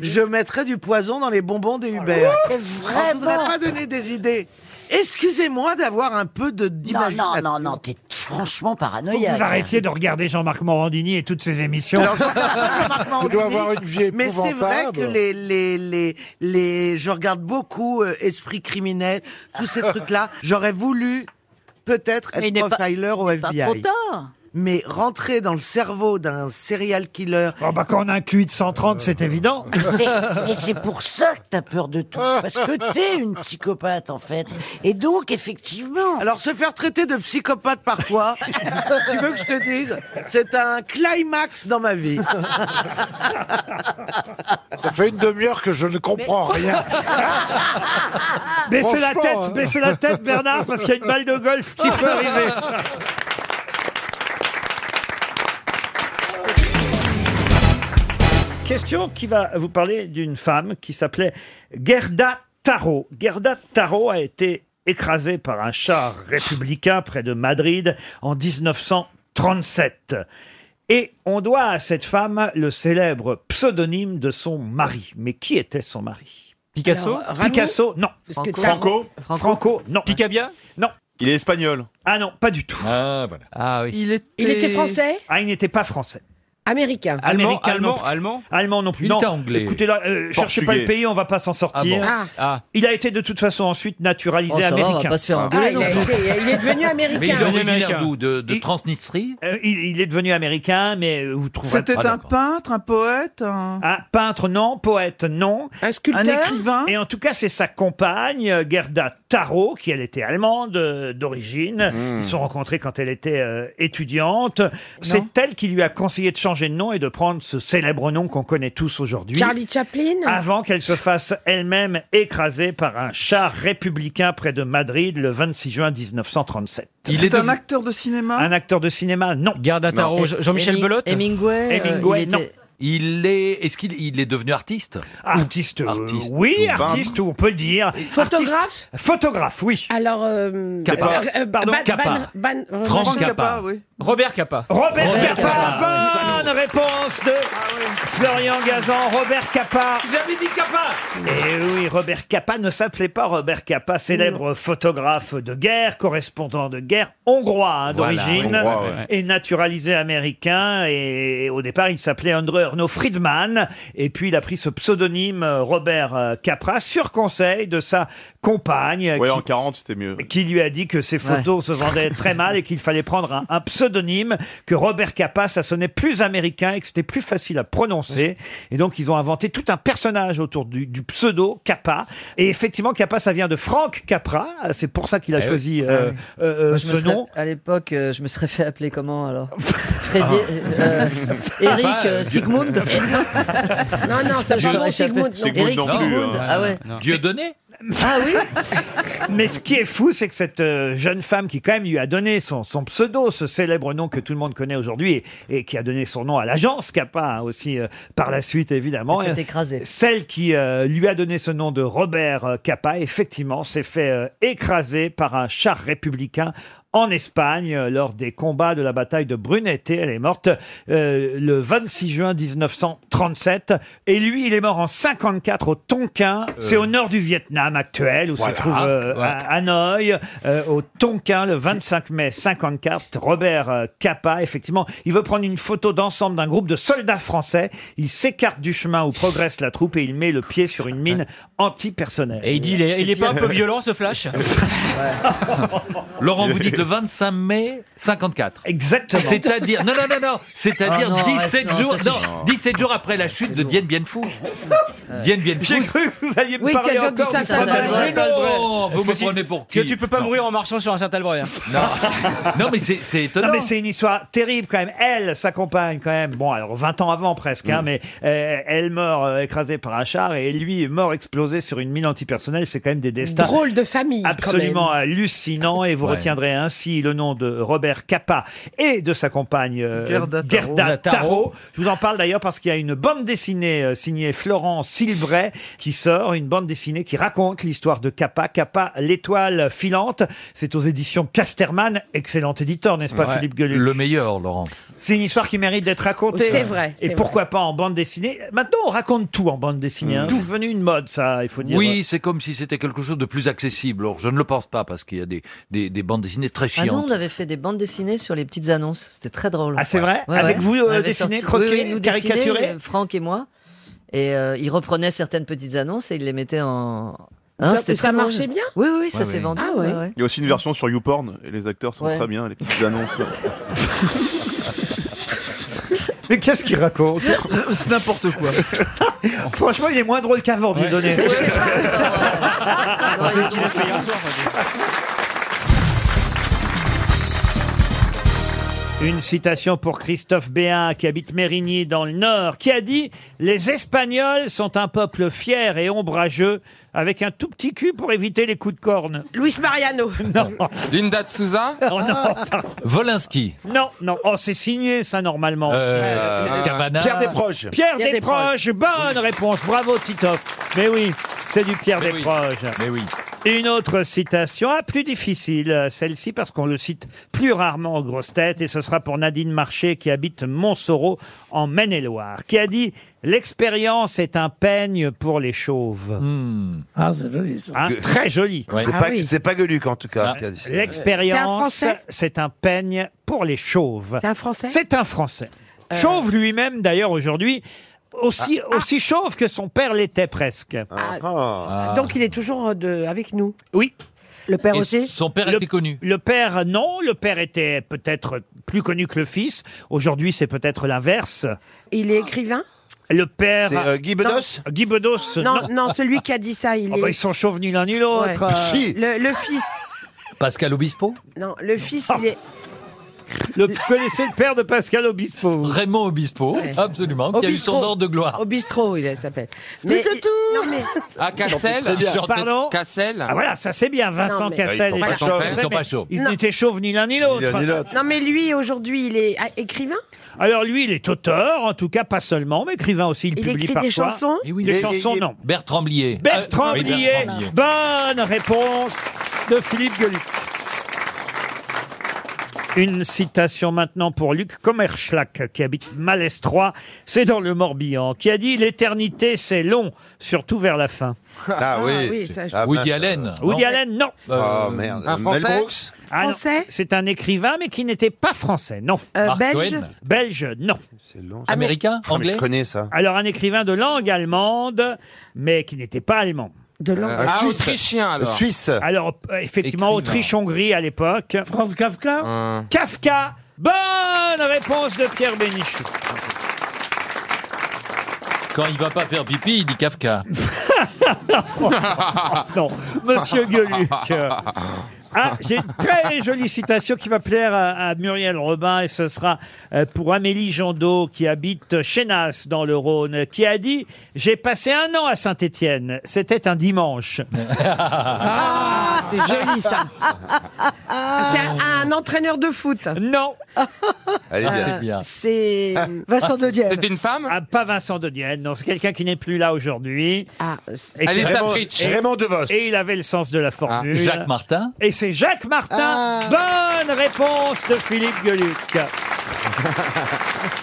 je mettrais du poison dans les bonbons des Uber.
c'est
On ne voudrait
vraiment-
pas donner des idées. Excusez-moi d'avoir un peu de d'imagination. Non, non, non, non, t'es franchement
Faut
paranoïaque.
que vous arrêtiez de regarder Jean-Marc Morandini et toutes ses émissions.
Alors, Marc Morandini. Mais c'est vrai que les, les, les, les, je regarde beaucoup euh, Esprit criminel, tous ces trucs-là. J'aurais voulu peut-être
Mais il
être
n'est pas-
profiler au
Pas
FBI.
trop tard.
Mais rentrer dans le cerveau d'un serial killer.
Oh bah quand on a un QI de 130, c'est évident.
C'est- Et c'est pour ça que t'as peur de tout. Parce que t'es une psychopathe, en fait. Et donc, effectivement.
Alors, se faire traiter de psychopathe par toi, tu veux que je te dise, c'est un climax dans ma vie.
Ça fait une demi-heure que je ne comprends rien.
Baissez la
Franchement,
tête,
hein.
baissez la tête, Bernard, parce qu'il y a une balle de golf qui peut arriver. Question qui va vous parler d'une femme qui s'appelait Gerda Taro. Gerda Taro a été écrasée par un char républicain près de Madrid en 1937. Et on doit à cette femme le célèbre pseudonyme de son mari. Mais qui était son mari
Picasso Alors, Rameau
Picasso, non.
Parce que
Franco
Franco
Franco, non. Picabia Non.
Il est espagnol.
Ah non, pas du tout.
Ah, voilà. Ah oui.
Il était- Il était français
Ah, il n'était pas français.
Américain.
Américain non plus. Allemand non plus.
Il
non.
était anglais.
Écoutez, là, euh, cherchez pas
Portugais.
le pays, on va pas s'en sortir.
Ah bon
Ah.
Il a été de toute façon ensuite naturalisé
Oh, ça va, on va
américain.
pas se faire Ah, engueuler, il non a plus. été-
il est devenu américain.
Mais il est originaire
américain.
d'où De, de Transnistrie
Euh, il, il est devenu américain, mais euh, vous trouverez
C'était un peintre, un poète, un...
Un Ah, peintre, non. Poète, non.
Un sculpteur Un écrivain
Et en tout cas, c'est sa compagne, euh, Gerda Taro, qui elle était allemande euh, d'origine.
Hmm.
Ils se sont rencontrés quand elle était euh, étudiante. C'est elle qui lui a conseillé de changer de nom et de prendre ce célèbre nom qu'on connaît tous aujourd'hui.
Charlie Chaplin
Avant qu'elle se fasse elle-même écraser par un char républicain près de Madrid le 26 juin 1937.
Il est, un acteur de cinéma
Un acteur de cinéma, non. Garda
Taro, Non. Je- Jean-Michel Heming- Belote
Hemingway,
euh,
il
non.
était- Il est. Est-ce qu'il il est devenu artiste
Artiste, euh, oui,
Ou
artiste, on peut le dire.
Photographe
Artiste- Photographe, oui.
Alors, euh,
Capa.
euh, euh,
Pardon,
Ban-
Capa.
Ban- Ban-
Franck
Ban-
Capa.
oui.
Robert Capa. Robert,
Robert
Capa, bonne réponse de Florian Gazan, Robert Capa.
J'avais dit Capa
Et Eh oui, Robert Capa ne s'appelait pas Robert Capa, célèbre photographe de guerre, correspondant de guerre hongrois hein,
Voilà,
d'origine
hongrois, ouais.
et naturalisé américain. Et au départ, il s'appelait André Erno Friedman. Et puis, il a pris ce pseudonyme euh, Robert euh, Capra sur conseil de sa compagne.
Ouais,
qui-
en 40, c'était mieux.
qui lui a dit que ses photos se vendaient très mal et qu'il fallait prendre un, un pseudonyme, que Robert Capa, ça sonnait plus américain et que c'était plus facile à prononcer. Et donc, ils ont inventé tout un personnage autour du, du pseudo Capa. Et effectivement, Capa, ça vient de Frank Capra. C'est pour ça qu'il a
Eh
choisi
oui.
euh,
Ah oui.
euh, euh,
Moi, je me
ce
serais-
nom.
À l'époque, euh, je me serais fait appeler comment alors Freddy, euh,
Ah.
Eric
Bah,
euh,
euh,
Sigmund
Ah
Non, non, c'est
Je
pas bon,
l'aurais
Sigmund.
échappé.
non. hein.
Eric Sigmund, ah ouais.
Dieu donné
Ah oui Mais ce qui est fou, c'est que cette euh, jeune femme qui quand même lui a donné son, son pseudo, ce célèbre nom que tout le monde connaît aujourd'hui et, et qui a donné son nom à l'agence Capa hein, aussi euh, par la suite évidemment.
S'est fait
Euh,
écraser.
Celle qui euh, lui a donné ce nom de Robert euh, Capa, effectivement, s'est fait euh, écraser par un char républicain en Espagne euh, lors des combats de la bataille de Brunete. Elle est morte euh, le 26 juin 1937. Et lui, il est mort en 54 au Tonkin. C'est au nord du Vietnam actuel où
Voilà.
se trouve euh,
Ouais.
à Hanoï, euh, au Tonkin, le 25 mai 54. Robert euh, Capa, effectivement, il veut prendre une photo d'ensemble d'un groupe de soldats français. Il s'écarte du chemin où progresse la troupe et il met le pied sur une mine antipersonnelle.
Et il dit, il est, il est pas un peu violent ce flash
Laurent, vous dites le 25 mai 54.
Exactement. Ah
C'est-à-dire, non, non, non, non,
Oh
c'est-à-dire
non, arrête,
17
non,
jours,
ça
non,
suffit.
17 jours après la chute de Dien Bien Phu. Dien Bien Phu.
J'ai
cru que vous alliez
me Oui, parler qui a dit encore du de Saint-Albert.
Mais
Saint-Albert.
non,
Est-ce
vous
que
me
si-
prenez pour
que
qui
tu peux pas
Non.
mourir en marchant sur un Saint-Albert.
Ah,
Non, mais c'est- c'est étonnant.
Non, mais c'est une histoire terrible quand même. Elle s'accompagne quand même. Bon, alors 20 ans avant presque,
Mm.
hein, mais euh, elle meurt euh, écrasée par un char et lui est mort explosé sur une mine antipersonnelle. C'est quand même des destins.
Drôle de famille. quand
Absolument
même.
hallucinants. et vous
Ouais.
retiendrez ainsi ainsi le nom de Robert Capa et de sa compagne euh,
Gerda Taro.
Gerda
Taro.
Taro. Je vous en parle d'ailleurs parce qu'il y a une bande dessinée euh, signée Florent Silbray qui sort, une bande dessinée qui raconte l'histoire de Capa, Capa, l'étoile filante. C'est aux éditions Casterman, excellent éditeur, n'est-ce pas
Ouais.
Philippe Gueluc
Le meilleur, Laurent.
c'est une histoire qui mérite d'être racontée.
C'est vrai,
Et
c'est
pourquoi pas en bande dessinée. Maintenant, on raconte tout en bande dessinée. hein. C'est
Mmh.
devenu une mode, ça, il faut dire.
Oui, c'est comme si c'était quelque chose de plus accessible. Or, je ne le pense pas parce qu'il y a des, des, des bandes dessinées très
Ah non,
chiantes.
on avait fait des bandes dessinées sur les petites annonces. C'était très drôle.
Ah, c'est vrai Avec vous, euh,
On avait
dessiné,
sorti-
croqué,
oui, oui, nous dessiner,
caricaturé
euh, Franck et moi. Et euh, ils reprenaient certaines petites annonces et ils les mettaient en. Ah,
Ça-
c'était
ça
très drôle.
marchait bien
Oui, oui, oui, ça
Ouais,
s'est
ouais.
vendu.
Ah ouais. Il y a aussi une version sur YouPorn et les acteurs sont
Ouais.
très bien, les petites annonces.
Mais qu'est-ce qu'il raconte
C'est n'importe quoi.
Franchement, il est moins drôle qu'avant, vous donner.
C'est ce qu'il
a fait hier
soir.
Une citation pour Christophe Béat, qui habite Mérigny dans le Nord, qui a dit « Les Espagnols sont un peuple fier et ombrageux, avec un tout petit cul pour éviter les coups de corne. » Luis Mariano. Non. Linda de Souza. non.
Volinsky.
Non, non. Oh, c'est signé, ça, normalement.
Euh, Cavana. Pierre Desproges.
Pierre,
Pierre
Desproges. Bonne réponse. Bravo, Titoff. Mais oui, c'est du Pierre Desproges.
Mais oui.
Une autre citation, ah, plus difficile, euh, celle-ci, parce qu'on le cite plus rarement aux grosses têtes, et ce sera pour Nadine Marché, qui habite Montsoreau, en Maine-et-Loire, qui a dit « L'expérience est un peigne pour les chauves
Hmm.
Ah, c'est joli ça.
Hein, Très joli.
C'est pas, c'est pas Gueluc en tout cas.
L'expérience, c'est un peigne pour les chauves. C'est un français C'est un français. Chauve lui-même, d'ailleurs, aujourd'hui, aussi,
Ah,
aussi chauve que son père l'était presque.
Donc
Ah.
il est toujours euh, de, avec nous.
Oui.
Le père
Et
aussi
Son père
Le-
était connu.
Le père, non. Le père était peut-être plus connu que le fils. Aujourd'hui, c'est peut-être l'inverse.
Il est écrivain
Le père.
C'est, euh, Guy Bedos
Guy Bedos, non.
Non, non, celui qui a dit ça, il
Ah
est.
bah, ils sont chauves ni l'un ni l'autre.
Ouais.
Euh,
Le, le fils.
Pascal Obispo
Non, le fils,
Ah,
il est.
Le, vous connaissez le père de Pascal Obispo
Raymond Obispo, absolument, qui a eu son or de gloire.
Au bistrot, il s'appelle.
Mais
que tout non, mais...
Ah,
Cassel, sur-
Pardon
Cassel.
Ah voilà, ça c'est bien, Vincent
Non, mais-
Cassel.
Ils sont pas
et-
chauds, ils
Après,
sont
mais
pas chauds.
Ils
Non.
n'étaient chauves ni l'un ni
l'un ni
l'autre.
l'autre. Non, mais lui, aujourd'hui, il est ah, écrivain
Alors lui, il est auteur, en tout cas pas seulement, mais écrivain aussi, il,
Il
publie
écrit des
parfois.
chansons
Les
Eh oui,
Des
Et-
chansons,
et-
non.
Bertrand Blier.
Bertrand
Ah, oui,
Blier,
Blier.
bonne réponse de Philippe Gueluc. Une citation maintenant pour Luc Kommerschlack, qui habite Malestroit, c'est dans le Morbihan, qui a dit « L'éternité, c'est long, surtout vers la fin ».
Ah oui. Ah oui, ça, je- Ah,
Woody
mince,
Allen.
Woody
non
Allen, non.
Oh, merde. Un Français Mel Brooks
Ah, non. C'est un écrivain, mais qui n'était pas français, non.
Euh, Mark Belge Twain
Belge, non.
Ah, mais Je connais ça.
Alors, un écrivain de langue allemande, mais qui n'était pas allemand. De
langue- Euh, Ah, Suisse. autrichien, alors. Suisse.
Alors, euh, effectivement,
Écrivain. Euh.
Autriche-Hongrie à l'époque. Franz Kafka Kafka Bonne réponse de Pierre Bénichou.
Quand il va pas faire pipi, il dit Kafka.
non, monsieur Gueluc. Ah, j'ai une très jolie citation qui va plaire à, à Muriel Robin et ce sera euh, pour Amélie Jandot qui habite Chénas dans le Rhône qui a dit « J'ai passé un an à Saint-Étienne. C'était un dimanche.
Ah, c'est joli ça.
Ah.
C'est un, un entraîneur de foot.
Non.
Allez,
bien. Ah, C'est bien.
C'est Vincent de Dienne.
une femme ah, Pas Vincent de Dienne, non, c'est quelqu'un qui n'est plus là aujourd'hui. Ah,
Alissa Pritch. Raymond DeVos.
Et il avait le sens de la formule.
Ah, Jacques
Martin
Et c'est Jacques Martin. Bonne réponse de Philippe Gueluc.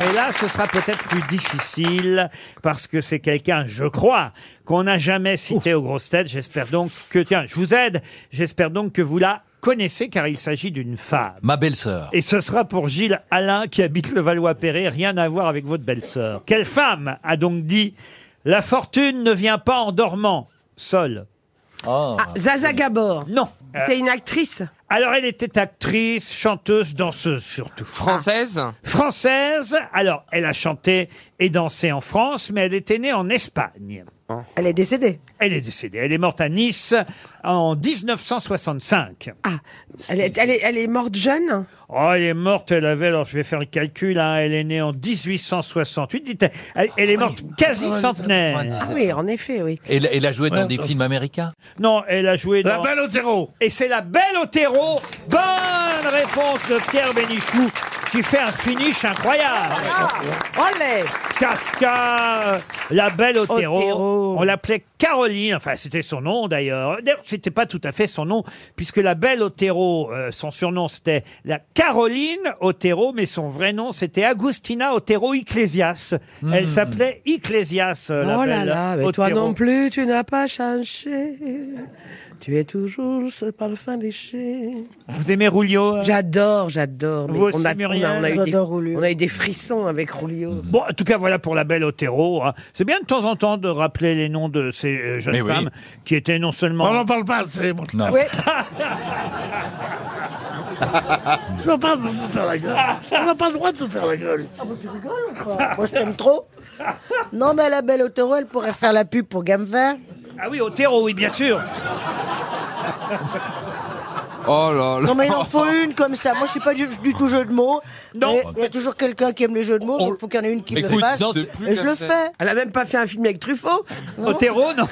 Et là, ce sera peut-être plus difficile parce que c'est quelqu'un, je crois, qu'on n'a jamais cité aux grosses têtes. J'espère donc que, tiens, je vous aide. J'espère donc que vous la connaissez car il s'agit d'une femme.
Ma belle-sœur.
Et ce sera pour Gilles Alain qui habite le Valois-Perret, rien à voir avec votre belle-sœur. Quelle femme a donc dit La fortune ne vient pas en dormant, seule
Ah, Zaza Gabor.
Non.
C'est une actrice.
Alors elle était actrice, chanteuse, danseuse surtout.
Ah. Française
Française, alors elle a chanté et dansé en France, mais elle était née en Espagne.
Ah. Elle est décédée.
Elle est décédée, elle est morte à Nice en 1965.
Ah, elle est, elle est- elle est morte jeune.
Oh, elle est morte, elle avait, alors je vais faire le calcul, hein, elle est née en 1868, dites- elle, elle est morte quasi centenaire.
Ah oui, en effet, oui.
Et elle a joué dans
Ouais,
des
donc-
films américains
Non, elle a joué dans...
La Belle
Otero Et c'est La Belle Otero Bonne réponse de Pierre Bénichou qui fait un finish incroyable.
Ah,
Allez
Kafka, euh, la belle Otero. On l'appelait Caroline, enfin c'était son nom d'ailleurs. D'ailleurs, c'était pas tout à fait son nom, puisque la belle Otero, euh, son surnom c'était la Caroline Otero, mais son vrai nom c'était Agustina Otero Iglesias. Elle s'appelait Iglesias, euh, la
Hmm. Oh là
belle
là, mais toi
Otero.
non plus, tu n'as pas changé. Tu es toujours ce parfum léché.
Vous aimez Rulio euh
J'adore, j'adore. Mais
Vous aussi,
on, a,
Muriel
on a eu des,
J'adore
on a eu des frissons avec Rulio.
Bon, en tout cas, voilà pour la belle Otero. hein. C'est bien de temps en temps de rappeler les noms de ces euh, jeunes
Mais oui.
femmes qui étaient non seulement.
On n'en parle pas, c'est bon.
Non.
Ouais. Je n'ai pas le droit de te faire la gueule. On n'a pas le droit de te faire la gueule.
Ah bah tu rigoles ou
quoi Moi, je t'aime trop. Non, mais la belle Otero, elle pourrait faire la pub pour Gamme Vert.
Ah oui, Otero, oui, bien sûr.
Oh là là.
Non, mais il en faut une comme ça. Moi, je suis pas du, du tout jeu de mots.
Non.
mais Il y a toujours quelqu'un qui aime les jeux de mots, donc il faut qu'il y en ait une qui le fasse. Et je le fais.
Elle a même pas fait un film avec Truffaut.
Otero, non